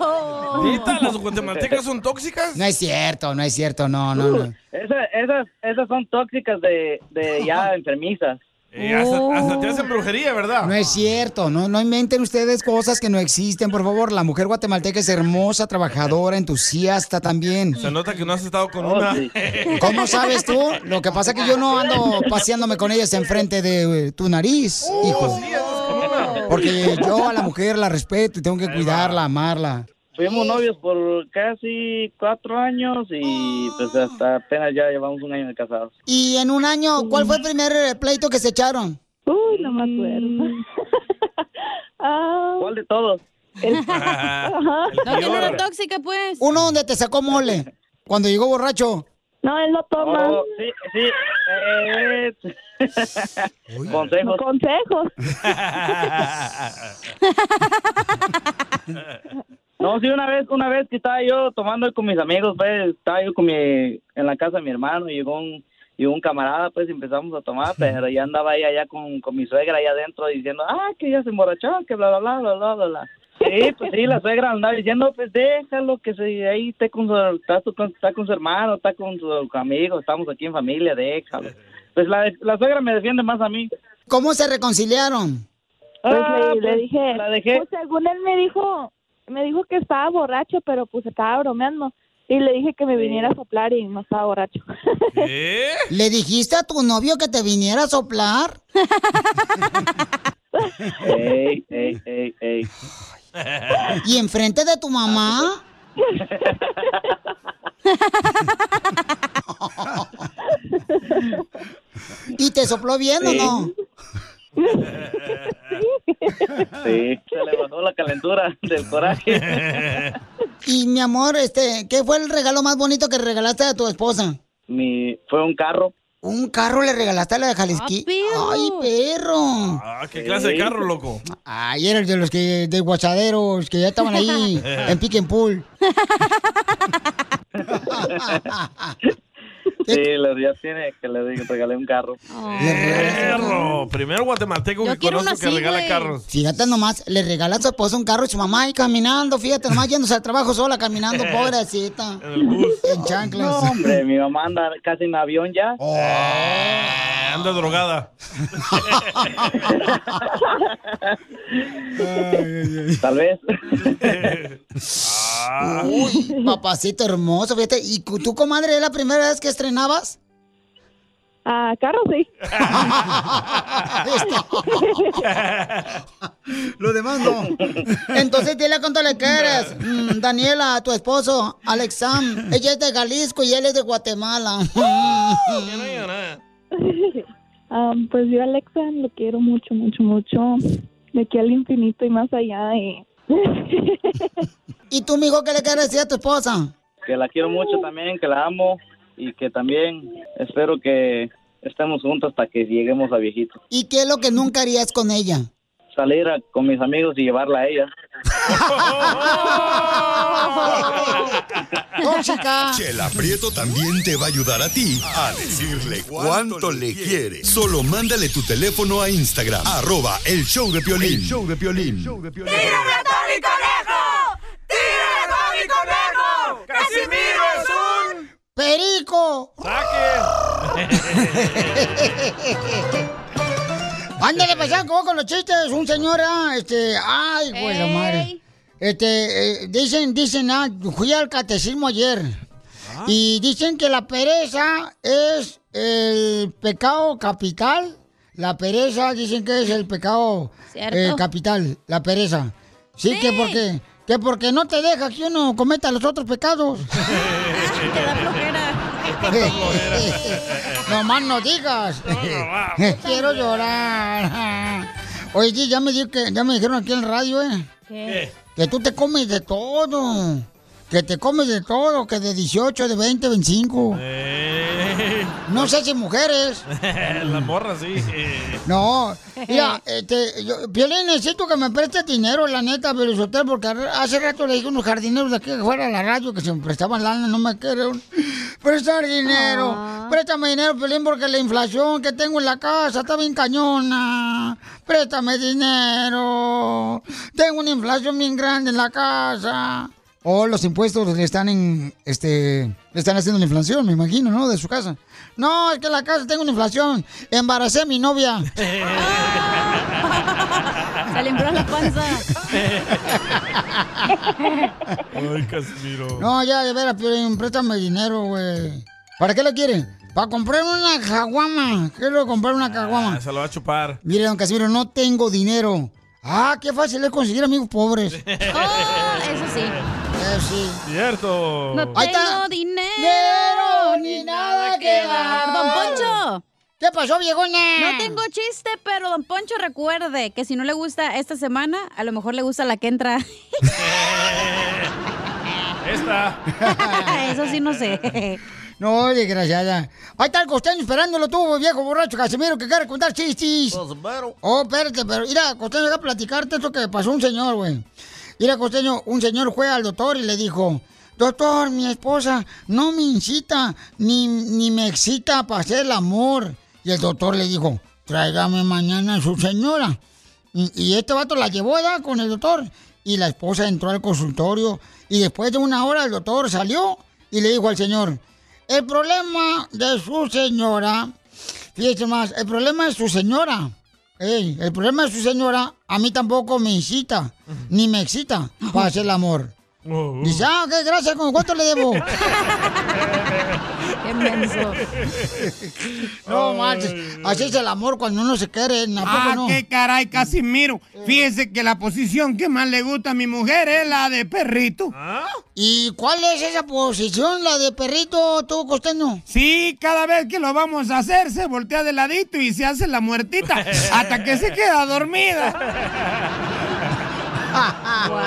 S4: Oh. ¿Neta, las guatemaltecas son tóxicas?
S2: No es cierto, no es cierto, no, no, no.
S13: Esa- esas, esas son tóxicas de, de
S4: *laughs*
S13: ya enfermizas.
S4: Eh, hasta, hasta te hacen brujería, ¿verdad?
S2: No es cierto, no, no inventen ustedes cosas que no existen, por favor. La mujer guatemalteca es hermosa, trabajadora, entusiasta también.
S4: Se nota que no has estado con una.
S2: ¿Cómo sabes tú? Lo que pasa es que yo no ando paseándome con ellas enfrente de eh, tu nariz, hijo. Porque yo a la mujer la respeto y tengo que cuidarla, amarla.
S13: Fuimos novios por casi cuatro años y pues hasta apenas ya llevamos un año de casados.
S2: Y en un año, ¿cuál fue el primer eh, pleito que se echaron? Mm.
S9: Uy, no me acuerdo.
S13: ¿Cuál de todos?
S3: *laughs*
S2: *laughs*
S3: No, que no era tóxica, pues.
S2: Uno donde te sacó mole, cuando llegó borracho.
S9: No, él no toma.
S13: Oh, sí, sí. eh, consejos.
S9: Consejos.
S13: *laughs* No, sí, una vez, una vez que estaba yo tomando con mis amigos, pues, estaba yo con mi, en la casa de mi hermano, y llegó un, llegó un camarada, pues, y empezamos a tomar, pero ya andaba ella allá con, con mi suegra allá adentro diciendo, ah, que *laughs* ella se emborrachó, que bla, bla, bla, bla, bla, bla, bla. Sí, pues sí, la suegra andaba diciendo, pues déjalo que se, ahí esté con su, está, su- con, está con su hermano, está con su amigo, estamos aquí en familia, déjalo. Pues la, la suegra me defiende más a mí.
S2: ¿Cómo se reconciliaron?
S9: Pues
S13: Ah,
S9: le, le
S13: pues,
S9: dije,
S13: la dejé.
S9: pues según él me dijo, me dijo que estaba borracho, pero pues estaba bromeando. Y le dije que me viniera a soplar y no
S13: *laughs*
S9: estaba borracho.
S2: ¿Le dijiste a tu novio que te viniera a soplar?
S13: Ey, ey, ey, ey.
S2: ¿Y enfrente de tu mamá? ¿Y te sopló bien o no?
S4: Ah.
S13: Sí, se le bajó la
S4: *laughs*
S13: calentura del coraje.
S2: Y mi amor, este, ¿qué fue el regalo más bonito que regalaste a tu esposa?
S13: Mi, fue un carro.
S2: Un carro le regalaste a la de Jalisquí. ¡Ay, perro!
S4: Ah, ¿Qué clase de carro, loco?
S2: Ayer el de los que de guachaderos que ya estaban
S13: *laughs*
S2: ahí
S4: Eh.
S2: en pick and
S4: *laughs*
S2: pool.
S13: Sí, le, ya tiene que le di- regalé un carro.
S4: Perro. Primer guatemalteco que conozco que regala carros.
S2: Fíjate nomás, le regala a su esposo un carro y su mamá y caminando, fíjate nomás yéndose al trabajo sola,
S4: *laughs*
S2: caminando, pobrecita.
S4: En el bus.
S2: En chanclas.
S13: No, hombre, mi mamá anda casi en avión ya.
S4: Eh, Anda
S2: *laughs*
S4: drogada.
S13: Tal vez.
S2: *laughs* Uy, papacito hermoso, fíjate. ¿Y cu- tú, comadre, es la primera vez que estrenabas?
S9: Ah, carro
S2: *laughs*
S9: sí.
S2: *laughs* Lo demás no.
S3: *laughs*
S2: *laughs* Entonces dile cuánto le quieres. Mm, Daniela, tu esposo, Alexam. Ella es de Jalisco y él es de Guatemala.
S9: Am, pues yo a Alexa lo quiero mucho, mucho, mucho. De aquí al infinito y más allá. Y...
S2: ¿Y tú, mijo, qué le quieres decir a tu esposa?
S13: Que la quiero
S4: Uh.
S13: mucho también, que la amo y que también espero que estemos juntos hasta que lleguemos a viejito.
S2: ¿Y qué es lo que nunca harías con ella?
S13: Salir a- con mis amigos y llevarla a ella.
S7: Oh,
S2: ¡Tóxica!
S8: Chela Prieto también te va a ayudar a ti a decirle cuánto le quiere. Solo mándale tu teléfono a Instagram, arroba el show de Piolín.
S6: El
S8: show de Piolín.
S6: ¡Casimiro es un
S2: ¡Perico! Ándale, paisano, que voy con los chistes. Un señor, ah, este, ay, güey, la madre. Este, eh, dicen, dicen, ah, fui al catecismo ayer. Y dicen que la pereza es el pecado capital. La pereza, dicen que es el pecado
S6: Cierto.
S2: eh, capital, la pereza. Sí, que porque, que porque no te deja que uno cometa los otros pecados.
S6: Te da
S2: *laughs*
S6: flojera.
S2: No más no digas. Eh. Quiero llorar. Oye, sí, ya me, di que, ya me dijeron aquí en el radio, ¿eh?
S6: ¿Qué?
S2: Que tú te comes de todo. Que te comes de todo, que de 18, de 20, 25. Eh. No sé si mujeres.
S4: La morra, sí. eh.
S2: No, mira, este, yo, Piolín, necesito que me prestes dinero, la neta, Hotel, porque hace rato le dije a unos jardineros de aquí afuera de la radio que se me prestaban lana, no me quieren prestar dinero. Préstame dinero, Piolín, porque la inflación que tengo en la casa está bien cañona. Préstame dinero. Tengo una inflación bien grande en la casa. O los impuestos le están en, este, le están haciendo la inflación, me imagino, ¿no? De su casa. No, es que la casa tengo una inflación. Embaracé a mi novia.
S3: Se le infló la panza.
S4: Ay, Casimiro.
S2: No, ya, de veras, Piolín, préstame dinero, güey. ¿Para qué la quiere? Para comprar una caguama. Quiero comprar una caguama.
S4: Ah, se lo va a chupar.
S2: Mire, don Casimiro, no tengo dinero. Ah, qué fácil es conseguir amigos pobres.
S4: *laughs*
S3: Oh, Eso sí.
S2: sí.
S4: Cierto.
S3: No
S2: Ahí está.
S3: tengo dinero
S2: Dinero, ni nada que dar.
S3: Don Poncho.
S2: ¿Qué pasó, viejona?
S3: No tengo chiste, pero Don Poncho recuerde que si no le gusta esta semana, a lo mejor le gusta la
S2: *laughs*
S3: que entra.
S4: Esta.
S3: *laughs* Eso sí no sé.
S2: No, desgraciada. Ahí está el costeño esperándolo tú, viejo borracho Casimiro, que quiere contar chistes. Oh, espérate, pero mira, costeño, voy a platicarte esto que pasó a un señor, güey. Mira, costeño, un señor fue al doctor y le dijo, doctor, mi esposa no me incita ni, ni me excita para hacer el amor. Y el doctor le dijo, tráigame mañana a su señora. Y y este vato la llevó ¿verdad? con el doctor. Y la esposa entró al consultorio. Y después de una hora el doctor salió y le dijo al señor, el problema de su señora, fíjese más, el problema de su señora. Ey, el problema de su señora a mí tampoco me incita, ni me excita para hacer el amor. Dice, ah, ok, gracias, ¿con cuánto le debo? No manches, así es el amor cuando uno se quiere, ¿a poco
S12: Ah,
S2: no? Mm. Eh.
S12: qué caray, Casimiro. Fíjese que la posición que más le gusta a mi mujer es la de perrito.
S23: ¿Ah?
S2: ¿Y cuál es esa posición, la de perrito, tú, costeño?
S12: Sí, cada vez que lo vamos a hacer, se voltea de ladito y se hace la
S2: *laughs*
S12: muertita hasta que se queda dormida.
S6: Wow.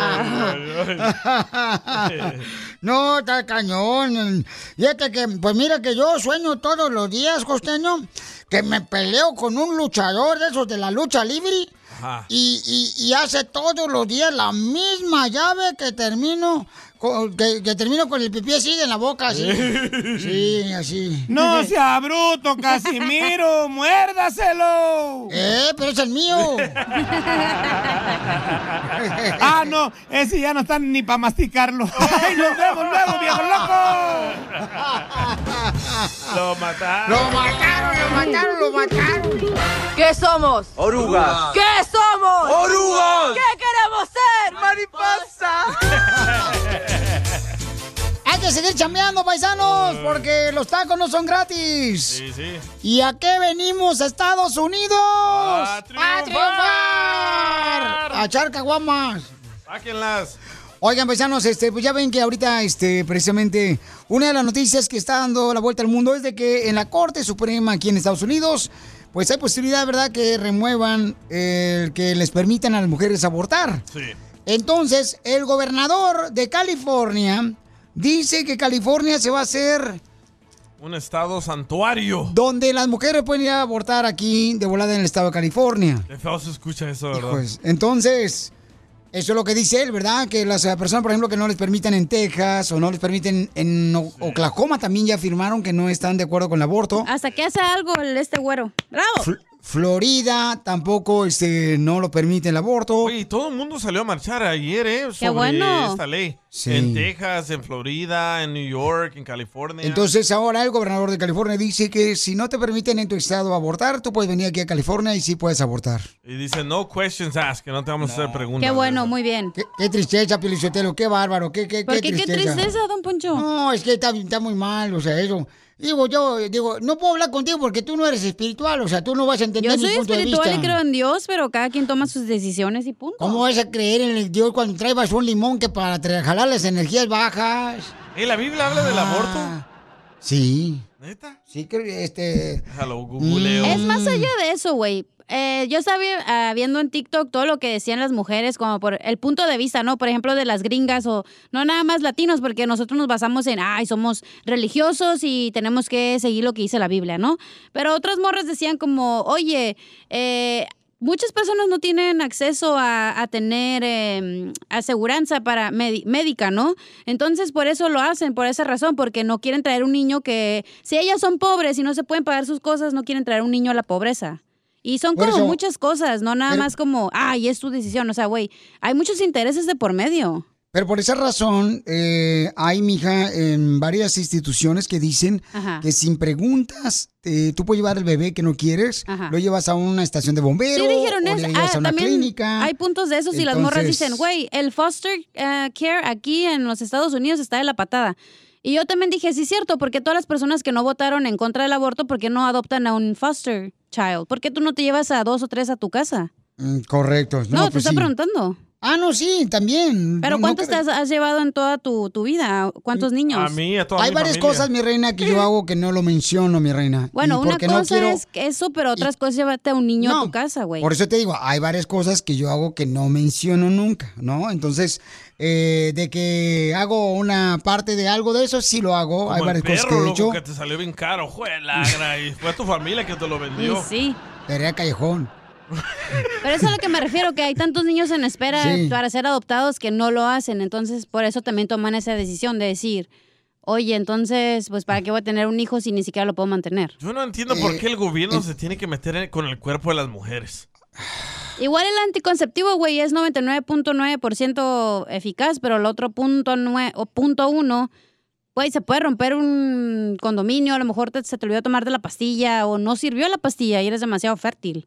S2: *laughs* No, está cañón. Fíjate que, pues mira que yo sueño todos los días, costeño, que me peleo con un luchador de esos de la lucha libre.
S6: Ajá.
S2: Y, y- y hace todos los días la misma llave que termino con, que, que termino con el pipí así en la boca,
S7: *laughs*
S2: así.
S4: *laughs*
S2: Sí, así. *laughs*
S12: No sea bruto, Casimiro, muérdaselo.
S2: Eh, pero es el mío.
S12: *laughs* ah, no, ese ya no está ni para
S2: *laughs*
S12: masticarlo. ¡Ay, nos vemos luego, viejo loco!
S4: Lo mataron.
S12: Lo mataron,
S2: lo mataron, lo mataron.
S7: ¿Qué somos?
S6: Orugas.
S7: ¿Qué somos?
S6: Orugas.
S7: ¿Qué queremos ser?
S6: Mariposa.
S2: Hay que seguir chambeando, paisanos, porque los tacos no son gratis.
S6: Sí, sí.
S2: ¿Y a qué venimos, Estados Unidos? ¡A
S6: triunfar!
S2: ¡A echar caguamas!
S4: Sáquenlas.
S2: Oigan, paisanos, este, pues ya ven que ahorita, este, precisamente, una de las noticias que está dando la vuelta al mundo es de que en la Corte Suprema aquí en Estados Unidos, pues hay posibilidad, ¿verdad?, que remuevan eh, que les permitan a las mujeres abortar.
S6: Sí.
S2: Entonces, el gobernador de California dice que California se va a hacer
S4: Un estado santuario.
S2: donde las mujeres pueden ir a abortar aquí de volada en el estado de California.
S4: Qué feo se escucha eso, ¿verdad?
S2: Pues, entonces, eso es lo que dice él, ¿verdad? Que las eh, personas, por ejemplo, que no les permitan en Texas o no les permiten en O- Oklahoma también ya afirmaron que no están de acuerdo con el aborto.
S3: Hasta que hace algo el este güero.
S4: Ah.
S3: ¡Bravo!
S2: Florida tampoco este, no lo permite el aborto.
S4: Oye, y todo el mundo salió a marchar ayer, ¿eh? Sobre
S2: bueno.
S4: esta ley.
S2: Sí.
S4: En Texas, en Florida, en New York, en California.
S2: Entonces ahora el gobernador de California dice que si no te permiten en tu estado abortar, tú puedes venir aquí a California y sí puedes abortar.
S4: Y dice, no questions asked, que no te vamos a hacer preguntas.
S3: Qué bueno, muy bien.
S2: Qué, qué tristeza, Pelichotelo, qué bárbaro, qué, qué,
S3: ¿Por qué qué tristeza,
S2: don Poncho? No, es que está, está muy mal, o sea, eso. Digo, yo digo, no puedo hablar contigo porque tú no eres espiritual, o sea, tú no vas a entender
S3: Yo
S2: mi
S3: soy
S2: punto de
S3: espiritual y
S2: vista.
S3: creo en Dios, pero cada quien toma sus decisiones y punto.
S2: ¿Cómo vas a creer en el Dios cuando traes un limón que para tra- jalar las energías bajas?
S4: ¿Eh, ¿La Biblia habla del aborto?
S2: Sí.
S4: ¿Neta?
S2: Sí, que este...
S4: Hello, googleo.
S3: Es más allá de eso, güey. Eh, yo estaba ah, viendo en TikTok todo lo que decían las mujeres, como por el punto de vista, ¿no? Por ejemplo, de las gringas o no nada más latinos, porque nosotros nos basamos en, ay, somos religiosos y tenemos que seguir lo que dice la Biblia, ¿no? Pero otras morras decían como, oye, eh, muchas personas no tienen acceso a, a tener eh, aseguranza para medi- médica, ¿no? Entonces por eso lo hacen, por esa razón, porque no quieren traer un niño que, si ellas son pobres y no se pueden pagar sus cosas, no quieren traer un niño a la pobreza. Y son
S2: Por
S3: como
S2: eso-
S3: muchas cosas, no nada
S2: Pero-
S3: más como, ay, es tu decisión, o sea, güey, hay muchos intereses de por medio.
S2: Pero por esa razón, eh, hay, mija, en varias instituciones que dicen
S3: Ajá.
S2: que sin preguntas, eh, tú puedes llevar el bebé que no quieres,
S3: Ajá.
S2: lo llevas a una estación de bomberos,
S3: sí
S2: o
S3: dijeron eso.
S2: lo llevas
S3: Ah,
S2: a una
S3: también
S2: clínica.
S3: hay puntos de esos y las morras
S2: Entonces-
S3: dicen, güey, el foster eh, care aquí en los Estados Unidos está de la patada. Y yo también dije, sí, cierto, porque todas las personas que no votaron en contra del aborto, ¿por qué no adoptan a un foster child? ¿Por qué tú no te llevas a dos o tres a tu casa?
S2: Mm, correcto.
S3: No,
S2: No,
S3: te
S2: pues
S3: estoy
S2: sí.
S3: preguntando.
S2: Ah, no, sí, también.
S3: Pero
S2: No,
S3: ¿cuántos
S2: no
S3: te has, has llevado en toda tu, tu vida? ¿Cuántos niños?
S4: Mm, A mí, a toda
S2: Hay
S4: mi
S2: varias
S4: familia.
S2: cosas, mi reina, que
S3: *laughs*
S2: yo hago que no lo menciono, mi reina.
S3: Bueno,
S2: Y
S3: una
S2: porque
S3: cosa
S2: no quiero-
S3: es que eso, pero otras cosas es llevarte a un niño a tu casa, güey.
S2: Por eso te digo, hay varias cosas que yo hago que no menciono nunca, ¿no? Entonces, eh, de que hago una parte de algo de eso, sí lo hago. hay
S4: Como el
S2: varias cosas que
S4: perro,
S2: he
S4: loco,
S2: hecho.
S4: que te salió bien caro, juelagra, y fue tu familia que te lo vendió.
S2: Tarea callejón.
S3: Pero eso es a lo que me refiero, que hay tantos niños en espera
S2: Sí.
S3: para ser adoptados que no lo hacen. Entonces, por eso también toman esa decisión de decir, oye, entonces, pues, ¿para qué voy a tener un hijo si ni siquiera lo puedo mantener?
S4: Yo no entiendo por
S2: Eh,
S4: qué el gobierno se tiene que meter en- con el cuerpo de las mujeres.
S3: Igual el anticonceptivo, güey, es 99.9% eficaz, pero el otro punto, nue- o punto uno, güey, se puede romper un condominio, a lo mejor te- se te olvidó tomar de la pastilla o no sirvió la pastilla y eres demasiado fértil.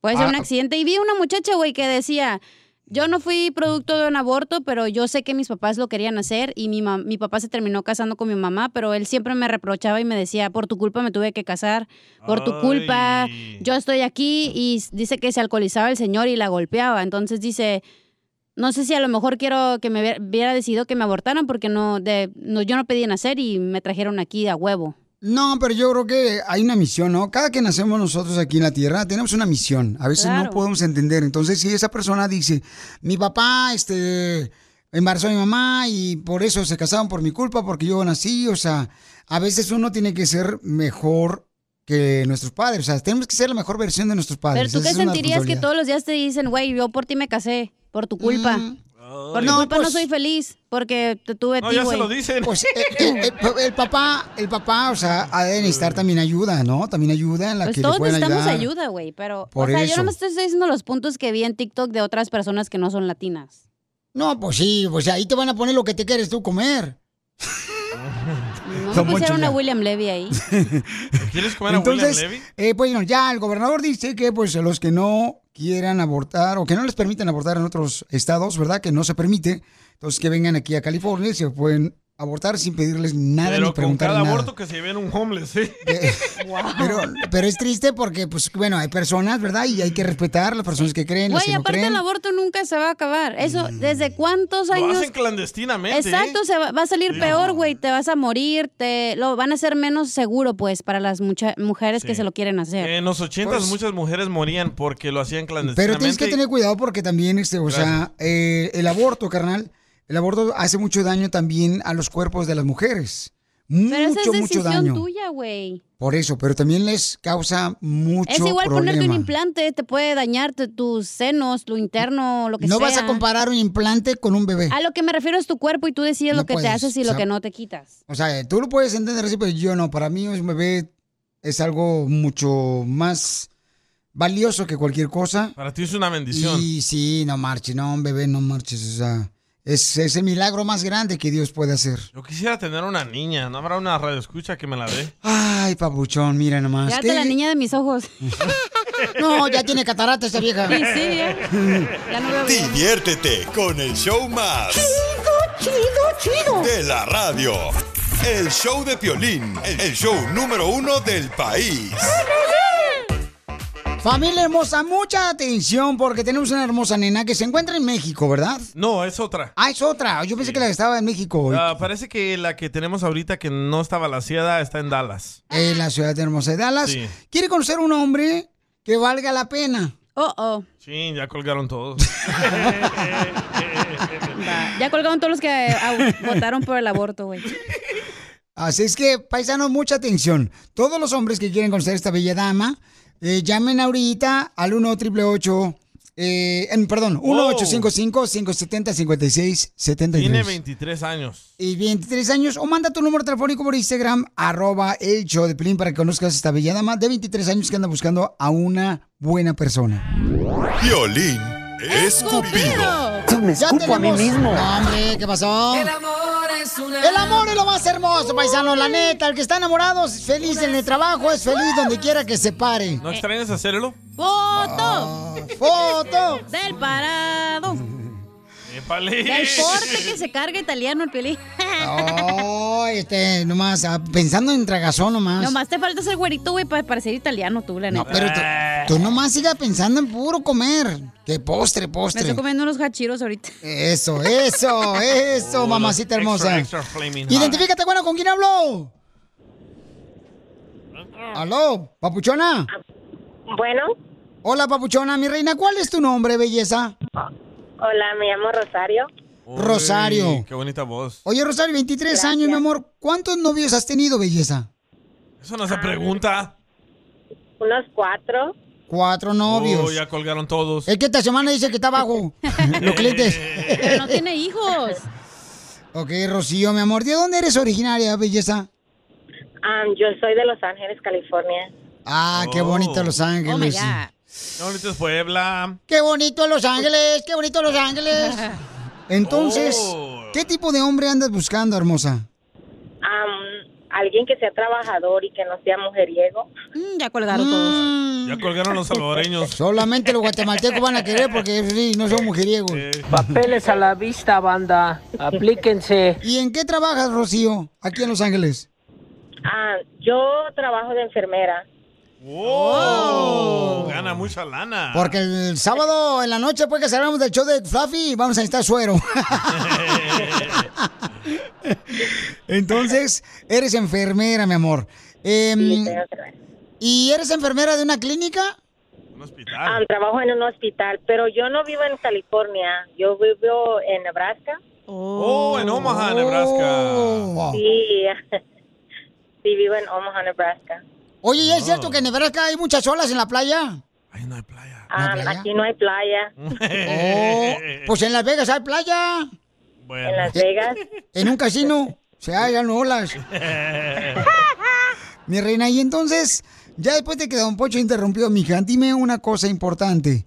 S3: Puede ser un
S27: Ah.
S3: accidente. Y vi una muchacha, güey, que decía, yo no fui producto de un aborto, pero yo sé que mis papás lo querían hacer y mi, ma- mi papá se terminó casando con mi mamá, pero él siempre me reprochaba y me decía, por tu culpa me tuve que casar, por tu culpa yo estoy aquí y s- dice que se alcoholizaba el señor y la golpeaba. Entonces dice, no sé si a lo mejor quiero que me hubiera- hubiera decidido que me abortaran porque no, de, no yo no pedí nacer y me trajeron aquí a huevo.
S2: No, pero yo creo que hay una misión, ¿no? Cada que nacemos nosotros aquí en la Tierra tenemos una misión. A veces
S3: Claro.
S2: no podemos entender. Entonces, si esa persona dice, mi papá, este, embarazó a mi mamá y por eso se casaron por mi culpa, porque yo nací. O sea, a veces uno tiene que ser mejor que nuestros padres. O sea, tenemos que ser la mejor versión de nuestros padres.
S3: Pero tú
S2: Esa
S3: qué
S2: Ah, es una
S3: sentirías que
S2: responsabilidad.
S3: todos los días te dicen, güey, yo por ti me casé, por tu culpa. Por tu
S2: No,
S3: culpa no
S2: pues-
S3: soy feliz, porque te tuve a ti, güey.
S2: Pues, eh, *laughs* eh, eh, el papá, el papá, o sea, ha de necesitar también ayuda, ¿no? También ayuda en la
S3: Pues
S2: que
S3: todos
S2: le pueden
S3: necesitamos
S2: ayudar.
S3: ayuda, güey, pero...
S2: Por
S3: o sea,
S2: eso.
S3: yo no me estoy diciendo los puntos que vi en TikTok de otras personas que no son latinas.
S2: No, pues sí, pues ahí te van a poner lo que te quieres tú comer.
S3: No
S2: Don
S3: me
S2: Poncho,
S3: pusieron a
S2: ya.
S3: William Levy ahí.
S4: ¿Quieres comer a
S2: Entonces,
S4: William Levy?
S2: eh, pues bueno, ya el gobernador dice que pues los que no quieran abortar o que no les permiten abortar en otros estados, ¿verdad? Que no se permite, entonces que vengan aquí a California y se pueden abortar sin pedirles nada ni
S4: Pero con
S2: preguntar
S4: cada
S2: nada.
S4: aborto que se lleven un homeless, ¿eh?
S2: Pero, pero es triste porque, pues, bueno, hay personas, ¿verdad? Y hay que respetar las personas que creen, las
S3: Güey,
S2: que no
S3: aparte
S2: creen. Mm.
S3: el aborto nunca se va a acabar. Eso, ¿desde cuántos
S4: Lo
S3: años?
S4: hacen clandestinamente. ¿eh?
S3: Exacto, se va, va a salir peor, güey. Te vas a morir, te lo van a hacer menos seguro, pues, para las mucha- mujeres que se lo quieren hacer.
S4: En los 80
S3: Pues-
S4: muchas mujeres morían porque lo hacían
S2: Pero
S4: clandestinamente.
S2: tienes que tener cuidado porque también, este, o sea, eh, el aborto, carnal, el aborto hace mucho daño también a los cuerpos de las mujeres. Mucho,
S3: Pero esa es
S2: mucho
S3: decisión
S2: daño.
S3: tuya, güey.
S2: Por eso, pero también les causa mucho
S3: Es igual ponerte un
S2: problema.
S3: implante, te puede dañar tu- tus senos, lo interno, lo que
S2: No
S3: sea.
S2: vas a comparar un implante con un bebé.
S3: A lo que me refiero es tu cuerpo y tú decides
S2: No
S3: lo que te
S2: puedes,
S3: haces y
S2: o
S3: lo
S2: sea-
S3: que no te quitas.
S2: O sea, tú lo puedes entender así, pero yo no. Para mí un bebé es algo mucho más valioso que cualquier cosa.
S4: Para ti es una bendición.
S2: Y sí, no marches, no, bebé, no marches. O sea, es, es el milagro más grande que Dios puede hacer.
S4: Yo quisiera tener una niña. ¿No habrá una radioescucha que me la dé?
S2: Ay, papuchón, mira nomás.
S3: Ya
S2: ¿Qué?
S3: la niña de mis ojos.
S2: Ah, *laughs* No, ya tiene cataratas esta vieja.
S3: Sí, sí, ¿eh? Ya no veo bien.
S8: Diviértete con el show más. Chido, chido, chido. De la radio. El show de Piolín, el show número uno del país.
S2: Familia hermosa, mucha atención porque tenemos una hermosa nena que se encuentra en México, ¿verdad?
S4: No, es otra.
S2: Ah, es otra. Yo pensé que la que estaba en México hoy.
S4: Ah, parece que la que tenemos ahorita que no está balaseada está en Dallas.
S2: En la ciudad de hermosa de Dallas.
S4: Sí.
S2: Quiere conocer un hombre que valga la pena.
S3: Oh, oh.
S4: Sí, ya colgaron
S2: *laughs*
S4: todos.
S3: Ya colgaron todos los que eh, au- votaron por el aborto, güey.
S2: Así es que, paisanos, mucha atención. Todos los hombres que quieren conocer a esta bella dama, eh, llamen ahorita al 1 888 eh, en- perdón,
S4: Oh.
S2: 1-855-570-5673.
S4: Tiene 23 años.
S2: y 23 años o manda tu número telefónico por Instagram arroba el show de Pelín para que conozcas a esta bella dama de 23 años que anda buscando a una buena persona.
S8: Piolín escupido.
S2: Ya tenemos- No, hombre, ¿qué pasó?
S6: El amor es una...
S2: El amor es lo más hermoso, paisano, la neta. El que está enamorado es feliz en el trabajo, es feliz donde quiera que se pare.
S3: Eh.
S4: ¿No extrañas hacerlo?
S3: ¡Foto!
S2: ¡Foto!
S3: Del parado.
S4: ¡Épale!
S3: Del porte que se carga italiano el pelín.
S2: Oh, este, nomás, ah, pensando en tragazón nomás.
S3: Nomás te falta ser güerito, güey, para parecer italiano tú, la neta.
S2: Ah, Pero tú,
S3: Ah.
S2: tú nomás sigas pensando en puro comer. Que postre,
S3: Me
S2: postre.
S3: estoy comiendo unos hachiros ahorita.
S2: Eso, eso, eso,
S3: Oh,
S2: mamacita
S3: los
S2: hermosa.
S3: extra, extra flaming hot.
S2: Identifícate, bueno, ¿con quién hablo? ¿Aló? ¿Papuchona?
S27: Bueno.
S2: Hola, Papuchona, mi reina, ¿cuál es tu nombre, belleza?
S27: Hola, Ah, me llamo Rosario.
S4: Uy,
S2: Rosario.
S4: Qué bonita voz.
S2: Oye, Rosario, 23 años, mi amor. ¿Cuántos novios has tenido, belleza?
S4: Eso
S3: Ah.
S4: no se pregunta.
S27: Unos cuatro.
S2: Cuatro novios.
S4: Oh, ya colgaron todos.
S2: Es que esta semana dice que está bajo.
S3: *laughs*
S2: Los clientes.
S3: Pero no tiene hijos.
S2: Ok, Rocío, mi amor, ¿de dónde eres originaria, belleza?
S27: Am, Ah, yo soy de Los Ángeles, California.
S2: Ah, qué
S3: Oh.
S2: bonito Los Ángeles.
S4: No, ahorita es
S2: *laughs*
S4: Puebla.
S2: qué bonito Los Ángeles, qué bonito Los Ángeles. Entonces,
S4: Oh.
S2: ¿qué tipo de hombre andas buscando, hermosa?
S27: *laughs* Am, alguien que sea trabajador y que no sea mujeriego.
S3: Mm, ya
S2: Mm.
S3: colgaron
S2: todos.
S3: Mm.
S4: Ya colgaron los salvadoreños.
S2: Solamente los guatemaltecos van a querer porque sí, no son mujeriegos.
S14: Papeles a la vista, banda. Aplíquense.
S2: ¿Y en qué trabajas, Rocío, aquí en Los Ángeles?
S27: Am, Ah, yo trabajo de enfermera.
S4: Oh, Gana mucha lana.
S2: Porque el sábado en la noche, pues que salgamos del show de Fluffy, vamos a necesitar suero. *laughs* Entonces, eres enfermera, mi amor. Em, ¿Y eres enfermera de una clínica?
S4: Ah.
S27: Ah, Am, trabajo en un hospital, pero yo no vivo en California. Yo vivo en Nebraska.
S4: Oh, en Omaha,
S7: Oh,
S2: Oh,
S4: Nebraska.
S27: Sí, *laughs* sí, vivo en Omaha, Nebraska.
S2: Oye, ¿y ¿es cierto que en Nebraska hay muchas olas en la playa?
S27: Ah, aquí no hay playa.
S4: *laughs*
S2: Oh, pues en Las Vegas hay playa. Eh,
S27: En Las Vegas.
S2: *laughs* En un casino se hagan olas. Mi reina, y entonces, ya después de que Don Pocho interrumpió, mija, dime una cosa importante.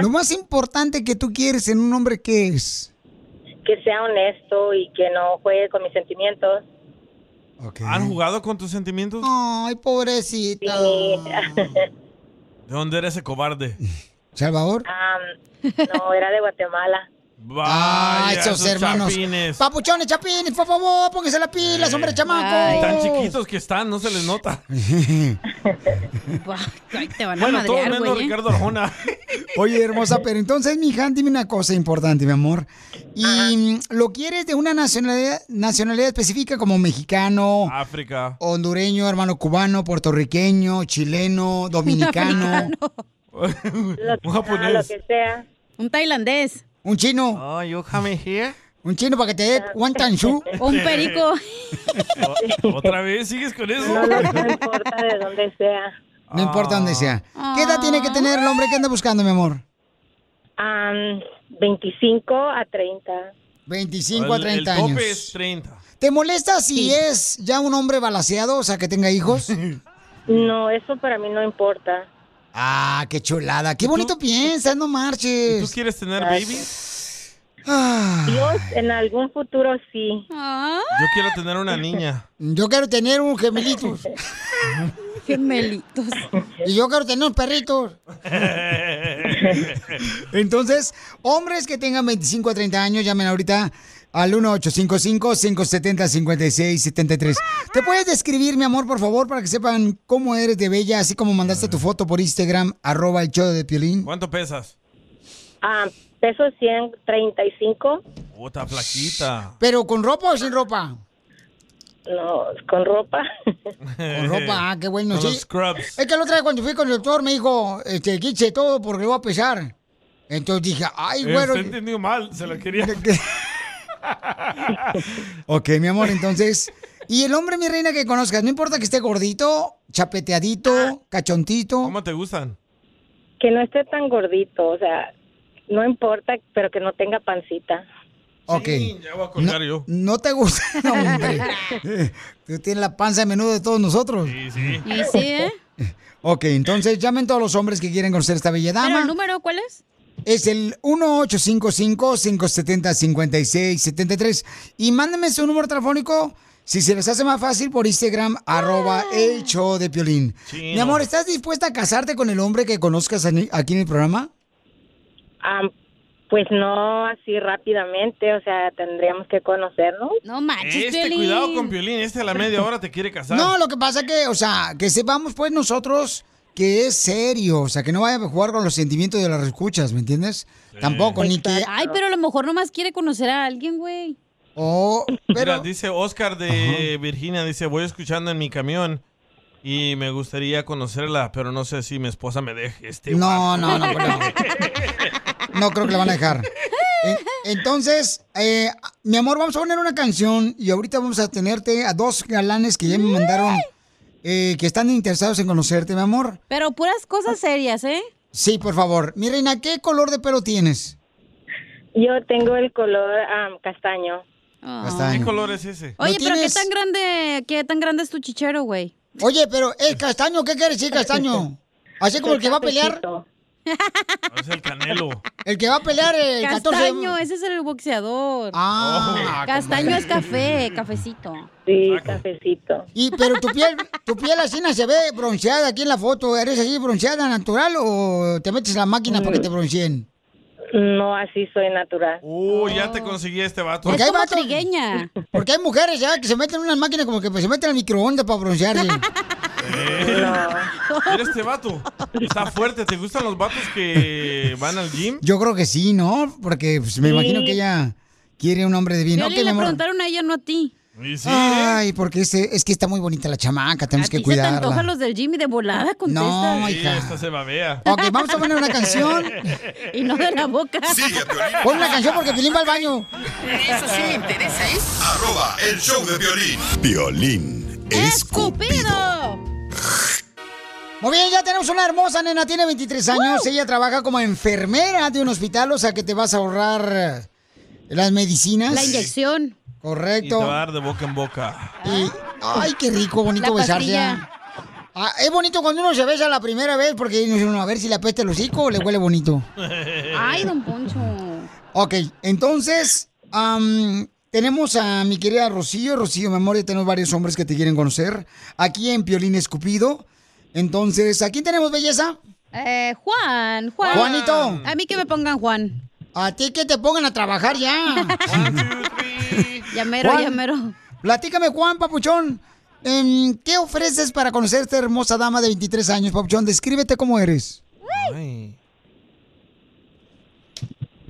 S2: Lo más importante que tú quieres en un hombre, ¿qué es?
S27: Que sea honesto y que no juegue con mis sentimientos.
S4: ¿Han jugado con tus sentimientos?
S2: Ay, pobrecita.
S4: ¿De dónde eres ese cobarde?
S2: Salvador.
S27: *laughs* Am, no, era de Guatemala.
S4: Vaya,
S2: Ay, esos hermanos.
S4: chapines.
S2: Papuchones,
S3: Eh.
S2: chapines, por favor, pónganse las pilas, hombre,
S4: Y tan
S2: chamaco.
S4: chiquitos que están, no se les
S3: *laughs*
S4: nota.
S3: Te van a
S4: bueno, todo
S3: madrear,
S4: menos
S3: güey. ¿eh?
S4: Ricardo Arjona.
S2: Oye, hermosa, pero entonces, mija, dime una cosa importante, mi amor. ¿Y mm, lo quieres de una nacionalidad, nacionalidad específica como mexicano,
S4: África.
S2: hondureño, hermano cubano, puertorriqueño,
S3: *laughs*
S2: chileno, dominicano? *laughs*
S4: Un japonés.
S27: sea.
S3: Un tailandés.
S2: Un chino.
S4: Oh, you coming here?
S2: Un chino para que te dé wonton shu.
S3: *laughs* Un perico.
S4: ¿Otra vez sigues con eso?
S27: No, no, no importa de dónde
S2: *laughs*
S27: sea.
S2: No importa dónde sea. ¿Qué
S3: Ah.
S2: edad tiene que tener el hombre que anda buscando, mi amor?
S27: Am, 25 a 30.
S2: 25 a
S4: El-
S2: 30
S4: el tope
S2: años.
S4: es 30.
S2: ¿Te molesta si es ya un hombre balaseado, o sea, que tenga
S3: *laughs*
S2: hijos?
S27: No, eso para mí no importa.
S2: Ah, qué chulada. Qué bonito piensas, no marches.
S4: ¿Tú quieres tener
S27: Ay.
S4: babies?
S2: Ah.
S27: Dios, en algún futuro sí.
S4: Yo quiero tener una niña.
S2: Yo quiero tener un gemelitos.
S3: gemelitos.
S2: Y yo quiero tener un perrito. Entonces, hombres que tengan 25 a 30 años, llamen ahorita al 1855-570-5673. ¿Te puedes describir, mi amor, por favor, para que sepan cómo eres de bella, así como mandaste tu foto por Instagram, arroba el show de Piolín?
S4: ¿Cuánto pesas?
S27: Am, ah, peso 135.
S4: Oh, está flaquita.
S2: ¿Pero con ropa o sin ropa?
S27: No, con ropa.
S2: Con ropa, ah, qué bueno,
S4: Con
S2: sí.
S4: los scrubs.
S2: Es que la otra vez cuando fui con el doctor me dijo, este, quítese todo porque lo va a pesar. Entonces dije, *laughs* ay,
S4: Eh,
S2: bueno.
S4: usted entendió mal, se lo
S2: *laughs*
S4: quería.
S2: Ok, mi amor, entonces. Y el hombre, mi reina, que conozcas, no importa que esté gordito, chapeteadito,
S3: Ah.
S2: cachontito.
S4: ¿Cómo te gustan?
S27: Que no esté tan gordito, o sea, no importa, pero que no tenga pancita.
S2: Ok.
S4: Ya voy a colgar yo.
S2: No te gusta, no,
S4: *laughs*
S2: hombre. *laughs* Eh, Tú tienes la panza a menudo de todos nosotros.
S4: Sí, sí.
S3: Y sí, ¿eh?
S2: Ok, entonces llamen todos los hombres que quieren conocer esta bella
S3: ¿Pero el
S2: dama.
S3: número cuál es?
S2: Es el 1855-570-5673. Y mándenme su número telefónico si se les hace más fácil por Instagram, arroba el show de Piolín.
S27: Chino.
S2: Mi amor, ¿estás dispuesta a casarte con el hombre que conozcas ani- aquí en el programa?
S27: Am, pues no así rápidamente, o sea, tendríamos que conocernos.
S3: No manches,
S4: Este, cuidado con violín. Este a la media hora te quiere casar.
S2: No, lo que pasa que, o sea, que sepamos pues nosotros que es serio, o sea, que no vaya a jugar con los sentimientos de las escuchas, ¿me entiendes? Tampoco, ni que...
S3: Pues, Ay, pero a lo mejor nomás quiere conocer a alguien, güey.
S2: Oh,
S4: Mira, dice Oscar de Virginia, dice, voy escuchando en mi camión y me gustaría conocerla, pero no sé si mi esposa me deje este.
S2: No,
S4: guapo".
S2: no, no,
S4: *laughs*
S2: no. No creo que la van a dejar. Eh, Entonces, eh, mi amor, vamos a poner una canción y ahorita vamos a tenerte a dos galanes que ya me mandaron, eh, que están interesados en conocerte, mi amor.
S3: Pero puras
S2: Ah.
S3: cosas serias, ¿eh?
S2: Sí, por favor. Mi reina, ¿qué color de pelo tienes?
S27: Yo tengo el color am, castaño.
S4: ¿Qué color es ese?
S3: Oye, pero
S2: tienes-
S3: qué tan grande, qué tan grande es tu chichero, güey.
S2: Oye, pero el castaño, ¿qué quiere decir castaño? Así como el que va a pelear,
S4: Es el canelo.
S2: el que va a pelear el 14 de-
S3: Castaño, ese es el boxeador.
S2: Ah,
S4: Oh,
S3: Castaño
S2: comadre.
S3: es café, cafecito.
S27: Sí, cafecito.
S2: Y pero tu piel, tu piel así no se ve bronceada aquí en la foto. ¿Eres así bronceada natural o te metes la máquina para que te bronceen?
S27: No así soy natural.
S4: Uy, ya te conseguí este vato.
S2: Porque hay vatos-
S3: trigueña.
S2: Porque hay mujeres ya que se meten en unas máquinas como que pues, se meten al microondas para
S3: *laughs*
S2: broncearse.
S4: Eh, Mira este vato. Está fuerte. ¿Te gustan los vatos que van al gym?
S2: Yo creo que sí, ¿no? Porque pues, me
S4: Sí.
S2: imagino que ella quiere un hombre de bien. Ok,
S3: Violín, le
S2: mi amor.
S3: preguntaron a ella, no a ti.
S2: Ay, porque este- es que está muy bonita la chamaca, tenemos que
S3: ¿Y se te antojan
S2: cuidarla.
S3: los del Jimmy de volada? Contesta.
S2: No, hija.
S4: Esta se babea.
S2: Ok, vamos a poner una canción.
S3: y no
S2: *laughs*
S3: de *laughs* la boca.
S2: Pon una canción porque Pilín va al baño.
S3: Eso sí me interesa, ¿es?
S8: Arroba el show de violín. Violín
S3: ¡Escupido!
S2: Muy bien, ya tenemos una hermosa nena, tiene 23 años. Ella trabaja como enfermera de un hospital, o sea que te vas a ahorrar eh, las medicinas.
S3: La inyección.
S4: Y te va a
S2: Correcto.
S4: dar de boca en boca.
S2: Y- ay, qué rico, bonito
S4: La
S2: besarse.
S4: pastilla.
S2: Ah, es bonito cuando uno se besa la primera vez porque dice uno, a ver si le apesta el hocico o le huele bonito.
S3: Ay, don Poncho.
S2: Ok, entonces am, tenemos a mi querida Rocío. Rocío, mi amor, ya tenemos varios hombres que te quieren conocer. Aquí en Piolín Escupido. Entonces, ¿a quién tenemos belleza?
S3: Eh, Juan, Juan.
S2: Juanito.
S3: A mí que me pongan Juan.
S2: A ti que te pongan a trabajar
S3: *laughs*
S2: ya.
S3: ya mero,
S2: Juan,
S3: ya mero.
S2: Platícame, Juan Papuchón. em, ¿Qué ofreces para conocer a esta hermosa dama de 23 años, Papuchón? Descríbete cómo eres.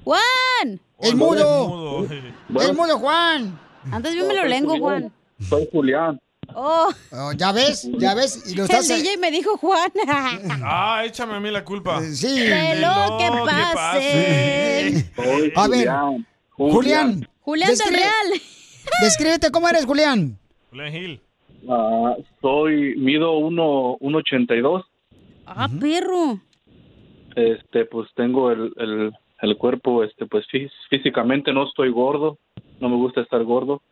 S3: ¡Juan!
S2: ¡El mudo! pues, ¡El mudo, Juan!
S3: Antes yo me lo lengo, Juan.
S28: Soy Julián.
S3: Oh.
S2: ya ves, ya ves. Y lo estás... eh,
S3: El DJ me dijo
S2: *laughs*
S3: Juan.
S4: Ah, échame a mí la culpa.
S2: Eh, Sí.
S3: De lo que pase.
S2: A ver, Julián.
S3: Julián
S2: describe-
S3: Real.
S2: Descríbete cómo eres, Julián.
S4: Julián Gil.
S28: Ah, soy, mido 1, 1.82.
S3: Ah, perro.
S28: Este, pues tengo el, el, el cuerpo, este, pues fí- físicamente no estoy gordo. No me gusta estar gordo.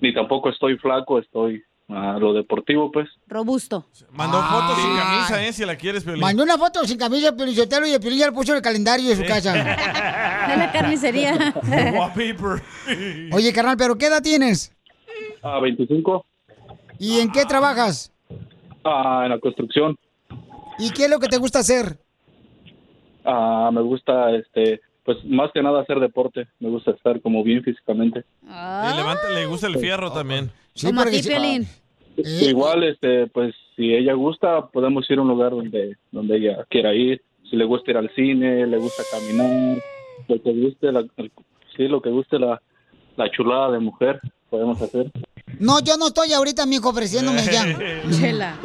S28: Ni tampoco estoy flaco, estoy a lo deportivo, pues.
S3: Robusto.
S4: Mandó
S2: Ah,
S4: fotos sin camisa, ¿eh? Si la quieres, Piolín.
S2: Mandó una foto sin camisa de Piolichotelo y el Piolín ya lo puso en el calendario de su casa.
S3: *laughs* De la carnicería.
S4: Wallpaper.
S2: Oye, carnal, ¿pero qué edad tienes?
S28: A 25,
S2: ¿Y en qué trabajas?
S28: ah, en la construcción.
S2: ¿Y qué es lo que te gusta hacer?
S28: Ah, me gusta, este, pues más que nada hacer deporte. Me gusta estar como bien físicamente.
S4: Y Eh, levanta, le gusta el fierro también.
S28: Como a porque ti, sí- Piolín. Igual, este, pues si ella gusta, podemos ir a un lugar donde, donde ella quiera ir. Si le gusta ir al cine, le gusta caminar, lo que guste, la, el- sí, lo que guste la, la chulada de mujer, podemos hacer.
S2: No, yo no estoy ahorita, mijo, ofreciéndome ya.
S3: *laughs* Chela.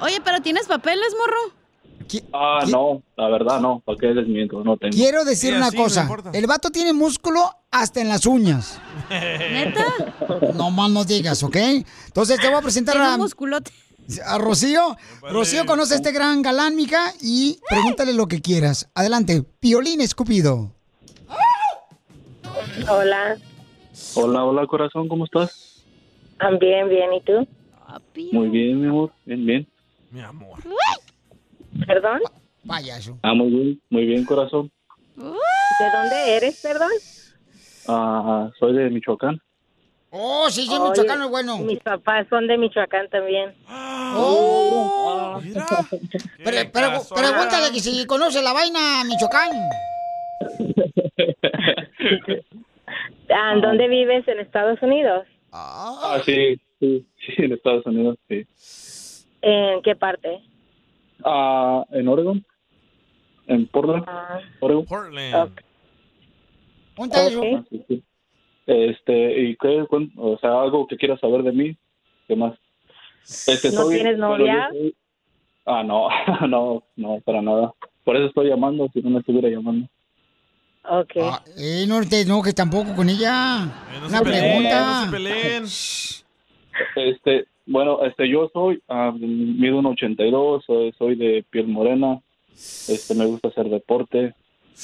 S3: Oye, pero ¿tienes papeles, morro?
S28: Ah, no, la verdad no, ¿para qué les miento? No tengo.
S2: Quiero decir una cosa. El vato tiene músculo hasta en las uñas.
S3: ¿eh?
S2: No más no digas, ¿ok? Entonces te voy a presentar
S3: Tiene
S2: a,
S3: un musculote.
S2: a Rocío. Rocío conoce a este gran galán, mija, y pregúntale lo que quieras. Adelante, Piolín Escupido.
S27: Hola,
S28: Hola, hola corazón, ¿cómo estás?
S27: Ah, bien, bien, ¿y tú?
S28: Muy bien, mi amor, bien, bien.
S27: ¿Perdón?
S2: Payaso.
S28: Ah, muy bien, muy bien corazón.
S27: ¿De dónde eres, perdón?
S28: Ah, soy de Michoacán.
S2: Oh, sí,
S27: sí, Michoacán es bueno. Mis papás son de Michoacán también.
S4: Ah.
S2: Oh. Pre- pre-
S27: pasó?
S2: pregúntale que si conoce la vaina
S27: *laughs*
S2: Michoacán.
S27: Ah, ¿Dónde vives? ¿En Estados Unidos?
S28: Ah, sí, sí, *laughs* sí, en Estados Unidos, sí.
S27: ¿En qué parte?
S28: Ah, en Oregon, en Portland, Oregon.
S2: Ponte
S28: Ah, sí, sí. Este, y qué, cuen- o sea, algo que quieras saber de mí, ¿qué más? Este,
S27: ¿No
S28: soy-
S27: tienes
S28: bueno,
S27: novia?
S28: yo soy- ah, no, *laughs* no, no, para nada. Por eso estoy llamando, si no me estuviera llamando.
S27: Ok.
S2: eh, no te enojes tampoco con ella. Una pregunta.
S28: Este, bueno, este, yo soy, ah, mido un 82, soy, soy de piel morena, este, me gusta hacer deporte,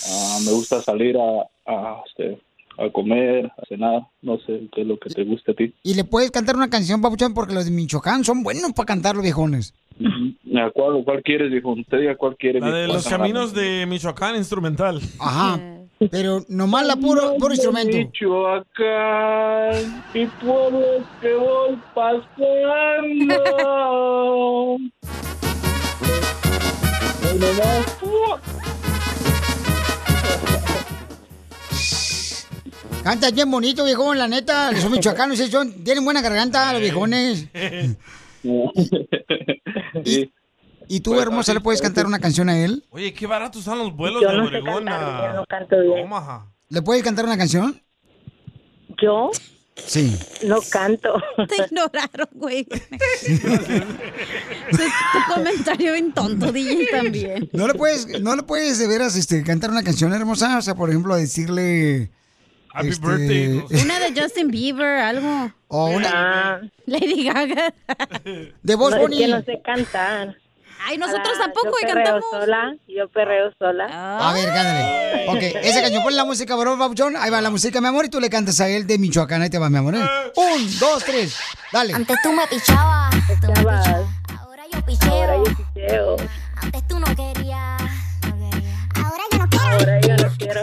S28: ah, me gusta salir a, a, este, a comer, a cenar, no sé qué es lo que te gusta a ti.
S2: Y le puedes cantar una canción, Papuchón, porque los de Michoacán son buenos para cantar los viejones.
S28: ¿A cuál, cuál quieres, dijo? Usted diga cuál quiere.
S4: La de
S28: dijo.
S4: los caminos de Michoacán instrumental.
S2: Ajá. Pero nomás la puro, puro instrumento.
S28: Michoacán y por los que voy pasando. Ahí nomás.
S2: Canta bien bonito, viejón, la neta. Los michoacanos sí son, tienen buena garganta, los viejones.
S28: Sí.
S2: ¿Y tú, hermosa, le puedes cantar una canción a él?
S4: Oye, qué baratos están los vuelos
S2: Yo
S4: de ah,
S2: no sé
S4: Oregón a
S2: ¿Le puedes cantar una canción?
S4: Omaha.
S2: ¿Le puedes cantar una canción?
S27: ¿Yo?
S2: Sí.
S27: No
S19: *laughs*
S27: canto.
S3: Te ignoraron, güey. *laughs* Es tu comentario bien tonto, DJ, también.
S2: No le puedes, no le puedes de veras este, cantar una canción hermosa, o sea, por ejemplo, decirle.
S4: Happy
S2: este,
S4: birthday.
S3: Una de Justin Bieber, algo.
S2: *laughs* O
S27: una-
S3: Lady Gaga.
S2: De voz
S27: Ah, no, Es
S2: bonita.
S27: que no sé cantar.
S3: Ay, nosotros
S27: Ah,
S3: tampoco,
S27: yo
S3: y
S27: perreo
S3: cantamos. Ah.
S27: sola, yo perreo sola.
S2: A ver,
S27: Ah.
S2: cántale. Ok, esa canción pone la música, varón Babuchón. Ahí va la música, mi amor, y tú le cantas a él de Michoacán. Ahí te va, mi amor. ¿eh? Un, dos, tres. Dale.
S19: Antes tú me pichabas. Tú me pichabas. Ahora yo picheo.
S27: Ahora yo picheo.
S19: Antes tú no querías.
S27: Ahora yo no quiero.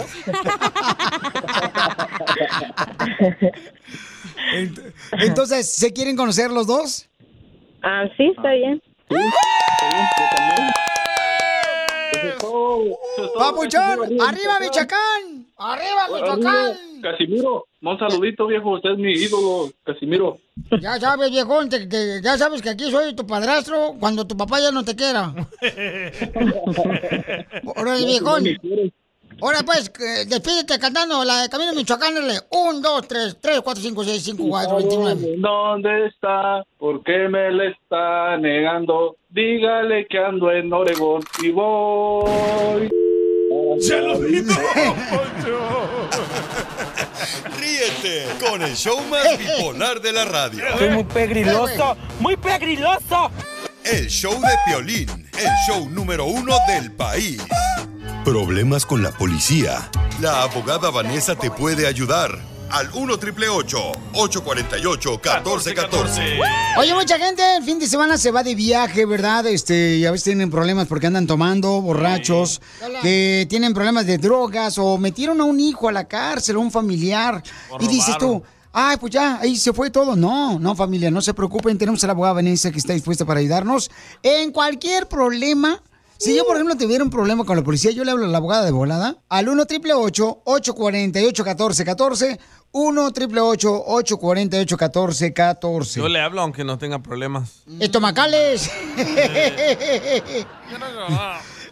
S2: Ent- Entonces, ¿se quieren conocer los dos?
S27: Ah, sí, está bien.
S2: Papuchón, arriba Michoacán. Arriba Michoacán.
S10: Casimiro, un saludito, viejo. Usted es mi ídolo, Casimiro.
S2: Ya sabes, viejón, te- te- ya sabes que aquí soy tu padrastro cuando tu papá ya no te quiera. Órale, viejón. Ahora pues, eh, despídete cantando la de Camino a Michoacán, dale. Un, dos, tres, tres, cuatro, cinco, seis, cinco, cuatro, veintinueve.
S10: ¿Dónde está? ¿Por qué me le está negando? Dígale que ando en Oregón y voy.
S8: ¡Ya lo
S10: vino!
S8: Ríete con el show
S2: *laughs*
S8: más bipolar de la radio.
S6: Soy muy
S8: pegriloso,
S6: muy pegriloso.
S8: El show de Piolín, el show número uno del país. Problemas con la policía. La abogada Vanessa te puede ayudar. Al 1 triple 848 1414.
S2: Oye, mucha gente el fin de semana se va de viaje, ¿verdad? Este, y a veces tienen problemas porque andan tomando, borrachos, que tienen problemas de drogas o metieron a un hijo a la cárcel, a un familiar.
S23: O
S2: Y dices tú,
S23: robaron.
S2: ay, pues ya, ahí se fue todo. No, no, familia, no se preocupen, tenemos a la abogada Vanessa que está dispuesta para ayudarnos en cualquier problema. Si yo, por ejemplo, tuviera un problema con la policía, yo le hablo a la abogada de volada al 1 888 848 1414 1 888 848 1414
S4: Yo le hablo aunque no tenga problemas.
S2: Estomacales.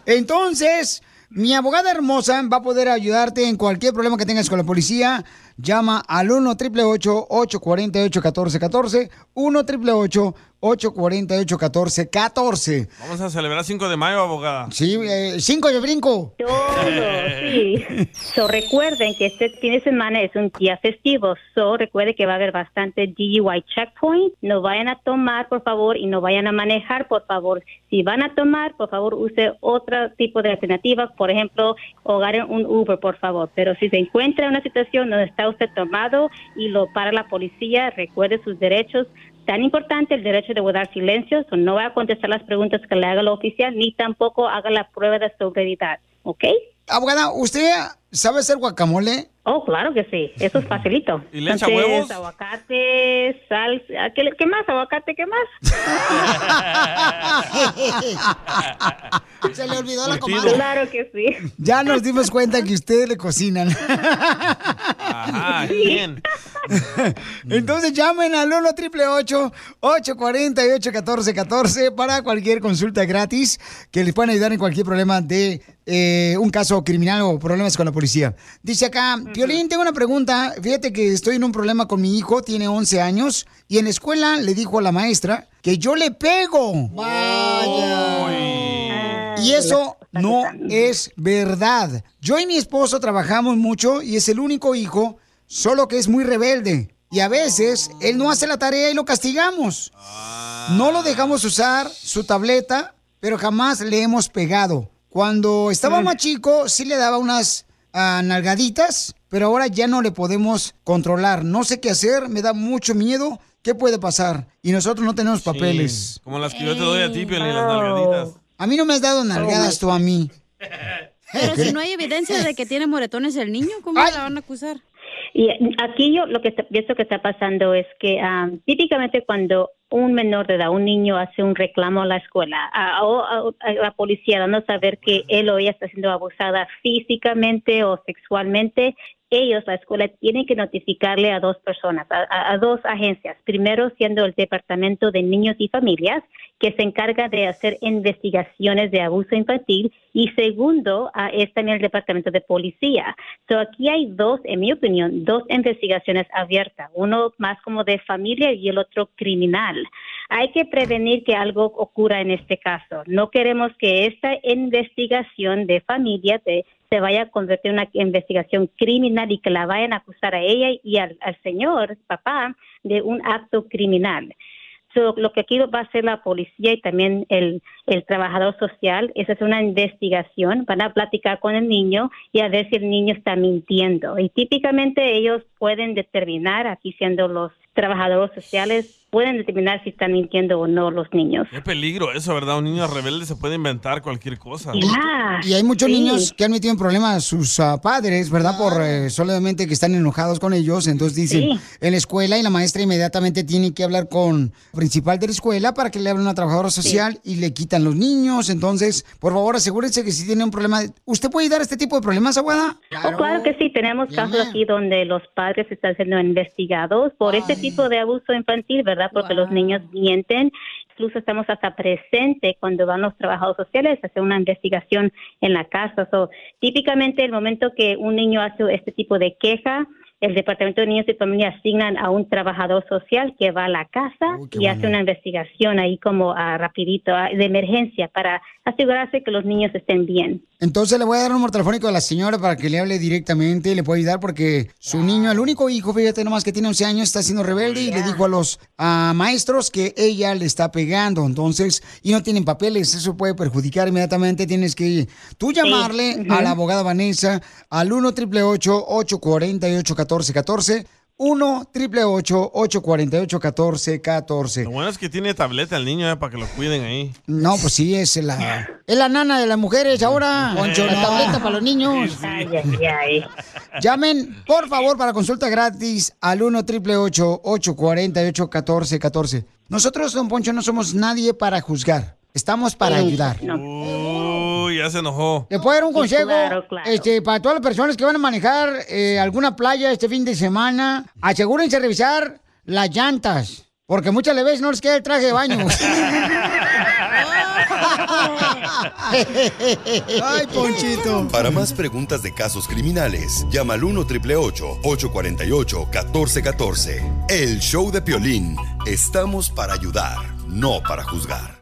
S2: Entonces, mi abogada hermosa va a poder ayudarte en cualquier problema que tengas con la policía. Llama al 1 888 848 1414 1 888 848 1414
S4: Vamos a celebrar 5 de mayo, abogada.
S2: Sí, eh, cinco yo brinco.
S17: Sí. So, recuerden que este fin de semana es un día festivo. So, recuerden que va a haber bastante DUI checkpoint. No vayan a tomar, por favor, y no vayan a manejar, por favor. Si van a tomar, por favor, use otro tipo de alternativas. Por ejemplo, en un Uber, por favor. Pero si se encuentra en una situación donde está usted tomado y lo para la policía, recuerde sus derechos. Tan importante el derecho de guardar silencio, so no va a contestar las preguntas que le haga el oficial, ni tampoco haga la prueba de sobriedad, ¿ok?
S2: Abogada, ¿usted sabe hacer guacamole?
S17: Oh, claro que sí. Eso es facilito.
S2: ¿Y le echa
S17: Entonces,
S2: huevos?
S17: Aguacate, salsa. ¿Qué, le- qué más? ¿Aguacate? ¿Qué más?
S2: *laughs* Se le olvidó la Curtido. comadre.
S17: Claro que sí.
S2: Ya nos dimos cuenta que ustedes le cocinan.
S4: Ajá, ¿quién?
S2: Entonces llamen al 1 888 848 1414 para cualquier consulta gratis que les puedan ayudar en cualquier problema de eh, un caso criminal o problemas con la policía. Dice acá, Piolín, tengo una pregunta. Fíjate que estoy en un problema con mi hijo, tiene 11 años, y en la escuela le dijo a la maestra que yo le pego. Y eso no es verdad. Yo y mi esposo trabajamos mucho y es el único hijo, solo que es muy rebelde. Y a veces él no hace la tarea y lo castigamos. No lo dejamos usar su tableta, pero jamás le hemos pegado. Cuando estaba más chico, sí le daba unas ah, nalgaditas, pero ahora ya no le podemos controlar. No sé qué hacer, me da mucho miedo. ¿Qué puede pasar? Y nosotros no tenemos papeles.
S4: Sí, Como las que yo te doy a ti, Piolín, las nalgaditas.
S2: A mí no me has dado nalgadas tú a mí.
S3: Pero
S2: ¿Qué?
S3: si no hay evidencia de que tiene moretones el niño, ¿cómo la van a acusar?
S17: Y eh, aquí yo lo que está- pienso que está pasando es que ah, típicamente cuando un menor de edad, un niño hace un reclamo a la escuela a- a- o a, a la policía dando a saber que él o ella está siendo abusada físicamente o sexualmente, ellos, la escuela, tienen que notificarle a dos personas, a, a- a dos agencias. Primero siendo el Departamento de Niños y Familias, que se encarga de hacer investigaciones de abuso infantil, y segundo a- es también el Departamento de Policía. So aquí hay dos, en mi opinión, dos investigaciones abiertas, uno más como de familia y el otro criminal. Hay que prevenir que algo ocurra en este caso. No queremos que esta investigación de familia de- se vaya a convertir en una investigación criminal y que la vayan a acusar a ella y al, al señor, papá, de un acto criminal. So, lo que aquí va a hacer la policía y también el, el trabajador social es hacer una investigación, van a platicar con el niño y a ver si el niño está mintiendo. Y típicamente ellos pueden determinar, aquí siendo los trabajadores sociales, pueden determinar si están mintiendo o no los niños.
S4: Qué peligro eso, ¿verdad? Un niño rebelde se puede inventar cualquier cosa.
S17: Ah,
S2: Y hay muchos
S17: Sí.
S2: niños que han metido en problemas a sus ah, padres, ¿verdad? Por eh, solamente que están enojados con ellos. Entonces dicen
S17: Sí.
S2: en la escuela y la maestra inmediatamente tiene que hablar con el principal de la escuela para que le hable a una trabajadora social y le quitan los niños. Entonces, por favor, asegúrense que si tienen un problema. ¿Usted puede dar este tipo de problemas, abogada?
S17: Oh, claro que sí, tenemos casos aquí donde los padres están siendo investigados por este tipo de abuso infantil, ¿verdad? Porque los niños mienten. Incluso estamos hasta presente cuando van los trabajadores sociales a hacer una investigación en la casa. So, típicamente el momento que un niño hace este tipo de queja, el Departamento de Niños y Familia asignan a un trabajador social que va a la casa y hace una investigación ahí como ah, rapidito, ah, de emergencia, para asegurarse que los niños estén bien.
S2: Entonces le voy a dar un número telefónico a la señora para que le hable directamente y le pueda ayudar porque su niño, el único hijo, fíjate nomás que tiene 11 años, está siendo rebelde y le dijo a los ah, maestros que ella le está pegando. Entonces, y no tienen papeles, eso puede perjudicar inmediatamente. Tienes que tú llamarle
S17: ujú.
S2: a la abogada Vanessa al 1 888 848 1414 1 888 848 1414
S4: Lo bueno es que tiene tableta el niño, eh, para que lo cuiden ahí.
S2: No, pues sí, es la, es la nana de las mujeres ahora.
S4: Poncho,
S2: la
S4: no.
S2: tableta para los niños. Llamen, por favor, para consulta gratis al 1 888 848 1414 Nosotros, don Poncho, no somos nadie para juzgar. Estamos para
S4: Sí,
S2: ayudar.
S4: Uy, ya se enojó.
S2: ¿Le puedo dar un
S4: Sí,
S2: consejo?
S4: claro, claro.
S2: Este, para todas las personas que van a manejar eh, alguna playa este fin de semana, asegúrense de revisar las llantas. Porque muchas veces no les queda el traje de
S4: *laughs*
S2: baño. *laughs* Ay, Ponchito.
S8: Para más preguntas de casos criminales, llama al 1 888 848 1414 El show de Piolín. Estamos para ayudar, no para juzgar.